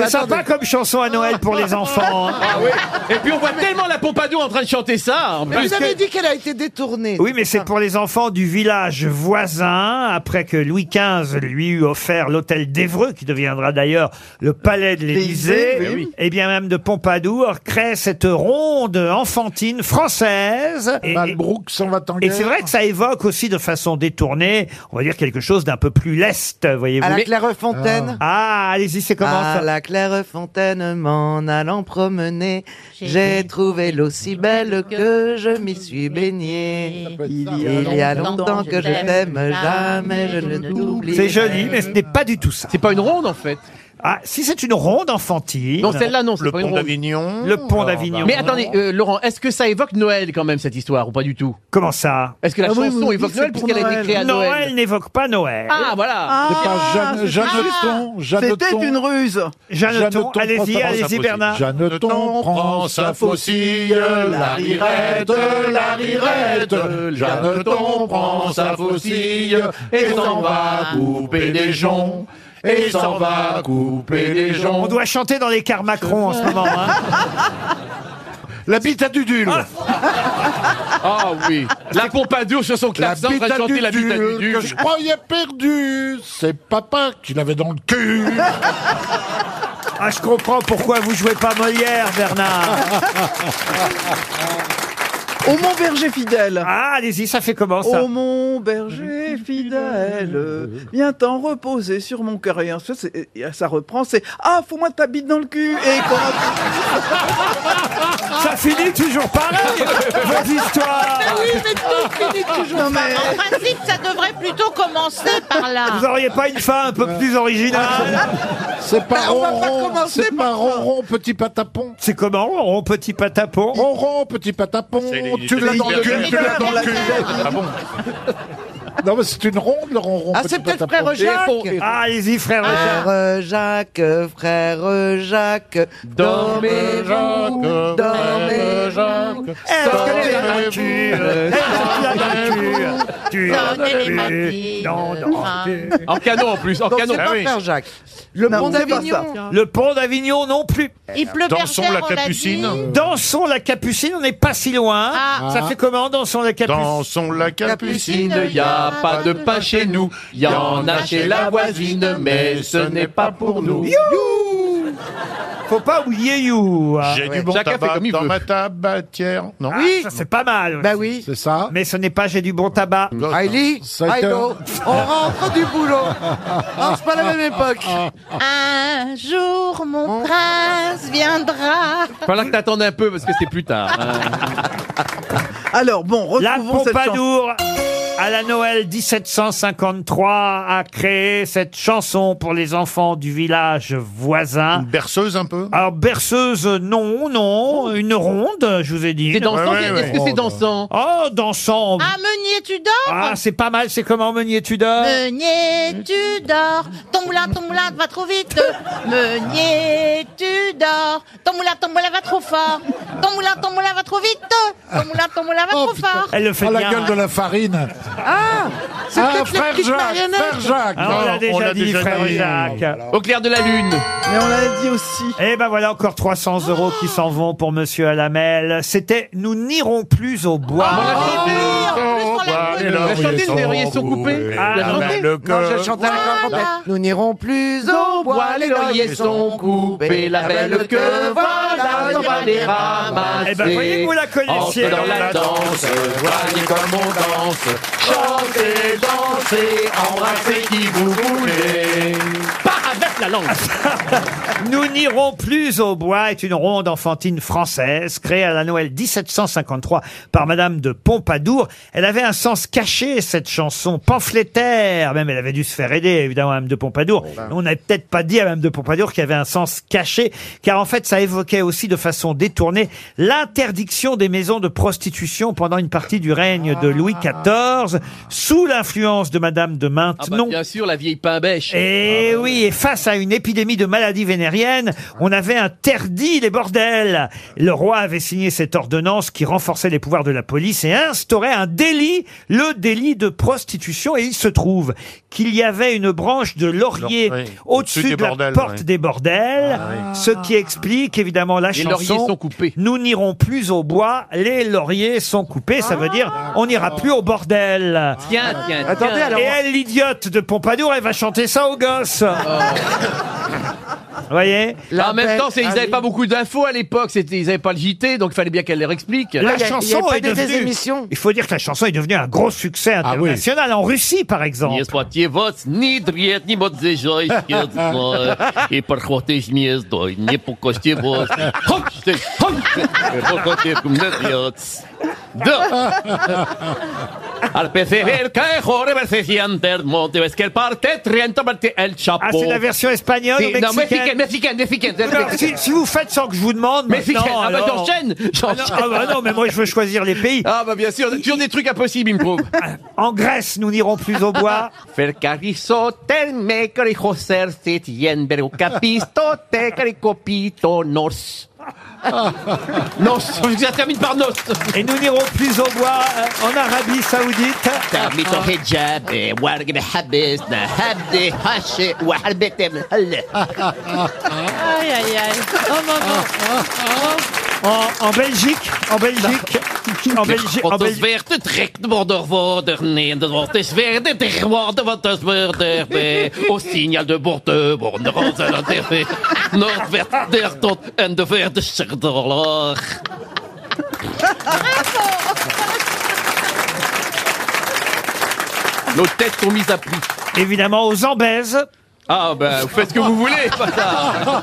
[SPEAKER 1] C'est sympa comme chanson à Noël pour les enfants. hein.
[SPEAKER 3] Ah oui. Et puis on voit tellement la Pompadour en train de chanter ça. En
[SPEAKER 13] Mais
[SPEAKER 3] plus
[SPEAKER 13] vous avez dit qu'elle a été détournée.
[SPEAKER 1] Oui, mais c'est pour les enfants du village voisin, après que Louis XV lui eut offert l'hôtel d'Evreux, qui deviendra d'ailleurs le palais de l'Élysée,
[SPEAKER 8] L'Élysée, oui.
[SPEAKER 1] et bien même de Pompadour, crée cette ronde enfantine française. Et,
[SPEAKER 8] Malbrook s'en va en
[SPEAKER 1] et c'est vrai que ça évoque aussi de façon détournée, on va dire quelque chose d'un peu plus leste, voyez-vous.
[SPEAKER 13] À la
[SPEAKER 1] Mais-
[SPEAKER 13] Clairefontaine.
[SPEAKER 1] Ah, allez-y, c'est comment
[SPEAKER 13] à
[SPEAKER 1] ça
[SPEAKER 13] la Clairefontaine, m'en allant promener, j'ai trouvé l'eau si belle que je m'y suis baignée. Il y a longtemps que je t'aime, jamais je ne t'oublie.
[SPEAKER 1] C'est joli, mais ce n'est pas du tout ça. C'est pas une ronde en fait. Ah, si c'est une ronde enfantine.
[SPEAKER 3] Non, celle-là, non, c'est pas une ronde.
[SPEAKER 1] Le
[SPEAKER 2] Oh,
[SPEAKER 1] pont d'Avignon.
[SPEAKER 3] Mais attendez, euh, Laurent, est-ce que ça évoque Noël quand même cette histoire ou pas du tout
[SPEAKER 1] Comment ça
[SPEAKER 3] Est-ce que la
[SPEAKER 1] Ah oui,
[SPEAKER 3] chanson
[SPEAKER 1] vous me
[SPEAKER 3] évoque
[SPEAKER 1] dites
[SPEAKER 3] Noël
[SPEAKER 1] c'est pour
[SPEAKER 3] puisqu'elle a été
[SPEAKER 1] Noël.
[SPEAKER 3] créée à Noël,
[SPEAKER 1] Noël n'évoque pas Noël.
[SPEAKER 3] Ah voilà.
[SPEAKER 19] Ah,
[SPEAKER 8] Jeanne-
[SPEAKER 19] c'est
[SPEAKER 8] Jeanneton,
[SPEAKER 19] juste.
[SPEAKER 8] Jeanneton.
[SPEAKER 19] C'était une ruse.
[SPEAKER 1] Jeanneton, allez-y,
[SPEAKER 8] prend sa
[SPEAKER 1] allez-y
[SPEAKER 8] faucille.
[SPEAKER 1] Bernard.
[SPEAKER 8] Jeanneton prend sa faucille, la rirette, la rirette. Jeanneton prend sa faucille et s'en va couper des joncs. Et s'en va couper des joncs.
[SPEAKER 1] On doit chanter dans les cars Macron en ce moment. hein.
[SPEAKER 8] La bite à Dudule.
[SPEAKER 3] Ah oui. La Pompadour sur son
[SPEAKER 8] La
[SPEAKER 3] clavecin en
[SPEAKER 8] bite
[SPEAKER 3] train de
[SPEAKER 8] à
[SPEAKER 3] chanter
[SPEAKER 8] Dudule
[SPEAKER 3] la bite à Dudule.
[SPEAKER 8] que je croyais perdue, c'est papa qui l'avait dans le cul.
[SPEAKER 1] Ah, je comprends pourquoi vous jouez pas Molière, Bernard.
[SPEAKER 19] Au mon berger fidèle.
[SPEAKER 1] Ah, allez-y, ça fait comment ça
[SPEAKER 19] Ô Oh, mon berger fidèle, viens t'en reposer sur mon cœur. Et ensuite, c'est- et ça reprend, c'est Ah, fous-moi ta bite dans le cul. Et
[SPEAKER 3] Ah.
[SPEAKER 1] Ça finit toujours pareil, vos histoires.
[SPEAKER 14] Oui, mais tout finit toujours
[SPEAKER 19] Non, mais-
[SPEAKER 14] par- En principe, ça devrait plutôt commencer par là.
[SPEAKER 1] Vous auriez pas une fin un peu plus originale
[SPEAKER 8] C'est pas
[SPEAKER 19] Ah. Ben, on va pas
[SPEAKER 8] ronron,
[SPEAKER 19] commencer
[SPEAKER 8] c'est pas ronron, petit patapon.
[SPEAKER 1] C'est comment, on petit patapon
[SPEAKER 8] Ronron, petit patapon,
[SPEAKER 16] C'est-
[SPEAKER 8] tu l'as dans le cul, tu l'as dans le cul.
[SPEAKER 16] Ah bon
[SPEAKER 8] Non, mais Oh, c'est une ronde, le ronron.
[SPEAKER 13] Ah,
[SPEAKER 8] petit
[SPEAKER 13] c'est peut-être
[SPEAKER 8] patapon.
[SPEAKER 13] Frère Jacques.
[SPEAKER 1] Ah, allez-y, frère Jacques.
[SPEAKER 13] Frère Jacques, frère Jacques, dormez
[SPEAKER 8] Jacques,
[SPEAKER 13] dormez
[SPEAKER 1] Est-ce que tu as la cure
[SPEAKER 3] Eh,
[SPEAKER 17] Euh,
[SPEAKER 1] Est-ce que tu as la cure Tu as
[SPEAKER 14] Donnez les
[SPEAKER 1] la
[SPEAKER 14] matines.
[SPEAKER 1] cure Non, non.
[SPEAKER 14] Ah.
[SPEAKER 3] En canot en plus, en
[SPEAKER 13] Donc
[SPEAKER 3] canot.
[SPEAKER 13] c'est pas
[SPEAKER 3] Ah oui.
[SPEAKER 13] Frère Jacques. Le
[SPEAKER 19] Non,
[SPEAKER 13] pont
[SPEAKER 19] c'est pas
[SPEAKER 13] d'Avignon.
[SPEAKER 1] Le pont d'Avignon non plus.
[SPEAKER 14] Il pleut
[SPEAKER 16] Dansons
[SPEAKER 14] bergère,
[SPEAKER 16] la
[SPEAKER 14] on l'a
[SPEAKER 16] capucine.
[SPEAKER 14] dit.
[SPEAKER 1] Dansons la capucine, on n'est pas si loin.
[SPEAKER 14] Ah.
[SPEAKER 3] Hein?
[SPEAKER 1] Ça fait comment, dansons la capucine
[SPEAKER 16] Dansons la capucine.
[SPEAKER 14] Capucine,
[SPEAKER 16] y a
[SPEAKER 14] pas de
[SPEAKER 3] pain chez nous, y
[SPEAKER 16] en a chez la voisine, mais ce n'est pas pour nous.
[SPEAKER 1] Faut pas oublier you. hein.
[SPEAKER 16] J'ai du bon
[SPEAKER 3] Chacun fait
[SPEAKER 16] tabac
[SPEAKER 3] comme il
[SPEAKER 16] dans
[SPEAKER 3] veut.
[SPEAKER 16] ma tabatière. Non.
[SPEAKER 1] Ah, ça, c'est pas mal.
[SPEAKER 13] Bah oui.
[SPEAKER 8] C'est ça.
[SPEAKER 1] Mais ce n'est pas j'ai du bon tabac.
[SPEAKER 13] Aïli,
[SPEAKER 8] Ça a été
[SPEAKER 13] Aïlo, on rentre du boulot.
[SPEAKER 1] Ah,
[SPEAKER 13] Non, c'est pas la même époque.
[SPEAKER 16] Ah.
[SPEAKER 14] Un jour, mon prince viendra.
[SPEAKER 3] Fallait que t'attendes un peu parce que c'est plus tard. hein.
[SPEAKER 19] Alors, bon,
[SPEAKER 1] La
[SPEAKER 19] retrouvons cette chanson.
[SPEAKER 1] Pompadour, à la Noël 1753, a créé cette chanson pour les enfants du village voisin.
[SPEAKER 16] Une berceuse un peu
[SPEAKER 1] Alors, berceuse, non, non, une ronde, je vous ai dit.
[SPEAKER 3] C'est dansant,
[SPEAKER 16] Ouais, ouais,
[SPEAKER 3] est-ce
[SPEAKER 16] ouais.
[SPEAKER 3] que c'est dansant
[SPEAKER 1] Oh, dansant.
[SPEAKER 14] Ah, Meunier, tu dors
[SPEAKER 1] Ah, c'est pas mal, c'est comment Meunier Tudor
[SPEAKER 14] Meunier, tu dors. Ton moulin, ton moulin va trop vite. Meunier, tu dors. Ton moulin, ton moulin va trop fort. Ton moulin, ton moulin va trop vite. Ton moulin, ton moulin va trop fort.
[SPEAKER 1] Elle le fait
[SPEAKER 8] Ah, la
[SPEAKER 1] bien. hein.
[SPEAKER 8] gueule de la farine.
[SPEAKER 13] C'est
[SPEAKER 8] Ah,
[SPEAKER 13] peut-être les
[SPEAKER 8] frère
[SPEAKER 13] petites
[SPEAKER 8] Jacques,
[SPEAKER 13] marionnettes.
[SPEAKER 8] frère Jacques.
[SPEAKER 1] Ah, on l'a
[SPEAKER 16] Non,
[SPEAKER 1] déjà
[SPEAKER 16] on l'a
[SPEAKER 1] dit,
[SPEAKER 16] déjà
[SPEAKER 1] frère
[SPEAKER 16] dit.
[SPEAKER 1] Jacques.
[SPEAKER 3] Au clair de la lune.
[SPEAKER 19] Mais on l'a dit aussi.
[SPEAKER 1] Eh ben voilà encore 300 euros qui s'en vont pour Monsieur Alamel. C'était Nous n'irons plus au bois.
[SPEAKER 14] Ah,
[SPEAKER 8] Ah,
[SPEAKER 14] oui, en plus, on l'a
[SPEAKER 16] Oh,
[SPEAKER 14] connu.
[SPEAKER 8] Bah, la oh, chanter une verrier sont coupés.
[SPEAKER 6] Ah, bah,
[SPEAKER 8] La chanter
[SPEAKER 6] Non, je chante à la
[SPEAKER 8] bah, Voilà.
[SPEAKER 6] corde. Nous n'irons plus au bois, les lauriers sont coupés, la belle que
[SPEAKER 3] Ah,
[SPEAKER 6] voilà, on va les ramasser.
[SPEAKER 8] Eh ben, voyez que vous la connaissiez.
[SPEAKER 6] Entre dans la danse, voyez comme on danse, chantez, dansez, embrassez qui vous voulez.
[SPEAKER 1] Pas avec la langue Nous n'irons plus au bois est une ronde enfantine française créée à la Noël 1753 par Madame de Pompadour. Elle avait un sens caché, cette chanson pamphlétaire. Même elle avait dû se faire aider, évidemment, Madame de Pompadour. On n'a peut-être pas dit à Madame de Pompadour qu'il y avait un sens caché, car en fait, ça évoquait aussi de façon détournée l'interdiction des maisons de prostitution pendant une partie du règne de Louis XIV, sous l'influence de Madame de
[SPEAKER 19] bah,
[SPEAKER 3] Ah, bah,
[SPEAKER 1] Maintenon.
[SPEAKER 21] Bien sûr, la vieille pain bêche.
[SPEAKER 19] Ah
[SPEAKER 1] Et Eh oui, et face à une épidémie de maladies vénériennes, on avait interdit les bordels. Le roi avait signé cette ordonnance qui renforçait les pouvoirs de la police et instaurait un délit, le délit de prostitution. Et il se trouve qu'il y avait une branche de laurier
[SPEAKER 16] Oui,
[SPEAKER 1] au-dessus
[SPEAKER 16] au-dessus
[SPEAKER 1] de
[SPEAKER 16] des
[SPEAKER 1] la
[SPEAKER 16] bordels, Ah
[SPEAKER 1] porte
[SPEAKER 16] oui.
[SPEAKER 1] des bordels, ce qui explique évidemment la
[SPEAKER 21] Les lauriers
[SPEAKER 1] chanson.
[SPEAKER 21] sont
[SPEAKER 1] Nous n'irons plus au bois, les lauriers sont coupés. Ça veut dire on n'ira plus au bordel.
[SPEAKER 21] Tiens, tiens, tiens. Attendez, alors-
[SPEAKER 1] Et elle, l'idiote de Pompadour, elle va chanter ça aux gosses.
[SPEAKER 17] Euh,
[SPEAKER 1] Vous voyez
[SPEAKER 21] Là, en même temps, c'est- ils n'avaient pas beaucoup d'infos à l'époque, c'était- ils n'avaient pas le JT, donc il fallait bien qu'elle les explique.
[SPEAKER 1] La chanson est devenue, Il faut dire que la chanson est devenue un gros succès international en Russie, par exemple.
[SPEAKER 19] Не спотевать, ни дред, ни вот заезжай, и прохвати гнездой, не покостевать. Хоп, ты, хоп, покотив мне дрец. Да. Al percibir que jore verse siente el monte, ves que el parte triento verte el chapo.
[SPEAKER 1] Ah, c'est la version espagnole
[SPEAKER 19] Si,
[SPEAKER 1] ou
[SPEAKER 19] non,
[SPEAKER 1] mexicaine
[SPEAKER 19] mexicaine, mexicaine, mexicaine,
[SPEAKER 1] Non, si,
[SPEAKER 19] mexicaine.
[SPEAKER 1] si vous faites sans que je vous demande.
[SPEAKER 19] Mexicaine,
[SPEAKER 1] maintenant,
[SPEAKER 19] ah bah
[SPEAKER 1] alors-
[SPEAKER 19] j'enchaîne,
[SPEAKER 1] Ah non,
[SPEAKER 19] j'enchaîne.
[SPEAKER 1] ah bah non, mais moi je veux choisir les pays.
[SPEAKER 21] Ah bah bien sûr, toujours des trucs impossibles, il me prouve.
[SPEAKER 1] En Grèce, nous n'irons plus au bois.
[SPEAKER 19] Fer carrizo tel me carijo ser sit yen beru capisto te caricopito nos. nos, ça termine par nos.
[SPEAKER 1] Et nous n'irons plus au bois euh, en Arabie Saoudite.
[SPEAKER 19] تعميتو حجابي وارقب حبسنا هبدي هشي وحلبتي من هلة
[SPEAKER 1] Hein
[SPEAKER 4] Aïe, aïe, aïe. Oh, maman.
[SPEAKER 1] En, en Belgique, en Belgique, en Belgique, en
[SPEAKER 19] Want het
[SPEAKER 1] Belgique.
[SPEAKER 19] werd het gek worden worden, nee, dat wordt het weer de worden, want het wordt erbij. O signaal de borde worden, ons en dat erbij. Noord werd der tot en de verde scherdorlog.
[SPEAKER 21] Nos têtes sont mises à prix.
[SPEAKER 1] Évidemment, aux Ambèzes.
[SPEAKER 21] Ah ben, vous faites ce que vous voulez, bâtard.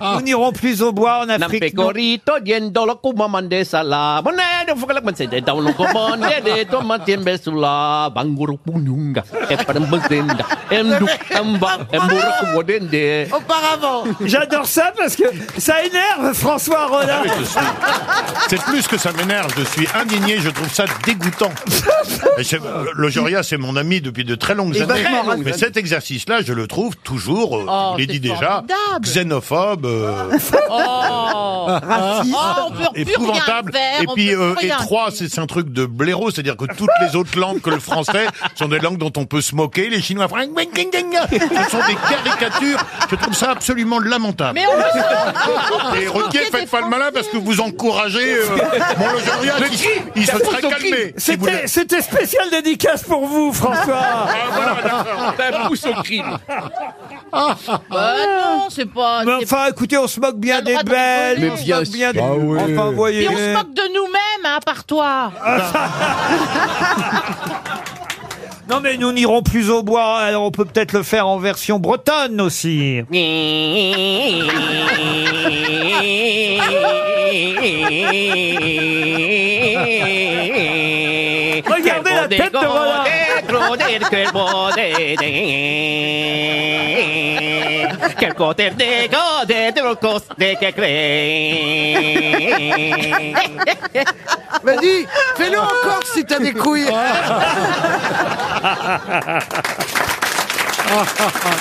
[SPEAKER 1] Nous n'irons plus au bois en Afrique. non.
[SPEAKER 19] Pecorito diendo lo como mande sala. Monero fukalak man sede down lo como de toman tiembe sula. Banguru pununga. Eparem bendenda. Enduk amba. Emburu kumodende.
[SPEAKER 1] Auparavant. J'adore ça parce que ça énerve François
[SPEAKER 16] Ah
[SPEAKER 6] Ah
[SPEAKER 1] Rollin.
[SPEAKER 16] C'est plus que ça m'énerve, je suis indigné, je trouve ça dégoûtant. Et c'est- euh, le Joria, c'est mon ami depuis de très longues
[SPEAKER 8] Et
[SPEAKER 16] années.
[SPEAKER 8] vachement
[SPEAKER 16] Mais
[SPEAKER 8] raisonnable.
[SPEAKER 16] cet exercice-là, je le trouve toujours, euh,
[SPEAKER 4] Oh,
[SPEAKER 16] je l'ai
[SPEAKER 4] c'est
[SPEAKER 16] dit déjà,
[SPEAKER 4] formidable.
[SPEAKER 16] xénophobe, euh,
[SPEAKER 4] Oh,
[SPEAKER 16] Raciste.
[SPEAKER 4] Oh, on peut plus
[SPEAKER 16] épouvantable.
[SPEAKER 4] rien faire,
[SPEAKER 16] Et
[SPEAKER 4] on
[SPEAKER 16] puis,
[SPEAKER 4] peut
[SPEAKER 16] euh,
[SPEAKER 4] plus rien
[SPEAKER 16] étroit, c'est c'est un truc de blaireau, c'est-à-dire que toutes les autres langues que le français sont des langues dont on peut se moquer. Les Chinois, font- ce sont des caricatures. Je trouve ça absolument lamentable.
[SPEAKER 4] Mais on le sent.
[SPEAKER 16] Et Ruquier, faites pas le malin parce que vous encouragez euh, mon logérien
[SPEAKER 8] Le
[SPEAKER 16] qui,
[SPEAKER 8] cri,
[SPEAKER 16] il se
[SPEAKER 8] la
[SPEAKER 16] serait
[SPEAKER 8] faute au cri.
[SPEAKER 16] calmé. si vous Ah,
[SPEAKER 1] C'était, c'était spécial dédicace pour vous,
[SPEAKER 4] Ah,
[SPEAKER 1] François.
[SPEAKER 21] La pousse au crime.
[SPEAKER 8] Ah,
[SPEAKER 4] Bah non, c'est pas.
[SPEAKER 1] Mais
[SPEAKER 4] c'est-
[SPEAKER 1] enfin, écoutez, on se moque bien des
[SPEAKER 4] droit de
[SPEAKER 1] belles,
[SPEAKER 4] rigoler.
[SPEAKER 1] on se
[SPEAKER 4] Mais
[SPEAKER 1] moque bien des...
[SPEAKER 8] Ah oui.
[SPEAKER 1] Enfin, vous voyez...
[SPEAKER 4] Puis on se moque de nous-mêmes, hein, par toi.
[SPEAKER 1] Non, mais nous n'irons plus au bois, alors on peut peut-être le faire en version bretonne aussi.
[SPEAKER 19] Regardez
[SPEAKER 1] la tête de Roland.
[SPEAKER 19] Oh,
[SPEAKER 6] Vas-y, fais-le encore si t'as des couilles.
[SPEAKER 4] Aïe,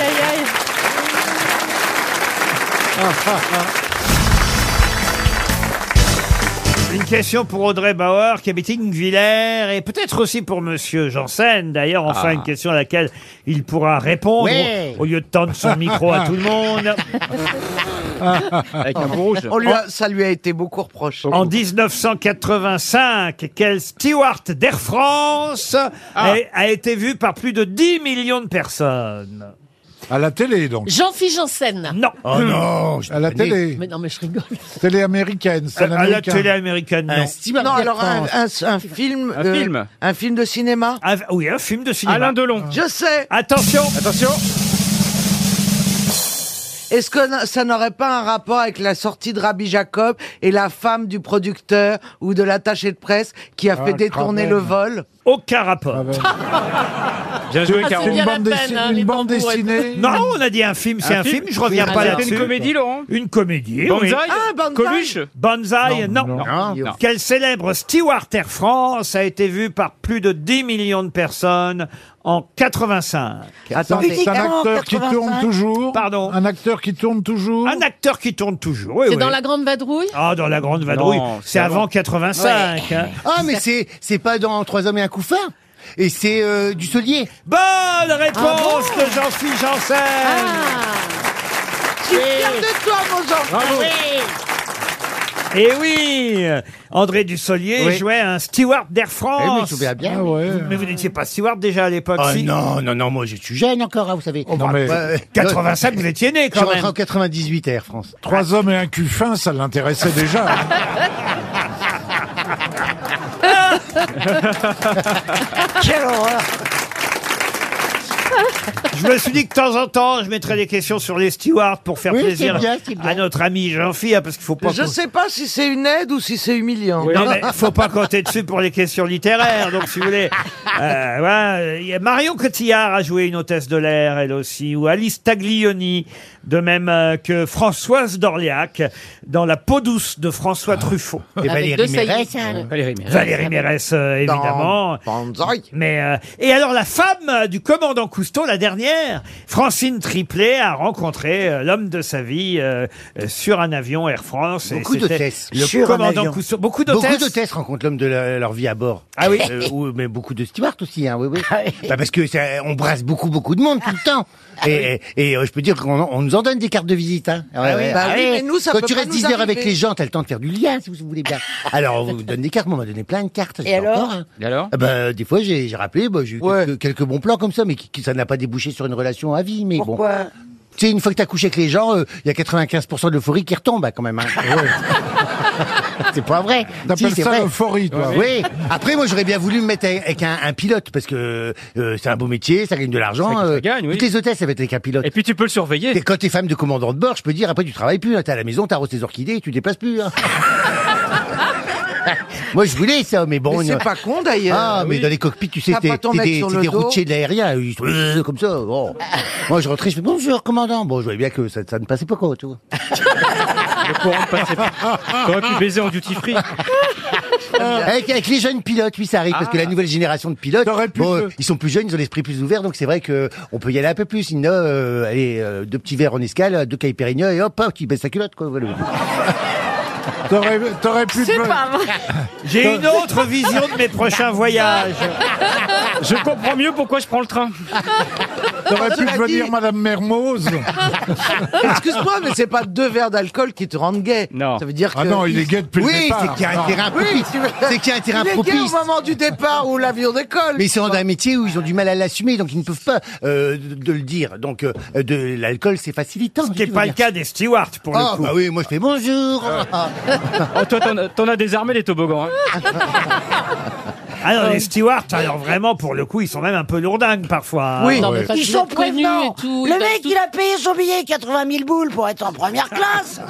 [SPEAKER 4] aïe, aïe.
[SPEAKER 1] Une question pour Audrey Bauer qui habite Ingvillers et peut-être aussi pour Monsieur Janssen. D'ailleurs, enfin
[SPEAKER 20] Ah.
[SPEAKER 1] une question à laquelle il pourra répondre
[SPEAKER 20] Ouais.
[SPEAKER 1] au, au lieu de tendre son micro à tout le monde.
[SPEAKER 20] Avec un bon rouge.
[SPEAKER 13] On lui a- ça lui a été beaucoup reproché.
[SPEAKER 1] En 1985, quel steward d'Air France a,
[SPEAKER 20] Ah.
[SPEAKER 1] a été vu par plus de 10 millions de personnes À la télé, donc
[SPEAKER 23] Jean-Philippe Janssen.
[SPEAKER 1] Non.
[SPEAKER 23] Oh
[SPEAKER 1] non, je
[SPEAKER 11] À la
[SPEAKER 1] connais.
[SPEAKER 11] télé.
[SPEAKER 23] Mais non, mais je rigole.
[SPEAKER 11] Télé américaine.
[SPEAKER 1] À- à la télé
[SPEAKER 13] Eh,
[SPEAKER 1] américaine, non.
[SPEAKER 13] non, alors un, un- un film,
[SPEAKER 1] Un
[SPEAKER 13] euh,
[SPEAKER 1] film.
[SPEAKER 13] un film de cinéma.
[SPEAKER 1] oui, un film de cinéma.
[SPEAKER 13] Alain
[SPEAKER 1] Delon.
[SPEAKER 13] Je sais.
[SPEAKER 1] Attention.
[SPEAKER 13] Attention. Est-ce que n- ça n'aurait pas un rapport avec la sortie de Rabbi Jacob et la femme du producteur ou de l'attaché de presse qui a
[SPEAKER 1] Ah,
[SPEAKER 13] fait détourner le vol
[SPEAKER 1] Aucun rapport.
[SPEAKER 13] Bien joué, Ah, Caro. c'est bien la peine, hein, les tambours et tout.
[SPEAKER 1] Non, on a dit un film, c'est un,
[SPEAKER 13] Un
[SPEAKER 1] film.
[SPEAKER 13] film
[SPEAKER 1] Je reviens
[SPEAKER 13] Oui,
[SPEAKER 1] pas
[SPEAKER 13] alors.
[SPEAKER 1] là-dessus.
[SPEAKER 13] C'était une comédie,
[SPEAKER 1] Laurent Une comédie. oui.
[SPEAKER 13] Banzai Ah, Banzai Coluche
[SPEAKER 1] Banzai, non.
[SPEAKER 13] Non, non, non.
[SPEAKER 1] Quel célèbre Stewart Air France a été vu par plus de 10 millions de personnes en 85
[SPEAKER 11] Attendez. C'est un acteur qui tourne toujours.
[SPEAKER 1] Pardon.
[SPEAKER 11] Un acteur qui tourne toujours.
[SPEAKER 1] Un acteur qui tourne toujours. Oui,
[SPEAKER 23] c'est
[SPEAKER 1] oui.
[SPEAKER 23] dans la grande vadrouille
[SPEAKER 1] Ah, dans la grande vadrouille.
[SPEAKER 2] Non,
[SPEAKER 1] C'est
[SPEAKER 2] c'est
[SPEAKER 1] avant
[SPEAKER 2] avant.
[SPEAKER 1] 85.
[SPEAKER 2] Ouais.
[SPEAKER 1] hein.
[SPEAKER 2] Ah, mais c'est c'est pas dans Trois hommes et un couffin. Et c'est euh, du solier.
[SPEAKER 1] Bonne réponse
[SPEAKER 23] Ah
[SPEAKER 1] de Jean-Philippe Janssen.
[SPEAKER 13] Je suis fière de toi, mon Jean.
[SPEAKER 1] Bravo. Et Eh oui André Dussolier
[SPEAKER 2] Oui.
[SPEAKER 1] jouait un steward d'Air France.
[SPEAKER 2] Eh oui, je me souviens bien. Ah ouais.
[SPEAKER 1] Vous- Mais vous n'étiez pas steward déjà à l'époque,
[SPEAKER 2] Ah
[SPEAKER 1] si
[SPEAKER 2] non, non, non, moi je suis jeune encore, hein, vous
[SPEAKER 1] Oh,
[SPEAKER 2] savez.
[SPEAKER 1] bah,
[SPEAKER 11] Non, mais-
[SPEAKER 2] Euh,
[SPEAKER 1] 85, vous étiez né quand
[SPEAKER 2] Je suis rentré
[SPEAKER 1] même.
[SPEAKER 2] en 98 à Air France.
[SPEAKER 11] Trois hommes et un cul fin, ça l'intéressait déjà.
[SPEAKER 2] Quelle horreur
[SPEAKER 1] Je me suis dit que de temps en temps, je mettrais des questions sur les stewards pour faire
[SPEAKER 13] Oui, c'est
[SPEAKER 1] plaisir
[SPEAKER 13] bien, c'est bien.
[SPEAKER 1] à notre ami Jean-Philippe, hein, parce qu'il faut pas...
[SPEAKER 13] Je
[SPEAKER 1] qu'on-
[SPEAKER 13] sais pas si c'est une aide ou si c'est humiliant.
[SPEAKER 1] Non, mais faut pas compter dessus pour les questions littéraires. Donc, si vous voulez, euh, voilà, il y a Marion Cotillard a joué une hôtesse de l'air, elle aussi, ou Alice Taglioni, de même euh, que Françoise d'Orléac dans La peau douce de François Truffaut.
[SPEAKER 2] Ah. Et Valérie
[SPEAKER 23] deux saillies.
[SPEAKER 2] Mérès.
[SPEAKER 1] hein.
[SPEAKER 23] Ouais.
[SPEAKER 2] Valérie Mérès.
[SPEAKER 1] Valérie Mérès, euh, évidemment. Mais euh, et alors la femme euh, du commandant Cousteau, la dernière, Francine Triplet, a rencontré euh, l'homme de sa vie euh, euh, sur un avion Air France.
[SPEAKER 2] Beaucoup
[SPEAKER 1] c'était
[SPEAKER 2] d'hôtesses.
[SPEAKER 1] Le
[SPEAKER 2] Sur un
[SPEAKER 1] commandant
[SPEAKER 2] avion.
[SPEAKER 1] Cousteau. Beaucoup d'hôtesses.
[SPEAKER 2] Beaucoup d'hôtesses rencontrent l'homme de la- leur vie à bord. Euh,
[SPEAKER 1] Ah oui
[SPEAKER 2] ou, Mais beaucoup de stewards aussi, hein, oui, oui.
[SPEAKER 13] Ah
[SPEAKER 2] Bah, parce que ça- on brasse beaucoup, beaucoup de monde tout le temps. Et, et, euh, je peux dire qu'on on nous en donne des cartes de visite. Hein. Ouais,
[SPEAKER 13] Ah Ah oui,
[SPEAKER 2] ouais.
[SPEAKER 13] bah oui,
[SPEAKER 2] Ouais.
[SPEAKER 13] mais nous, ça
[SPEAKER 2] Quand
[SPEAKER 13] peut
[SPEAKER 2] tu
[SPEAKER 13] pas
[SPEAKER 2] restes
[SPEAKER 13] nous
[SPEAKER 2] 10 heures avec
[SPEAKER 13] arriver.
[SPEAKER 2] les gens, t'as le temps de faire du lien, si vous voulez bien. Alors, on vous donne des cartes, moi, on m'a donné plein de cartes. Et alors
[SPEAKER 21] Et alors
[SPEAKER 2] bah, Des fois, j'ai j'ai rappelé, bah, j'ai eu quelques, quelques bons plans comme ça, mais qui, qui- ça n'a pas débouché sur une relation à vie. Mais
[SPEAKER 26] Pourquoi
[SPEAKER 2] bon. Tu sais, une fois que t'as couché avec les gens, euh, il y a 95% de l'euphorie qui retombe, hein, quand même. hein. C'est pas vrai.
[SPEAKER 11] T'appelles
[SPEAKER 2] c'est
[SPEAKER 11] ça
[SPEAKER 2] vrai.
[SPEAKER 11] l'euphorie, toi.
[SPEAKER 2] Oui. Après, moi, j'aurais bien voulu me mettre avec un, un pilote parce que euh, c'est un beau métier, ça gagne de l'argent. euh, Toutes les hôtesses, ça va être avec un pilote. Et puis, tu peux le surveiller. Et quand t'es femme de commandant de bord, je peux dire, après, tu travailles plus. hein. T'es à la maison, t'arroses tes orchidées, tu te déplaces plus. hein. Moi, je voulais ça, mais bon.
[SPEAKER 13] Mais c'est pas con, d'ailleurs.
[SPEAKER 2] Ah, mais
[SPEAKER 13] Oui.
[SPEAKER 2] dans les cockpits, tu sais,
[SPEAKER 13] T'as
[SPEAKER 2] t'es
[SPEAKER 13] pas ton
[SPEAKER 2] t'es
[SPEAKER 13] mec
[SPEAKER 2] des,
[SPEAKER 13] sur
[SPEAKER 2] t'es
[SPEAKER 13] le
[SPEAKER 2] des
[SPEAKER 13] dos.
[SPEAKER 2] routiers de l'aérien. ils sont, euh, Comme ça. bon. Moi, je rentrais, je fais bonjour, commandant. Bon, je voyais bien que ça, ça ne passait pas quoi, tu vois.
[SPEAKER 18] T'aurais pu baiser en duty free.
[SPEAKER 2] Avec, avec les jeunes pilotes, oui, ça arrive, parce que la nouvelle génération de pilotes, bon, euh, ils sont plus jeunes, ils ont l'esprit plus ouvert, donc c'est vrai que on peut y aller un peu plus. Sinon, euh, allez, euh, deux petits verres en escale, deux cailles Pérignon, et hop, hop, tu baisse sa culotte, quoi. Voilà.
[SPEAKER 11] T'aurais t'aurais pu. te-
[SPEAKER 1] J'ai une autre vision de mes prochains voyages.
[SPEAKER 18] Je comprends mieux pourquoi je prends le train.
[SPEAKER 11] T'aurais pu
[SPEAKER 13] Cela
[SPEAKER 11] devenir
[SPEAKER 13] dit-
[SPEAKER 11] Madame Mermoz.
[SPEAKER 13] Excuse-moi, mais c'est pas deux verres d'alcool qui te rendent gay. Non. Ça veut dire que...
[SPEAKER 11] Ah non, il est gay depuis le
[SPEAKER 2] Oui,
[SPEAKER 11] départ.
[SPEAKER 2] c'est qu'il y a un
[SPEAKER 11] Non.
[SPEAKER 2] terrain
[SPEAKER 13] Oui,
[SPEAKER 2] propice.
[SPEAKER 13] tu veux-
[SPEAKER 2] C'est qu'il y a un terrain
[SPEAKER 13] il est gay
[SPEAKER 2] propice.
[SPEAKER 13] au moment du départ où l'avion décolle.
[SPEAKER 2] Mais ils sont dans un métier où ils ont du mal à l'assumer, donc ils ne peuvent pas euh, de, de le dire. Donc, euh, de l'alcool, c'est facilitant. Ce qui
[SPEAKER 1] n'est pas le cas des stewards, pour
[SPEAKER 2] le coup. Ah bah oui, moi je fais bonjour.
[SPEAKER 18] Oh, toi, t'en as- t'en as désarmé les toboggans. hein.
[SPEAKER 1] Alors les stewards, alors vraiment pour le coup, ils sont même un peu lourdingues parfois. hein.
[SPEAKER 26] ils sont prévenants. le mec, il a payé son billet 80 000 boules pour être en première classe.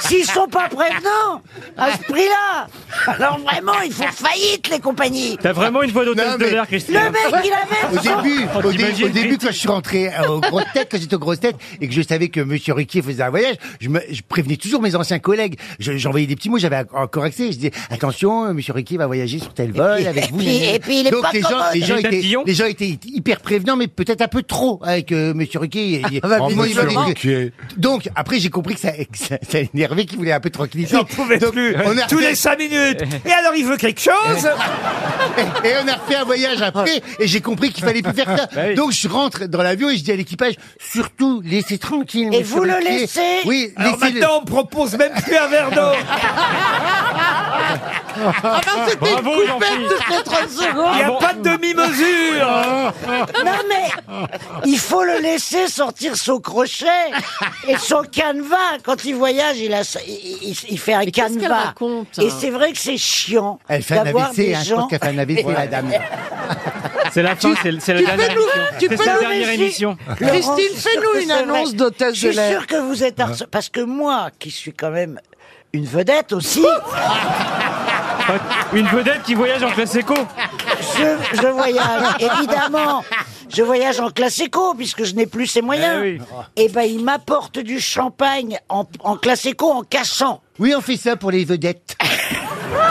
[SPEAKER 26] S'ils sont pas prévenants, à ce prix-là, alors vraiment, ils font faillite, les compagnies.
[SPEAKER 18] T'as vraiment une voix d'hôtesse
[SPEAKER 2] Non,
[SPEAKER 18] de
[SPEAKER 2] mais-
[SPEAKER 18] l'air, Christine.
[SPEAKER 2] Le
[SPEAKER 26] mec, il a
[SPEAKER 2] Au début,
[SPEAKER 18] Oh,
[SPEAKER 2] au, dé-
[SPEAKER 18] t'imagines,
[SPEAKER 2] au début quand je suis rentré euh, aux grosses têtes, quand j'étais aux grosses têtes et que je savais que Monsieur Ruquier faisait un voyage, je, me, je prévenais toujours mes anciens collègues. Je- J'envoyais des petits mots, j'avais encore accès. Je disais attention, euh, Monsieur Ruquier va voyager sur tel vol avec
[SPEAKER 26] puis, et puis il est
[SPEAKER 2] Donc
[SPEAKER 26] pas
[SPEAKER 2] les gens,
[SPEAKER 26] commode.
[SPEAKER 2] les, gens
[SPEAKER 26] Il est
[SPEAKER 2] étaient,
[SPEAKER 26] papillon.
[SPEAKER 2] les gens étaient hyper prévenants, mais peut-être un peu trop avec euh, Monsieur Ruquier. Il-
[SPEAKER 26] Ah bah,
[SPEAKER 2] il-
[SPEAKER 26] Monsieur
[SPEAKER 2] il- il-
[SPEAKER 26] Ruquier.
[SPEAKER 2] Donc après j'ai compris que ça, que ça, ça énervait qu'il voulait un peu de tranquillité. Donc, on a
[SPEAKER 1] Tous
[SPEAKER 2] refait-
[SPEAKER 1] les cinq minutes. Et alors, il veut quelque chose
[SPEAKER 2] et, et on a refait un voyage après, et j'ai compris qu'il fallait plus faire ça.
[SPEAKER 1] Bah oui.
[SPEAKER 2] Donc je rentre dans l'avion et je dis à l'équipage, surtout laissez tranquille.
[SPEAKER 26] Et
[SPEAKER 2] monsieur
[SPEAKER 26] vous le
[SPEAKER 2] Ruquier.
[SPEAKER 26] laissez
[SPEAKER 2] Oui,
[SPEAKER 26] Alors
[SPEAKER 2] laissez-le.
[SPEAKER 26] maintenant, on
[SPEAKER 1] propose même plus un verre d'eau.
[SPEAKER 26] Ah ben, c'était
[SPEAKER 1] Bravo,
[SPEAKER 26] coupé
[SPEAKER 1] Jean-Philippe.
[SPEAKER 26] toutes les 30 secondes.
[SPEAKER 1] Il n'y a pas de demi-mesure.
[SPEAKER 26] Non mais il faut le laisser sortir son crochet et son canevas. Quand il voyage, il, a, sa- il, il- il fait un
[SPEAKER 32] qu'est-ce qu'elle
[SPEAKER 26] canevas.
[SPEAKER 32] raconte
[SPEAKER 26] et c'est vrai que c'est chiant
[SPEAKER 2] Elle fait un
[SPEAKER 26] d'avoir
[SPEAKER 2] AVC,
[SPEAKER 26] des
[SPEAKER 2] hein, je
[SPEAKER 26] gens.
[SPEAKER 2] pense qu'elle fait un AVC, la dame.
[SPEAKER 18] C'est la fin, c'est c'est la
[SPEAKER 26] tu
[SPEAKER 18] dernière
[SPEAKER 26] peux nous-
[SPEAKER 18] émission.
[SPEAKER 26] tu peux
[SPEAKER 18] C'est sa
[SPEAKER 26] nous
[SPEAKER 18] dernière
[SPEAKER 26] laisser-
[SPEAKER 18] émission.
[SPEAKER 26] Laurent,
[SPEAKER 28] Christine,
[SPEAKER 26] je suis
[SPEAKER 28] fais-nous
[SPEAKER 26] sûre que
[SPEAKER 28] une
[SPEAKER 26] c'est
[SPEAKER 28] annonce
[SPEAKER 26] vrai.
[SPEAKER 28] d'hôtesse de
[SPEAKER 26] Je suis
[SPEAKER 28] l'air.
[SPEAKER 26] sûr que vous
[SPEAKER 18] Hein
[SPEAKER 26] êtes harcelé. Parce que moi, qui suis quand même une vedette aussi,
[SPEAKER 18] Une vedette qui voyage en classe éco.
[SPEAKER 26] je, je voyage, évidemment. Je voyage en classe éco, puisque je n'ai plus ces moyens.
[SPEAKER 2] Eh oui.
[SPEAKER 26] Et ben, il m'apporte du champagne en, en classe éco en cassant.
[SPEAKER 2] Oui, on fait ça pour les vedettes.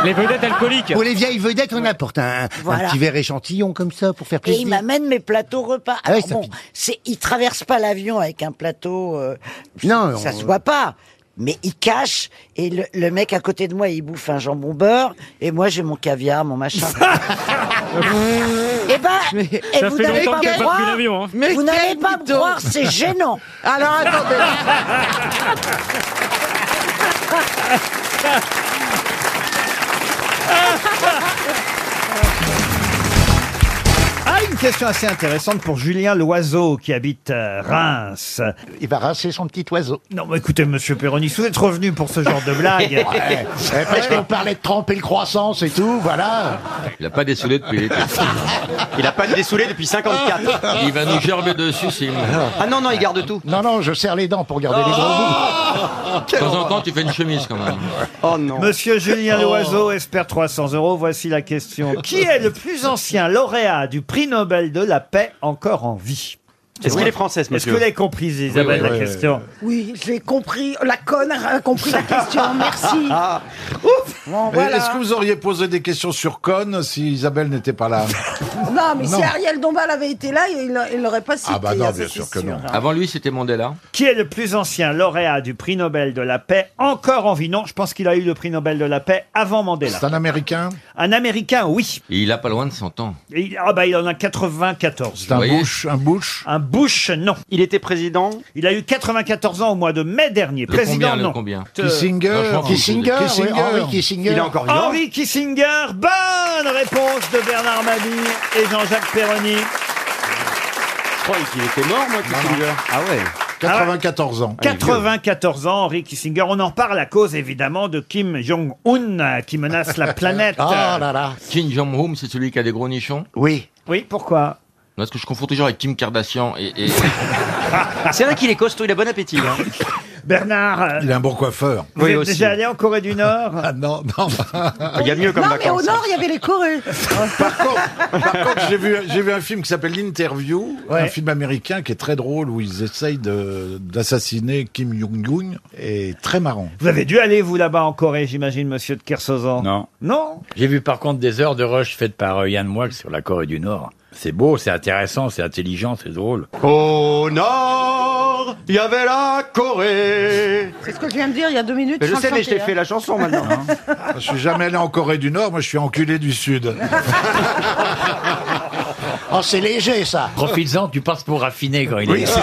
[SPEAKER 18] Les vedettes alcooliques.
[SPEAKER 2] Pour les vieilles vedettes, on apporte un, un
[SPEAKER 26] Voilà.
[SPEAKER 2] petit verre échantillon comme ça pour faire
[SPEAKER 26] Et il
[SPEAKER 2] plaisir.
[SPEAKER 26] m'amène mes plateaux repas.
[SPEAKER 2] Ah ouais,
[SPEAKER 26] Alors
[SPEAKER 2] ça
[SPEAKER 26] bon,
[SPEAKER 2] pique.
[SPEAKER 26] c'est, il traverse pas l'avion avec un plateau. euh,
[SPEAKER 2] Non,
[SPEAKER 26] ça
[SPEAKER 2] on-
[SPEAKER 26] se voit pas. Mais il cache et le, le mec à côté de moi il bouffe un jambon beurre et moi j'ai mon caviar, mon machin. et ben, et
[SPEAKER 18] ça
[SPEAKER 26] vous
[SPEAKER 18] fait
[SPEAKER 26] n'allez pas
[SPEAKER 18] longtemps que
[SPEAKER 26] me
[SPEAKER 18] t'as pas pris
[SPEAKER 26] croire.
[SPEAKER 18] l'avion, hein.
[SPEAKER 26] Vous n'allez pas me croire, c'est gênant. Alors attendez.
[SPEAKER 1] Ah, une question assez intéressante pour Julien Loiseau qui habite euh, Reims.
[SPEAKER 5] Il va rincer son petit oiseau.
[SPEAKER 1] Non, mais écoutez, monsieur Perroni, si vous êtes revenu pour ce genre de blague.
[SPEAKER 5] Ouais. Eh, Parce qu'on parlait de tremper le croissant, c'est tout, voilà.
[SPEAKER 20] Il a pas dessoulé depuis l'été. Il a pas dessoulé depuis 54. Il va nous gerber dessus, s'il
[SPEAKER 5] Ah non, non, il garde tout. Oh. Non, non, je serre les dents pour garder les gros bouts.
[SPEAKER 20] De temps en temps, tu fais une chemise quand même.
[SPEAKER 5] Oh non.
[SPEAKER 1] Monsieur Julien Loiseau espère 300 euros. Voici la question. Qui est le plus ancien lauréat du prix Nobel de la paix encore en vie
[SPEAKER 20] Est-ce qu'il est français, ce
[SPEAKER 1] Est-ce que
[SPEAKER 20] monsieur
[SPEAKER 1] vous l'avez comprise,
[SPEAKER 20] oui,
[SPEAKER 1] Isabelle,
[SPEAKER 20] oui,
[SPEAKER 1] la
[SPEAKER 20] oui.
[SPEAKER 1] question
[SPEAKER 28] Oui, j'ai compris. La conne a compris la question. Merci.
[SPEAKER 1] Ah,
[SPEAKER 28] Ouf. Bon,
[SPEAKER 8] Mais
[SPEAKER 28] voilà.
[SPEAKER 8] Est-ce que vous auriez posé des questions sur Cohn si Isabelle n'était pas là
[SPEAKER 28] Non, mais
[SPEAKER 8] Non.
[SPEAKER 28] si Ariel Dombal avait été là, il il l'aurait pas cité.
[SPEAKER 20] Ah bah non,
[SPEAKER 28] hein,
[SPEAKER 20] bien
[SPEAKER 28] ça,
[SPEAKER 20] sûr
[SPEAKER 28] c'est
[SPEAKER 20] que non. Avant lui, c'était Mandela.
[SPEAKER 1] Qui est le plus ancien lauréat du prix Nobel de la paix encore en vie Non, je pense qu'il a eu le prix Nobel de la paix avant Mandela.
[SPEAKER 8] C'est un Américain
[SPEAKER 1] Un Américain, oui.
[SPEAKER 20] Et il a pas loin de 100 ans.
[SPEAKER 1] Et il- Ah bah il en a 94.
[SPEAKER 20] C'est un Vous voyez Bush,
[SPEAKER 1] un Bush Un Bush, non. Il était président Il a eu 94 ans au mois de mai dernier.
[SPEAKER 20] Le
[SPEAKER 1] président,
[SPEAKER 20] combien, le
[SPEAKER 1] non.
[SPEAKER 20] combien
[SPEAKER 1] Euh,
[SPEAKER 20] Kissinger. Non, je m'en fous, Kissinger, je- Kissinger. oui, Henry Kissinger. Il est encore vivant.
[SPEAKER 1] Henry Kissinger, bonne réponse de Bernard Mabille et Jean-Jacques Perroni.
[SPEAKER 20] Je croyais qu'il était mort, moi, Kissinger. Ah ouais
[SPEAKER 8] 94 ans.
[SPEAKER 1] 94 ans, Henry Kissinger. On en parle à cause, évidemment, de Kim Jong-un euh, qui menace la planète.
[SPEAKER 20] Oh Kim Jong-un, c'est celui qui a des gros nichons
[SPEAKER 2] Oui.
[SPEAKER 1] Oh Oui, pourquoi
[SPEAKER 20] Parce que je confonds toujours avec Kim Kardashian et. et-
[SPEAKER 32] C'est vrai qu'il est costaud, il a bon appétit. hein.
[SPEAKER 1] Bernard, euh,
[SPEAKER 8] Il est un bon coiffeur.
[SPEAKER 1] vous êtes déjà allé en Corée du Nord
[SPEAKER 8] Ah non, non.
[SPEAKER 20] Il y a mieux
[SPEAKER 28] Non, mais au nord, il y avait les Corées.
[SPEAKER 8] Par contre, j'ai vu, j'ai vu un film qui s'appelle L'Interview, un
[SPEAKER 1] Ouais.
[SPEAKER 8] film américain qui est très drôle où ils essayent de- d'assassiner Kim Jong-un et très marrant.
[SPEAKER 1] Vous avez dû aller, vous, là-bas en Corée, j'imagine, monsieur de Kersozan
[SPEAKER 23] Non.
[SPEAKER 1] Non
[SPEAKER 23] J'ai vu par contre des heures de rush faites par euh, Yann Moix sur la Corée du Nord. C'est beau, c'est intéressant, c'est intelligent, c'est drôle.
[SPEAKER 20] Au nord, il y avait la Corée.
[SPEAKER 28] C'est ce que je viens de dire il y a deux minutes. sans le chanter, hein.
[SPEAKER 20] chanson maintenant.
[SPEAKER 8] Hein. Je suis jamais allé en Corée du Nord, moi je suis enculé du Sud.
[SPEAKER 5] Oh, c'est léger, ça.
[SPEAKER 23] Profites-en, tu passes pour raffiné quand il est là.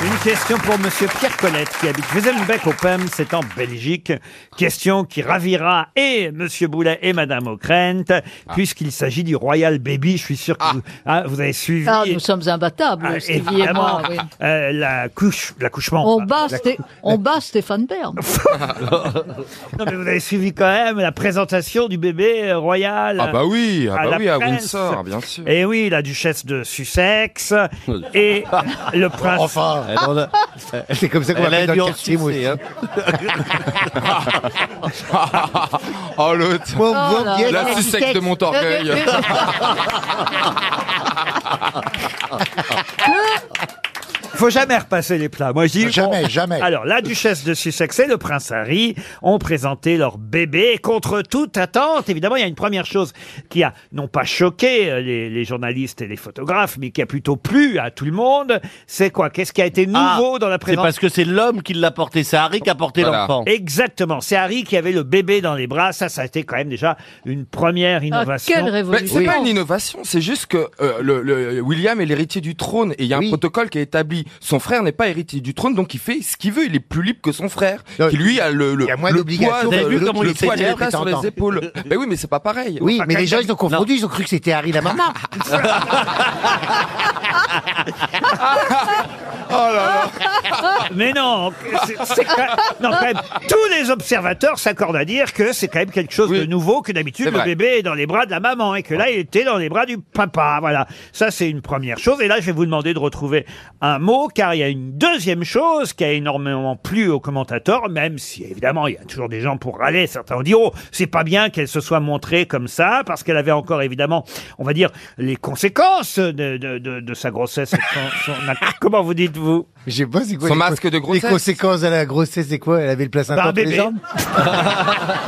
[SPEAKER 1] Une question pour Monsieur Pierre Colette qui habite Wieselbeck au PEM, c'est en Belgique. Question qui ravira et Monsieur Boulet et Madame O'Krent,
[SPEAKER 23] Ah.
[SPEAKER 1] puisqu'il s'agit du Royal Baby. Je suis sûr que vous, ah, vous avez suivi.
[SPEAKER 14] Ah, nous sommes imbattables,
[SPEAKER 1] euh,
[SPEAKER 14] Stevie et moi. oui.
[SPEAKER 1] euh, la couche, l'accouchement.
[SPEAKER 14] On bat,
[SPEAKER 1] La-
[SPEAKER 14] Sté- on bat Stéphane Bern.
[SPEAKER 1] Non, mais vous avez suivi quand même la présentation du bébé euh, royal.
[SPEAKER 17] Ah bah oui, ah
[SPEAKER 1] à
[SPEAKER 17] bah
[SPEAKER 1] la
[SPEAKER 17] oui, à
[SPEAKER 1] presse.
[SPEAKER 17] Windsor, bien sûr.
[SPEAKER 1] Et oui, la duchesse de Sussex et le prince.
[SPEAKER 17] Enfin, elle en a-
[SPEAKER 2] C'est comme ça qu'on
[SPEAKER 17] Elle
[SPEAKER 2] m'appelle
[SPEAKER 17] a
[SPEAKER 2] dans
[SPEAKER 17] dû
[SPEAKER 2] le
[SPEAKER 17] en
[SPEAKER 2] quartier, moi
[SPEAKER 17] sucer,
[SPEAKER 2] aussi.
[SPEAKER 17] oh l'autre
[SPEAKER 2] Bon, bon,
[SPEAKER 17] La
[SPEAKER 2] bien.
[SPEAKER 17] La sucette de Montorgueil.
[SPEAKER 1] Faut jamais repasser les plats. Moi, je dis jamais, jamais. Alors, la duchesse de Sussex et le prince Harry ont présenté leur bébé contre toute attente. Évidemment, il y a une première chose qui a non pas choqué euh, les, les journalistes et les photographes, mais qui a plutôt plu à tout le monde. C'est quoi Qu'est-ce qui a été nouveau dans la
[SPEAKER 30] Ah, C'est
[SPEAKER 1] présentation
[SPEAKER 30] parce que c'est l'homme qui l'a porté, c'est Harry qui a porté
[SPEAKER 1] Voilà.
[SPEAKER 30] l'enfant.
[SPEAKER 1] Exactement. C'est Harry qui avait le bébé dans les bras. Ça, ça a été quand même déjà une première
[SPEAKER 30] Ah,
[SPEAKER 1] innovation.
[SPEAKER 17] Mais C'est pas une innovation, c'est juste que euh, le, le- William est l'héritier du trône et il y a un protocole qui est établi. Son frère n'est pas héritier du trône, donc il fait ce qu'il veut. Il est plus libre que son frère, qui lui a le, le, le poids,
[SPEAKER 2] d'obligations que
[SPEAKER 17] le,
[SPEAKER 2] l'autre
[SPEAKER 17] le
[SPEAKER 2] qui
[SPEAKER 17] poids de
[SPEAKER 2] s'énerve
[SPEAKER 17] l'État
[SPEAKER 2] et
[SPEAKER 17] sur les
[SPEAKER 2] t'entends.
[SPEAKER 17] épaules. Mais oui, mais c'est pas pareil.
[SPEAKER 2] Oui, mais les gens, ils ont confondu, ils ont cru que c'était Harry la maman.
[SPEAKER 17] Oh
[SPEAKER 1] Mais non, c'est- c'est quand même- non, quand même, tous les observateurs s'accordent à dire que c'est quand même quelque chose de nouveau, que d'habitude
[SPEAKER 17] C'est
[SPEAKER 1] le
[SPEAKER 17] vrai.
[SPEAKER 1] bébé est dans les bras de la maman et que là il était dans les bras du papa. Voilà, ça c'est une première chose. Et là je vais vous demander de retrouver un mot car il y a une deuxième chose qui a énormément plu aux commentateurs, même si évidemment il y a toujours des gens pour râler. Certains ont dit oh c'est pas bien qu'elle se soit montrée comme ça parce qu'elle avait encore évidemment, on va dire, les conséquences de, de- de- de sa grossesse. et de son- son- Comment vous dites-vous
[SPEAKER 2] Je sais pas, c'est
[SPEAKER 17] quoi Son les- masque de les grossesse.
[SPEAKER 2] Les conséquences de la grossesse, c'est quoi Elle avait le placenta
[SPEAKER 17] Bah, un
[SPEAKER 2] entre les
[SPEAKER 17] bébé.
[SPEAKER 2] jambes
[SPEAKER 17] Ah.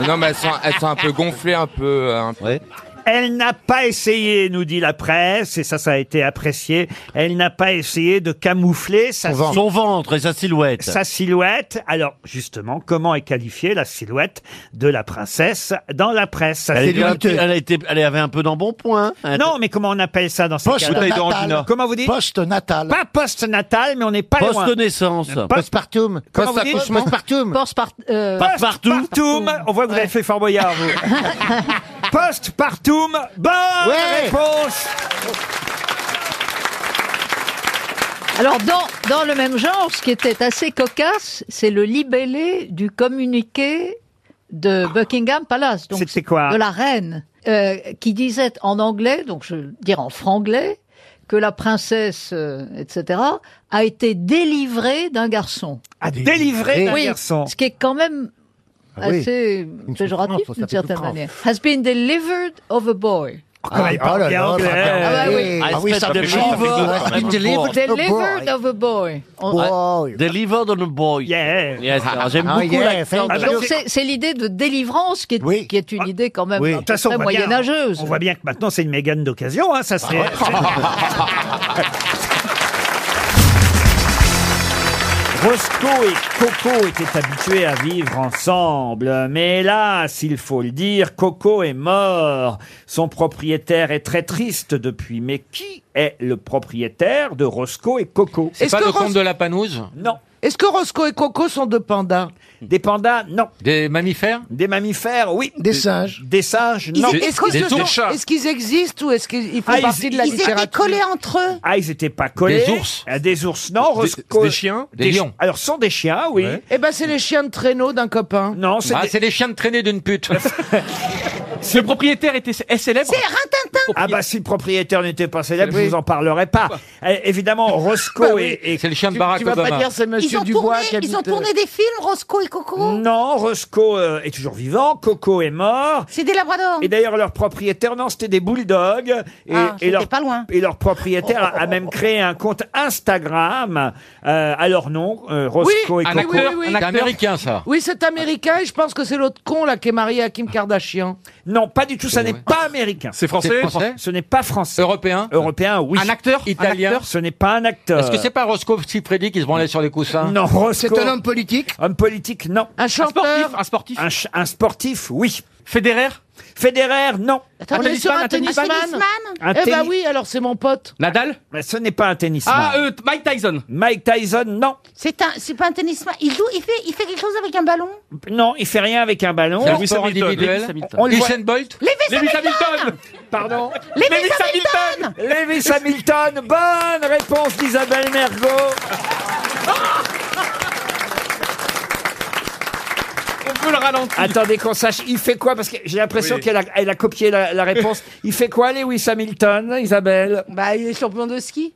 [SPEAKER 17] non, mais elles sont, elles sont un peu gonflées, un peu. euh, un peu.
[SPEAKER 1] Elle n'a pas essayé, nous dit la presse, et ça, ça a été apprécié. Elle n'a pas essayé de camoufler sa
[SPEAKER 30] Son,
[SPEAKER 1] sil-
[SPEAKER 30] ventre et sa silhouette.
[SPEAKER 1] sa silhouette. Alors, justement, comment est qualifiée la silhouette de la princesse dans la presse Ça,
[SPEAKER 30] Elle,
[SPEAKER 1] c'est
[SPEAKER 30] était un
[SPEAKER 1] douteux.
[SPEAKER 30] peu- elle a été- elle avait un peu d'embonpoint. hein,
[SPEAKER 1] Non, mais comment on appelle ça dans ces
[SPEAKER 30] Poste
[SPEAKER 1] cas-là
[SPEAKER 30] natale. Orangina.
[SPEAKER 1] Comment vous dites Poste natal. Pas poste natal, mais on n'est pas
[SPEAKER 30] Poste
[SPEAKER 1] loin.
[SPEAKER 30] naissance.
[SPEAKER 1] Postpartum. Comment vous dites
[SPEAKER 2] Postpartum.
[SPEAKER 14] euh,
[SPEAKER 1] Postpartum. On voit que vous avez fait Fort Boyard, vous. Postpartum. Bonne réponse
[SPEAKER 14] Alors, dans, dans le même genre, ce qui était assez cocasse, c'est le libellé du communiqué de Buckingham Palace. donc
[SPEAKER 1] C'était quoi
[SPEAKER 14] De la reine, euh, qui disait en anglais, donc je veux dire en franglais, que la princesse, euh, etc., a été délivrée d'un garçon.
[SPEAKER 1] Ah, délivrée d'un
[SPEAKER 14] Oui,
[SPEAKER 1] garçon.
[SPEAKER 14] Ce qui est quand même
[SPEAKER 1] Ah oui.
[SPEAKER 14] assez
[SPEAKER 1] Une
[SPEAKER 14] péjoratif
[SPEAKER 1] souffrance, ça
[SPEAKER 14] d'une
[SPEAKER 1] fait
[SPEAKER 14] certaine
[SPEAKER 1] souffrance.
[SPEAKER 14] manière. Has been delivered of a boy.
[SPEAKER 1] Ah, il parle bien anglais.
[SPEAKER 14] Ah bah oui.
[SPEAKER 30] Ah oui, ça fait chaud, ça fait chaud.
[SPEAKER 14] Delivered of a boy. On-
[SPEAKER 30] Delivered on a boy. Yes, alors J'aime
[SPEAKER 14] Ah,
[SPEAKER 30] beaucoup
[SPEAKER 14] yeah,
[SPEAKER 30] l'accent.
[SPEAKER 14] Ah, bah, donc c'est- C'est l'idée de délivrance qui est, qui est une idée quand même
[SPEAKER 1] Oui. De
[SPEAKER 14] Euh, bah, très
[SPEAKER 1] toute façon, on voit, bien,
[SPEAKER 14] moyenâgeuse.
[SPEAKER 1] on voit bien que maintenant c'est une mégane d'occasion, hein, ça c'est. Roscoe et Coco étaient habitués à vivre ensemble, mais hélas, il faut le dire, Coco est mort. Son propriétaire est très triste depuis, mais qui est le propriétaire de Roscoe et Coco
[SPEAKER 30] C'est Est-ce pas que le comte Ros- de
[SPEAKER 1] la Panouse Non. Est-ce que Roscoe et Coco sont deux pandas Des pandas, non. Des mammifères Des mammifères, oui. Des singes Des singes, non.
[SPEAKER 31] Est-ce que ce sont- est-ce qu'ils existent ou est-ce qu'ils font
[SPEAKER 1] Ah, ils-
[SPEAKER 31] partie de la
[SPEAKER 1] ils étaient
[SPEAKER 31] littérature
[SPEAKER 1] collés
[SPEAKER 31] entre eux.
[SPEAKER 1] Ah, ils n'étaient pas collés.
[SPEAKER 31] Des ours
[SPEAKER 1] Ah, Des ours, non.
[SPEAKER 31] Des-
[SPEAKER 1] Roscoe-
[SPEAKER 31] des chiens Des
[SPEAKER 1] chi-
[SPEAKER 31] lions
[SPEAKER 1] Alors, ce sont des chiens, oui.
[SPEAKER 31] Eh ben, c'est les chiens de traîneau d'un copain.
[SPEAKER 1] Non, c'est Ah, des- c'est
[SPEAKER 31] les chiens de traîneau d'une pute.
[SPEAKER 18] Le propriétaire était est célèbre.
[SPEAKER 1] C'est Rintintin Ah bah si le propriétaire n'était pas célèbre, je vous en parlerai pas. Eh, évidemment, Roscoe et, C'est le chien de
[SPEAKER 31] tu vas pas dire c'est
[SPEAKER 1] Ils
[SPEAKER 31] Monsieur
[SPEAKER 1] ont
[SPEAKER 31] Dubois
[SPEAKER 1] tourné-
[SPEAKER 31] qui habite.
[SPEAKER 1] ils ont tourné
[SPEAKER 31] des films, Roscoe et Coco.
[SPEAKER 1] Non, Roscoe euh, est toujours vivant, Coco est mort.
[SPEAKER 31] C'est des labradors.
[SPEAKER 1] Et d'ailleurs, leur propriétaire, non, c'était des bulldogs. Et,
[SPEAKER 31] Ah,
[SPEAKER 1] et leur,
[SPEAKER 31] j'étais pas loin.
[SPEAKER 1] Et leur propriétaire a- a même créé un compte Instagram euh, à leur nom, euh, Roscoe
[SPEAKER 30] Ah,
[SPEAKER 1] et Coco.
[SPEAKER 31] va. Oui, c'est américain et je pense que c'est l'autre con là qui est marié à Kim Kardashian.
[SPEAKER 1] Non, pas du tout, ça n'est pas américain.
[SPEAKER 31] C'est français C'est français
[SPEAKER 1] Ce n'est pas français. Européen Européen, oui.
[SPEAKER 30] Un acteur Italien
[SPEAKER 1] Italien Ce n'est pas un acteur.
[SPEAKER 30] Est-ce que c'est pas Roscoe Siffredi qui se branlait sur les coussins
[SPEAKER 1] Non, Roscoe.
[SPEAKER 30] politique
[SPEAKER 1] Homme politique, non.
[SPEAKER 31] Un chanteur
[SPEAKER 1] Un sportif Un, ch- un sportif, oui. Federer Federer, non. Ah,
[SPEAKER 31] Attends, On est sur un tennisman.
[SPEAKER 1] Un
[SPEAKER 31] Eh ben
[SPEAKER 1] tennis-
[SPEAKER 31] oui, alors c'est mon pote.
[SPEAKER 1] Nadal Mais ce n'est pas un tennisman.
[SPEAKER 18] Ah,
[SPEAKER 1] euh, Mike Tyson. Mike Tyson, non.
[SPEAKER 7] C'est un, c'est pas un tennisman. Il joue, il fait, il fait quelque chose avec un ballon.
[SPEAKER 1] Non, il fait rien avec un ballon.
[SPEAKER 30] C'est un sport individuel.
[SPEAKER 1] On le voit-
[SPEAKER 30] Usain Bolt
[SPEAKER 1] Lewis Hamilton Pardon Lewis Hamilton Lewis Hamilton Bonne réponse d'Isabelle Mergot
[SPEAKER 18] peu le ralenti.
[SPEAKER 1] Attendez qu'on sache, il fait quoi Parce que j'ai l'impression
[SPEAKER 18] Oui.
[SPEAKER 1] qu'elle a, elle a copié la, la réponse. Il fait quoi, Lewis Hamilton, Isabelle
[SPEAKER 13] Bah, il est champion de ski.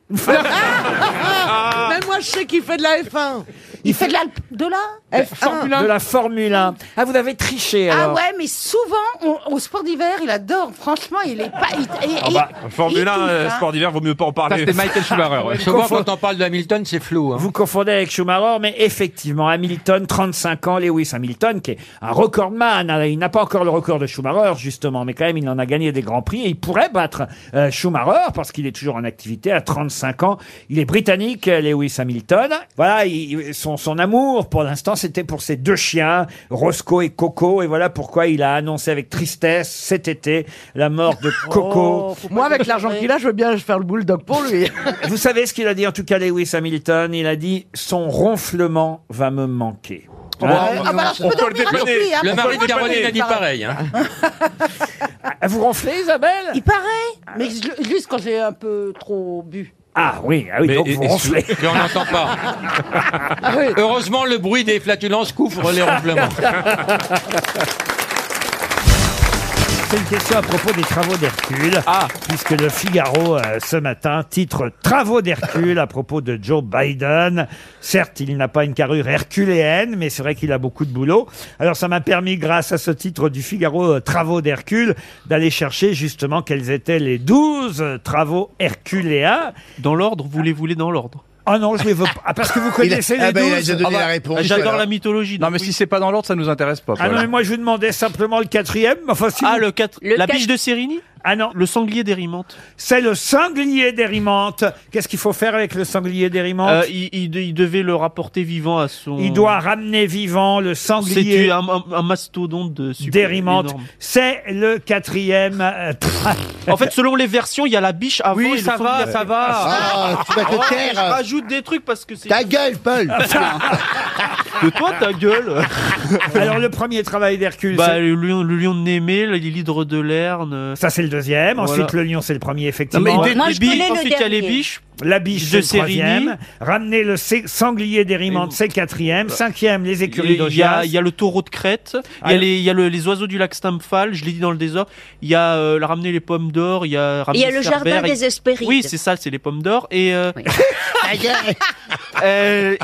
[SPEAKER 13] Même moi, je sais qu'il fait de la F1.
[SPEAKER 1] Il, fait de la,
[SPEAKER 14] De là
[SPEAKER 1] F1, de la Formule 1. Ah, vous avez triché
[SPEAKER 14] Ah
[SPEAKER 1] alors.
[SPEAKER 14] ouais, mais souvent, on- au sport d'hiver, il adore. Franchement, il est pas. il- et-
[SPEAKER 18] Ah
[SPEAKER 14] et-
[SPEAKER 18] bah,
[SPEAKER 14] il
[SPEAKER 18] Formule 1,
[SPEAKER 14] touche,
[SPEAKER 18] euh,
[SPEAKER 14] hein.
[SPEAKER 18] sport d'hiver, vaut mieux pas en parler.
[SPEAKER 1] Ça, c'était Michael Schumacher, ouais. Souvent, quand on parle d'Hamilton, c'est flou. hein. Vous confondez avec Schumacher, mais effectivement, Hamilton, 35 ans, Lewis Hamilton, qui est un recordman. hein, Il n'a pas encore le record de Schumacher, justement, mais quand même, il en a gagné des grands prix et il pourrait battre euh, Schumacher parce qu'il est toujours en activité à 35 ans. Il est britannique, euh, Lewis Hamilton. Voilà, il- son, son amour, pour l'instant, c'était pour ses deux chiens, Roscoe et Coco, et voilà pourquoi il a annoncé avec tristesse cet été la mort de Coco.
[SPEAKER 31] Oh,
[SPEAKER 13] Moi, avec l'argent qu'il a, je veux bien faire le bulldog pour lui.
[SPEAKER 1] Vous savez ce qu'il a dit en tout cas Lewis Hamilton Il a dit son ronflement va me manquer.
[SPEAKER 18] Oh,
[SPEAKER 1] Hein
[SPEAKER 18] bah, Ah, bah, alors, je peux on peut dormir le avec dépanner. lui, hein, Le on peut mari le de Caroline dépanner. a dit pareil, hein.
[SPEAKER 1] Ah, Vous ronflez Isabelle
[SPEAKER 14] Il paraît, mais je- juste quand j'ai un peu trop bu.
[SPEAKER 1] Ah oui, ah oui donc vous ronflez. Ah
[SPEAKER 3] Mais on n'entend pas. Heureusement, le bruit des flatulences couvre les ronflements.
[SPEAKER 1] C'est une question à propos des travaux d'Hercule. Puisque le Figaro, euh, ce matin, titre Travaux d'Hercule à propos de Joe Biden. Certes, il n'a pas une carrure herculéenne, mais c'est vrai qu'il a beaucoup de boulot. Alors, ça m'a permis, grâce à ce titre du Figaro euh, Travaux d'Hercule, d'aller chercher justement quels étaient les 12 travaux herculéens. Dans l'ordre, vous les voulez dans l'ordre Ah non, je les veux pas. Ah, parce que vous connaissez les 12 Ah bah,
[SPEAKER 18] J'adore la mythologie. Non, mais si c'est pas dans l'ordre, ça nous intéresse pas.
[SPEAKER 1] ah non, mais moi je vous demandais simplement le quatrième. mais Enfin, si
[SPEAKER 18] Ah,
[SPEAKER 1] vous-
[SPEAKER 18] le quatre- Le la quatre- biche de Sérigny
[SPEAKER 1] Ah non.
[SPEAKER 18] Le sanglier d'Hérimante
[SPEAKER 1] C'est le sanglier d'Hérimante. Qu'est-ce qu'il faut faire avec le sanglier d'Hérimante
[SPEAKER 18] Euh,
[SPEAKER 1] il...
[SPEAKER 18] il, il- il devait le rapporter vivant à son.
[SPEAKER 1] doit ramener vivant le
[SPEAKER 18] C'est
[SPEAKER 1] sanglier
[SPEAKER 18] un, un- un mastodonte de super-
[SPEAKER 1] d'Hérimante.
[SPEAKER 18] énorme.
[SPEAKER 1] C'est le quatrième. euh, tra-
[SPEAKER 18] En fait, selon les versions, il y a la biche avant et
[SPEAKER 1] Oui,
[SPEAKER 18] le
[SPEAKER 1] ça va,
[SPEAKER 18] sanglier.
[SPEAKER 1] ça va. Ah, tu vas te
[SPEAKER 18] Ouais,
[SPEAKER 1] taire.
[SPEAKER 18] Je rajoute des trucs parce que c'est.
[SPEAKER 1] Ta gueule, Paul
[SPEAKER 18] De toi, ta gueule
[SPEAKER 1] Alors, le premier travail d'Hercule.
[SPEAKER 18] Bah,
[SPEAKER 1] c'est-
[SPEAKER 18] le lion, le lion de Némée, le- l'hydre de l'Erne.
[SPEAKER 1] Ça, c'est le deuxième. Ensuite, le lion, c'est le premier, effectivement.
[SPEAKER 18] Non, mais il y a les biches, ensuite, il y a les biches.
[SPEAKER 1] La biche,
[SPEAKER 18] De
[SPEAKER 1] de le troisième.
[SPEAKER 18] Sérigny.
[SPEAKER 1] Ramener le sé- sanglier d'Hérimante, c'est le quatrième.
[SPEAKER 18] Bah,
[SPEAKER 1] Cinquième, les écuries
[SPEAKER 18] Il y, a,
[SPEAKER 1] d'Augias.
[SPEAKER 18] il y a le taureau de Crète, il
[SPEAKER 1] Ah,
[SPEAKER 18] y a,
[SPEAKER 1] le-
[SPEAKER 18] les, il y a le- les oiseaux du lac Stamphal, je l'ai dit dans le désordre, il y a euh, la ramener les pommes d'or, il y a ramener
[SPEAKER 38] Il y a le jardin
[SPEAKER 18] Cerbère,
[SPEAKER 38] des
[SPEAKER 18] et-
[SPEAKER 38] Hespérides.
[SPEAKER 18] Oui, c'est ça, c'est les pommes d'or. Et euh,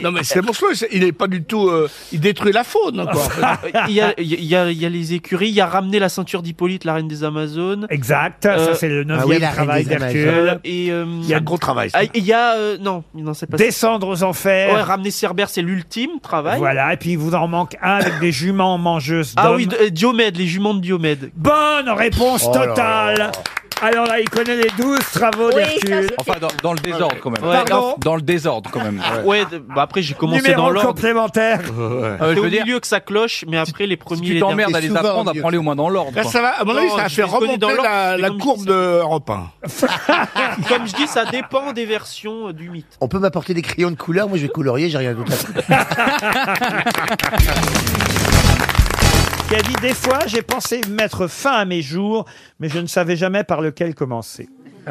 [SPEAKER 17] non mais Euh, c'est pour cela, c'est- il est pas du tout. euh, il détruit la faune quoi.
[SPEAKER 18] il y a, il y a- il y a- il y a les écuries, il y a ramener la ceinture d'Hippolyte, la reine des Amazones. Euh,
[SPEAKER 1] Exact, ça, c'est le neuvième Ah oui, la reine travail des d'Hercule. Amazones.
[SPEAKER 18] Et, euh,
[SPEAKER 1] Il y a un gros travail, ça.
[SPEAKER 18] Ah, Il y a euh, non, non, c'est pas ça.
[SPEAKER 1] Descendre aux enfers.
[SPEAKER 18] Ouais, ramener Cerbère, c'est l'ultime travail.
[SPEAKER 1] Voilà, et puis il vous en manque un avec des juments mangeuses
[SPEAKER 18] Ah
[SPEAKER 1] d'hommes.
[SPEAKER 18] oui, de- euh, Diomède, les juments de Diomède.
[SPEAKER 1] Bonne réponse
[SPEAKER 18] Oh là
[SPEAKER 1] totale
[SPEAKER 18] là.
[SPEAKER 1] Alors là, il connaît les 12 travaux
[SPEAKER 18] Oui, ça,
[SPEAKER 1] d'Hercule.
[SPEAKER 18] c'est-
[SPEAKER 39] Enfin, dans, dans le désordre quand même.
[SPEAKER 18] Ouais,
[SPEAKER 1] Pardon
[SPEAKER 39] dans le désordre quand même.
[SPEAKER 18] Ouais, de- bah après j'ai commencé
[SPEAKER 1] Numéro
[SPEAKER 18] dans l'ordre.
[SPEAKER 1] complémentaire.
[SPEAKER 18] C'est
[SPEAKER 39] Euh, je
[SPEAKER 18] au
[SPEAKER 39] veux dire,
[SPEAKER 18] milieu que ça cloche, mais après les premiers.
[SPEAKER 39] tu
[SPEAKER 18] les
[SPEAKER 39] t'emmerdes
[SPEAKER 18] derniers.
[SPEAKER 39] à les Souvent apprendre, au milieu. apprends-les au moins dans l'ordre,
[SPEAKER 17] Là, ça va, à mon avis,
[SPEAKER 18] Non,
[SPEAKER 17] ça a
[SPEAKER 18] je
[SPEAKER 17] fait
[SPEAKER 18] les connais
[SPEAKER 17] remonter
[SPEAKER 18] dans l'ordre,
[SPEAKER 17] la,
[SPEAKER 18] mais
[SPEAKER 17] la
[SPEAKER 18] comme je
[SPEAKER 17] courbe de Europe 1.
[SPEAKER 28] Ah,
[SPEAKER 18] dis- Comme je dis, ça dépend des versions euh, du mythe.
[SPEAKER 40] On peut m'apporter des crayons de couleur, moi je vais colorier, j'ai rien d'autre à faire.
[SPEAKER 1] Qui a dit des fois, j'ai pensé mettre fin à mes jours, mais je ne savais jamais par lequel commencer.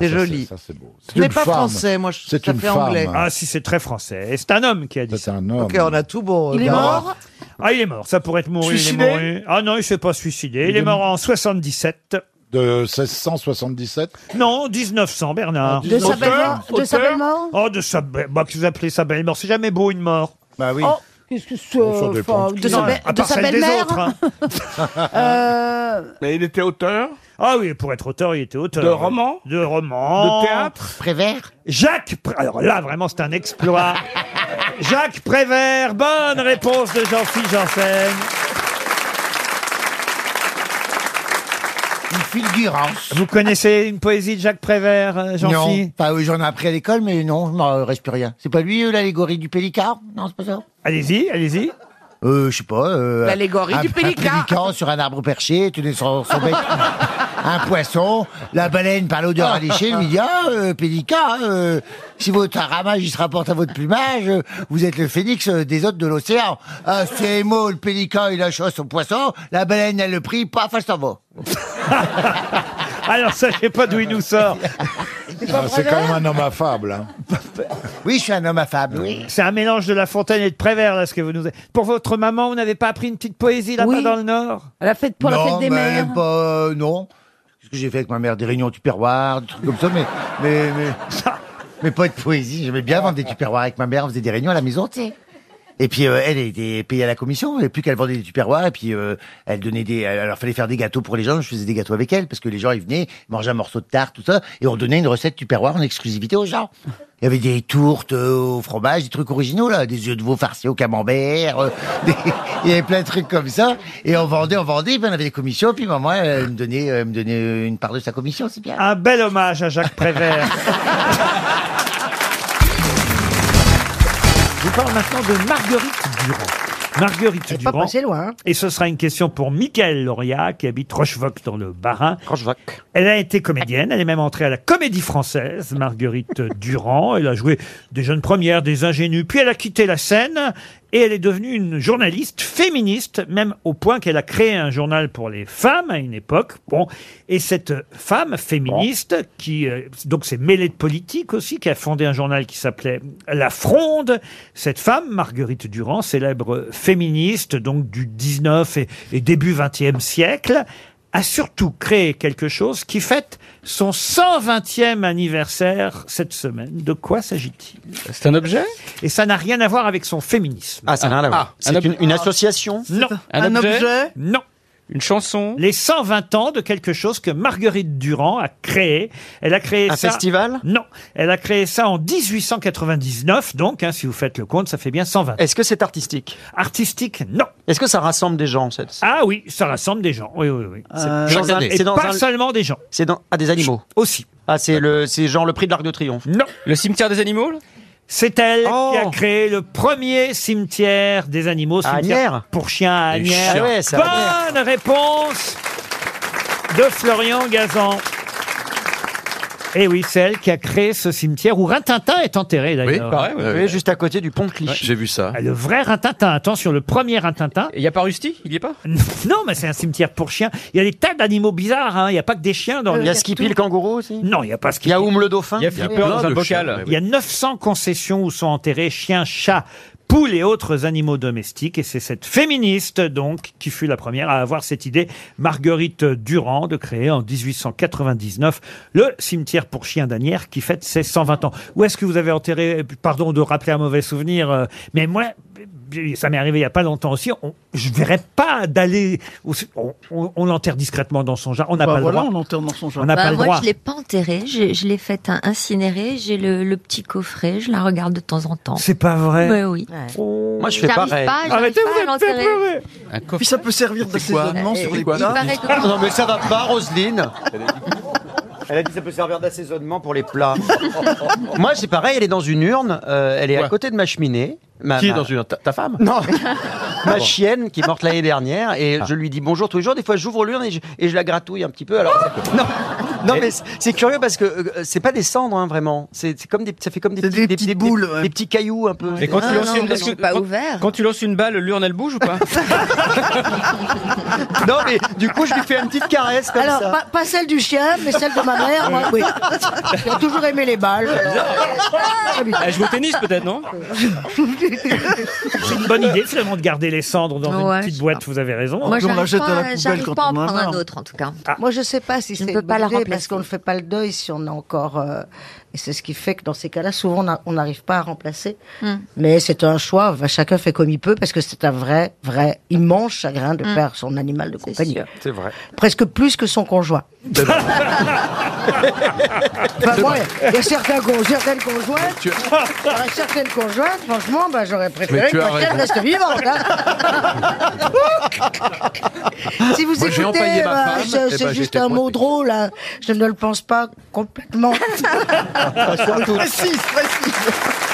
[SPEAKER 28] C'est ça, joli. c'est- ça, c'est beau. C'est Ce n'est une pas femme. français, moi, je- C'est ça une fait femme. anglais.
[SPEAKER 1] Ah si, c'est très français. Et c'est un homme qui a dit ça.
[SPEAKER 28] Ok, on
[SPEAKER 40] a tout bon.
[SPEAKER 28] Il est Bernard. mort
[SPEAKER 1] Ah, il est mort. Ça pourrait être mouru. il est
[SPEAKER 28] Suicidé
[SPEAKER 1] mouru. Ah non, il s'est pas suicidé. Il est mort en 77.
[SPEAKER 28] De 1677
[SPEAKER 1] Non, 1900, Bernard.
[SPEAKER 28] De sa belle-mort-
[SPEAKER 1] Auteur,
[SPEAKER 28] de sa
[SPEAKER 1] auteur.
[SPEAKER 28] belle-mort
[SPEAKER 1] Oh, de sa belle Bah, que vous appelez sa belle-mort. C'est jamais beau, une mort.
[SPEAKER 28] Bah oui.
[SPEAKER 14] Oh, qu'est-ce que c'est enfin, de, sa, be- de sa
[SPEAKER 1] hein.
[SPEAKER 14] belle-mère Euh,
[SPEAKER 1] Mais il était auteur Ah oui, pour être auteur, il était auteur.
[SPEAKER 17] De romans
[SPEAKER 1] De romans.
[SPEAKER 17] De théâtre
[SPEAKER 1] Prévert Jacques Pré- Alors là, vraiment, c'est un exploit. Jacques Prévert, bonne réponse de Jean-Philippe Janssen.
[SPEAKER 2] Une fulgurance.
[SPEAKER 1] Vous connaissez une poésie de Jacques Prévert, euh,
[SPEAKER 2] Non,
[SPEAKER 1] Jean-Philippe
[SPEAKER 2] enfin, oui, j'en ai appris à l'école, mais non, je m'en reste plus rien. C'est pas lui, euh, l'allégorie du pélican Non, c'est pas ça
[SPEAKER 1] Allez-y, allez-y.
[SPEAKER 2] Euh, je sais pas. euh,
[SPEAKER 13] L'allégorie
[SPEAKER 2] un-
[SPEAKER 13] du pélican.
[SPEAKER 2] Un pélican sur un arbre perché, tu laisses son, son bec. un poisson, la baleine par l'odeur alléchée lui dit Ah, euh, pélican, euh, si votre ramage il se rapporte à votre plumage, euh, vous êtes le phénix euh, des hôtes de l'océan. Ah, c'est mot, le pélican, il lâche son poisson, la baleine, elle le prie, paf, elle s'en va.
[SPEAKER 1] Alors ça, je sais pas d'où il nous sort.
[SPEAKER 2] pas
[SPEAKER 8] c'est
[SPEAKER 2] Prévert
[SPEAKER 8] quand même un homme affable. hein.
[SPEAKER 2] Oui, je suis un homme affable.
[SPEAKER 1] C'est un mélange de La Fontaine et de Prévert, là, ce que vous nous. Pour votre maman, vous n'avez pas appris une petite poésie là-bas dans le Nord
[SPEAKER 41] La fête
[SPEAKER 2] non, mais pas, euh, non. Qu'est-ce que j'ai fait avec ma mère Des réunions tupperware, des trucs comme ça, mais... Mais, mais, mais pas de poésie. J'aimais bien vendre des tupperwares avec ma mère. On faisait des réunions à la maison, tu sais. Et puis euh, elle était payée à la commission, et plus qu'elle vendait des tupperwares, et puis euh, elle donnait des, alors fallait faire des gâteaux pour les gens. Je faisais des gâteaux avec elle parce que les gens ils venaient manger un morceau de tarte, tout ça, et on donnait une recette tupperware en exclusivité aux gens. Il y avait des tourtes euh, au fromage, des trucs originaux là, des yeux de veau farcis au camembert, euh, des- il y avait plein de trucs comme ça, et on vendait, on vendait, puis on avait des commissions, puis maman elle, elle me donnait, elle me donnait une part de sa commission, c'est bien.
[SPEAKER 1] Un bel hommage à Jacques Prévert. Je vous parle maintenant de Marguerite Durand. Marguerite Durand.
[SPEAKER 28] loin.
[SPEAKER 1] Et ce sera une question pour Michael Lauria, qui habite Rochevoc dans le Bas-Rhin. Elle a été comédienne, elle est même entrée à la comédie française, Marguerite Durand. Elle a joué des jeunes premières, des ingénues, puis elle a quitté la scène et elle est devenue une journaliste féministe, même au point qu'elle a créé un journal pour les femmes à une époque. Bon, et cette femme féministe, qui euh, donc s'est mêlée de politique aussi, qui a fondé un journal qui s'appelait La Fronde, cette femme, Marguerite Durand, célèbre féministe donc du 19 et, et début 20e siècle, a surtout créé quelque chose qui fête son 120e anniversaire cette semaine. De quoi s'agit-il C'est un objet Et ça n'a rien à voir avec son féminisme.
[SPEAKER 3] Ah, ça n'a rien à voir. C'est une- une association
[SPEAKER 1] Non.
[SPEAKER 3] Un Un objet objet
[SPEAKER 1] Non. Une chanson Les 120 ans de quelque chose que Marguerite Durand a créé. Elle a créé
[SPEAKER 3] Un
[SPEAKER 1] ça...
[SPEAKER 3] festival
[SPEAKER 1] Non. Elle a créé ça en 1899, donc, hein, si vous faites le compte, ça fait bien 120.
[SPEAKER 3] Est-ce que c'est artistique
[SPEAKER 1] Artistique, non.
[SPEAKER 3] Est-ce que ça rassemble des gens cette... Euh,
[SPEAKER 1] Ah oui, ça rassemble des gens. Oui, oui, oui.
[SPEAKER 3] C'est-
[SPEAKER 1] Chaque année. Et pas seulement des gens.
[SPEAKER 3] C'est dans ah des animaux
[SPEAKER 1] aussi.
[SPEAKER 3] Ah c'est le c'est genre le prix de l'Arc de Triomphe.
[SPEAKER 1] Non.
[SPEAKER 3] Le cimetière des animaux. Oh.
[SPEAKER 1] C'est elle qui a créé le premier cimetière des animaux,
[SPEAKER 3] À
[SPEAKER 1] cimetière
[SPEAKER 3] Agnières.
[SPEAKER 1] pour chiens à
[SPEAKER 3] Les
[SPEAKER 1] Agnières.
[SPEAKER 3] chiens. Ah ouais, c'est
[SPEAKER 1] Bonne
[SPEAKER 3] à
[SPEAKER 1] réponse de Florian Gazan. Et Eh oui, c'est elle qui a créé ce cimetière où Rintintin est enterré d'ailleurs.
[SPEAKER 3] juste à côté du pont de Clichy.
[SPEAKER 1] J'ai vu ça. Ah, Le vrai Rintintin, attention, le premier Rintintin. Il n'y a pas Rusty Il n'y est pas Non, mais c'est un cimetière pour chiens. Il y a des tas d'animaux bizarres, hein. il n'y a pas que des chiens dans
[SPEAKER 3] Euh, Il y a Skippy le kangourou aussi.
[SPEAKER 1] Non, il n'y a pas Skippy. Il y a Oum
[SPEAKER 3] le dauphin. Il y a Flipper dans un bocal.
[SPEAKER 1] Il y a 900 concessions où sont enterrés chiens, chats, poules et autres animaux domestiques. Et c'est cette féministe, donc, qui fut la première à avoir cette idée, Marguerite Durand, de créer en 1899 le cimetière pour chiens d'Anières qui fête ses 120 ans. Où est-ce que vous avez enterré, pardon de rappeler un mauvais souvenir, euh, mais moi, ça m'est arrivé il n'y a pas longtemps aussi, on- je ne verrais pas d'aller, au- on, on- on l'enterre discrètement dans son jardin, on n'a
[SPEAKER 14] Bah
[SPEAKER 1] pas
[SPEAKER 14] voilà,
[SPEAKER 1] le droit.
[SPEAKER 14] on enterre dans son jardin.
[SPEAKER 1] On n'a
[SPEAKER 14] Bah,
[SPEAKER 1] pas le
[SPEAKER 14] moi,
[SPEAKER 1] droit.
[SPEAKER 14] je l'ai pas enterrée, je, je l'ai faite in- incinérer, j'ai le, le petit coffret, je la regarde de temps en temps.
[SPEAKER 1] C'est pas vrai
[SPEAKER 14] Ouais, Ben oui.
[SPEAKER 3] Moi je fais
[SPEAKER 14] J'arrive
[SPEAKER 3] pareil.
[SPEAKER 14] pas, j'arrive
[SPEAKER 3] Oh. Arrêtez,
[SPEAKER 14] pas
[SPEAKER 3] vous
[SPEAKER 14] à
[SPEAKER 3] êtes
[SPEAKER 14] l'enterrer.
[SPEAKER 3] fait
[SPEAKER 14] coffret.
[SPEAKER 3] Puis ça peut servir
[SPEAKER 14] d'assaisonnement sur les plats. paraît que-
[SPEAKER 3] Non mais ça va pas Roselyne. Elle a dit ça peut servir d'assaisonnement pour les plats. Moi c'est pareil, elle est dans une urne, euh, elle est à côté de ma cheminée. Ma-
[SPEAKER 17] Qui est
[SPEAKER 3] ma-
[SPEAKER 17] dans une urne Ta- Ta femme
[SPEAKER 3] Non. ma
[SPEAKER 17] bon.
[SPEAKER 3] chienne qui est morte l'année dernière et je lui dis bonjour tous les jours. Des fois, j'ouvre l'urne et je, et je la gratouille un petit peu. Alors, non, non, mais c'est- c'est curieux parce que euh, c'est pas des cendres, hein, vraiment. C'est c'est comme des, ça fait comme des, petits- des, des- des- des petits cailloux un peu.
[SPEAKER 18] Et quand tu lances une
[SPEAKER 3] balle,
[SPEAKER 18] parce que quand- Quand tu lances une balle, l'urne elle bouge ou pas
[SPEAKER 3] non, mais du coup, je lui fais une petite caresse comme
[SPEAKER 26] Alors,
[SPEAKER 3] ça.
[SPEAKER 26] pas, pas celle du chien, mais celle de ma mère, moi, oui. J'ai toujours aimé les balles.
[SPEAKER 18] Elle joue au tennis peut-être, non
[SPEAKER 1] C'est une bonne idée finalement de garder les cendres dans
[SPEAKER 14] Ouais,
[SPEAKER 1] une
[SPEAKER 14] je
[SPEAKER 1] petite boîte, vous avez raison.
[SPEAKER 14] Moi, j'arrive pas, j'arrive pas à en prendre un autre, en tout cas.
[SPEAKER 1] Ah.
[SPEAKER 28] Moi, je sais pas si
[SPEAKER 14] Je
[SPEAKER 28] c'est
[SPEAKER 14] ne
[SPEAKER 28] une
[SPEAKER 14] peux pas
[SPEAKER 28] bonne
[SPEAKER 14] la
[SPEAKER 28] idée,
[SPEAKER 14] remplacer.
[SPEAKER 28] parce qu'on ne fait pas le deuil si on a encore. euh, et c'est ce qui fait que dans ces cas-là, souvent, on a- on n'arrive pas à remplacer.
[SPEAKER 14] Hmm.
[SPEAKER 28] Mais c'est un choix. enfin, chacun fait comme il peut parce que c'est un vrai, vrai immense chagrin de
[SPEAKER 14] Hmm.
[SPEAKER 28] perdre son animal de compagnie.
[SPEAKER 17] C'est vrai.
[SPEAKER 28] Presque plus que son conjoint. Enfin, moi, il y a certains con- certaines conjointes. euh, certaines conjointes, franchement, bah, j'aurais
[SPEAKER 8] Mais
[SPEAKER 28] préféré
[SPEAKER 8] tu
[SPEAKER 28] que ma
[SPEAKER 8] as
[SPEAKER 28] chienne
[SPEAKER 8] raison.
[SPEAKER 28] reste vivante. hein. si vous
[SPEAKER 8] Moi, j'ai
[SPEAKER 28] écoutez,
[SPEAKER 8] empaillé ma
[SPEAKER 28] euh,
[SPEAKER 8] femme,
[SPEAKER 28] je-
[SPEAKER 8] eh ben,
[SPEAKER 28] c'est juste
[SPEAKER 8] j'étais
[SPEAKER 28] un mot drôle. hein. Je ne le pense pas complètement. Ah,
[SPEAKER 8] Pas surtout. Précise,
[SPEAKER 28] précise.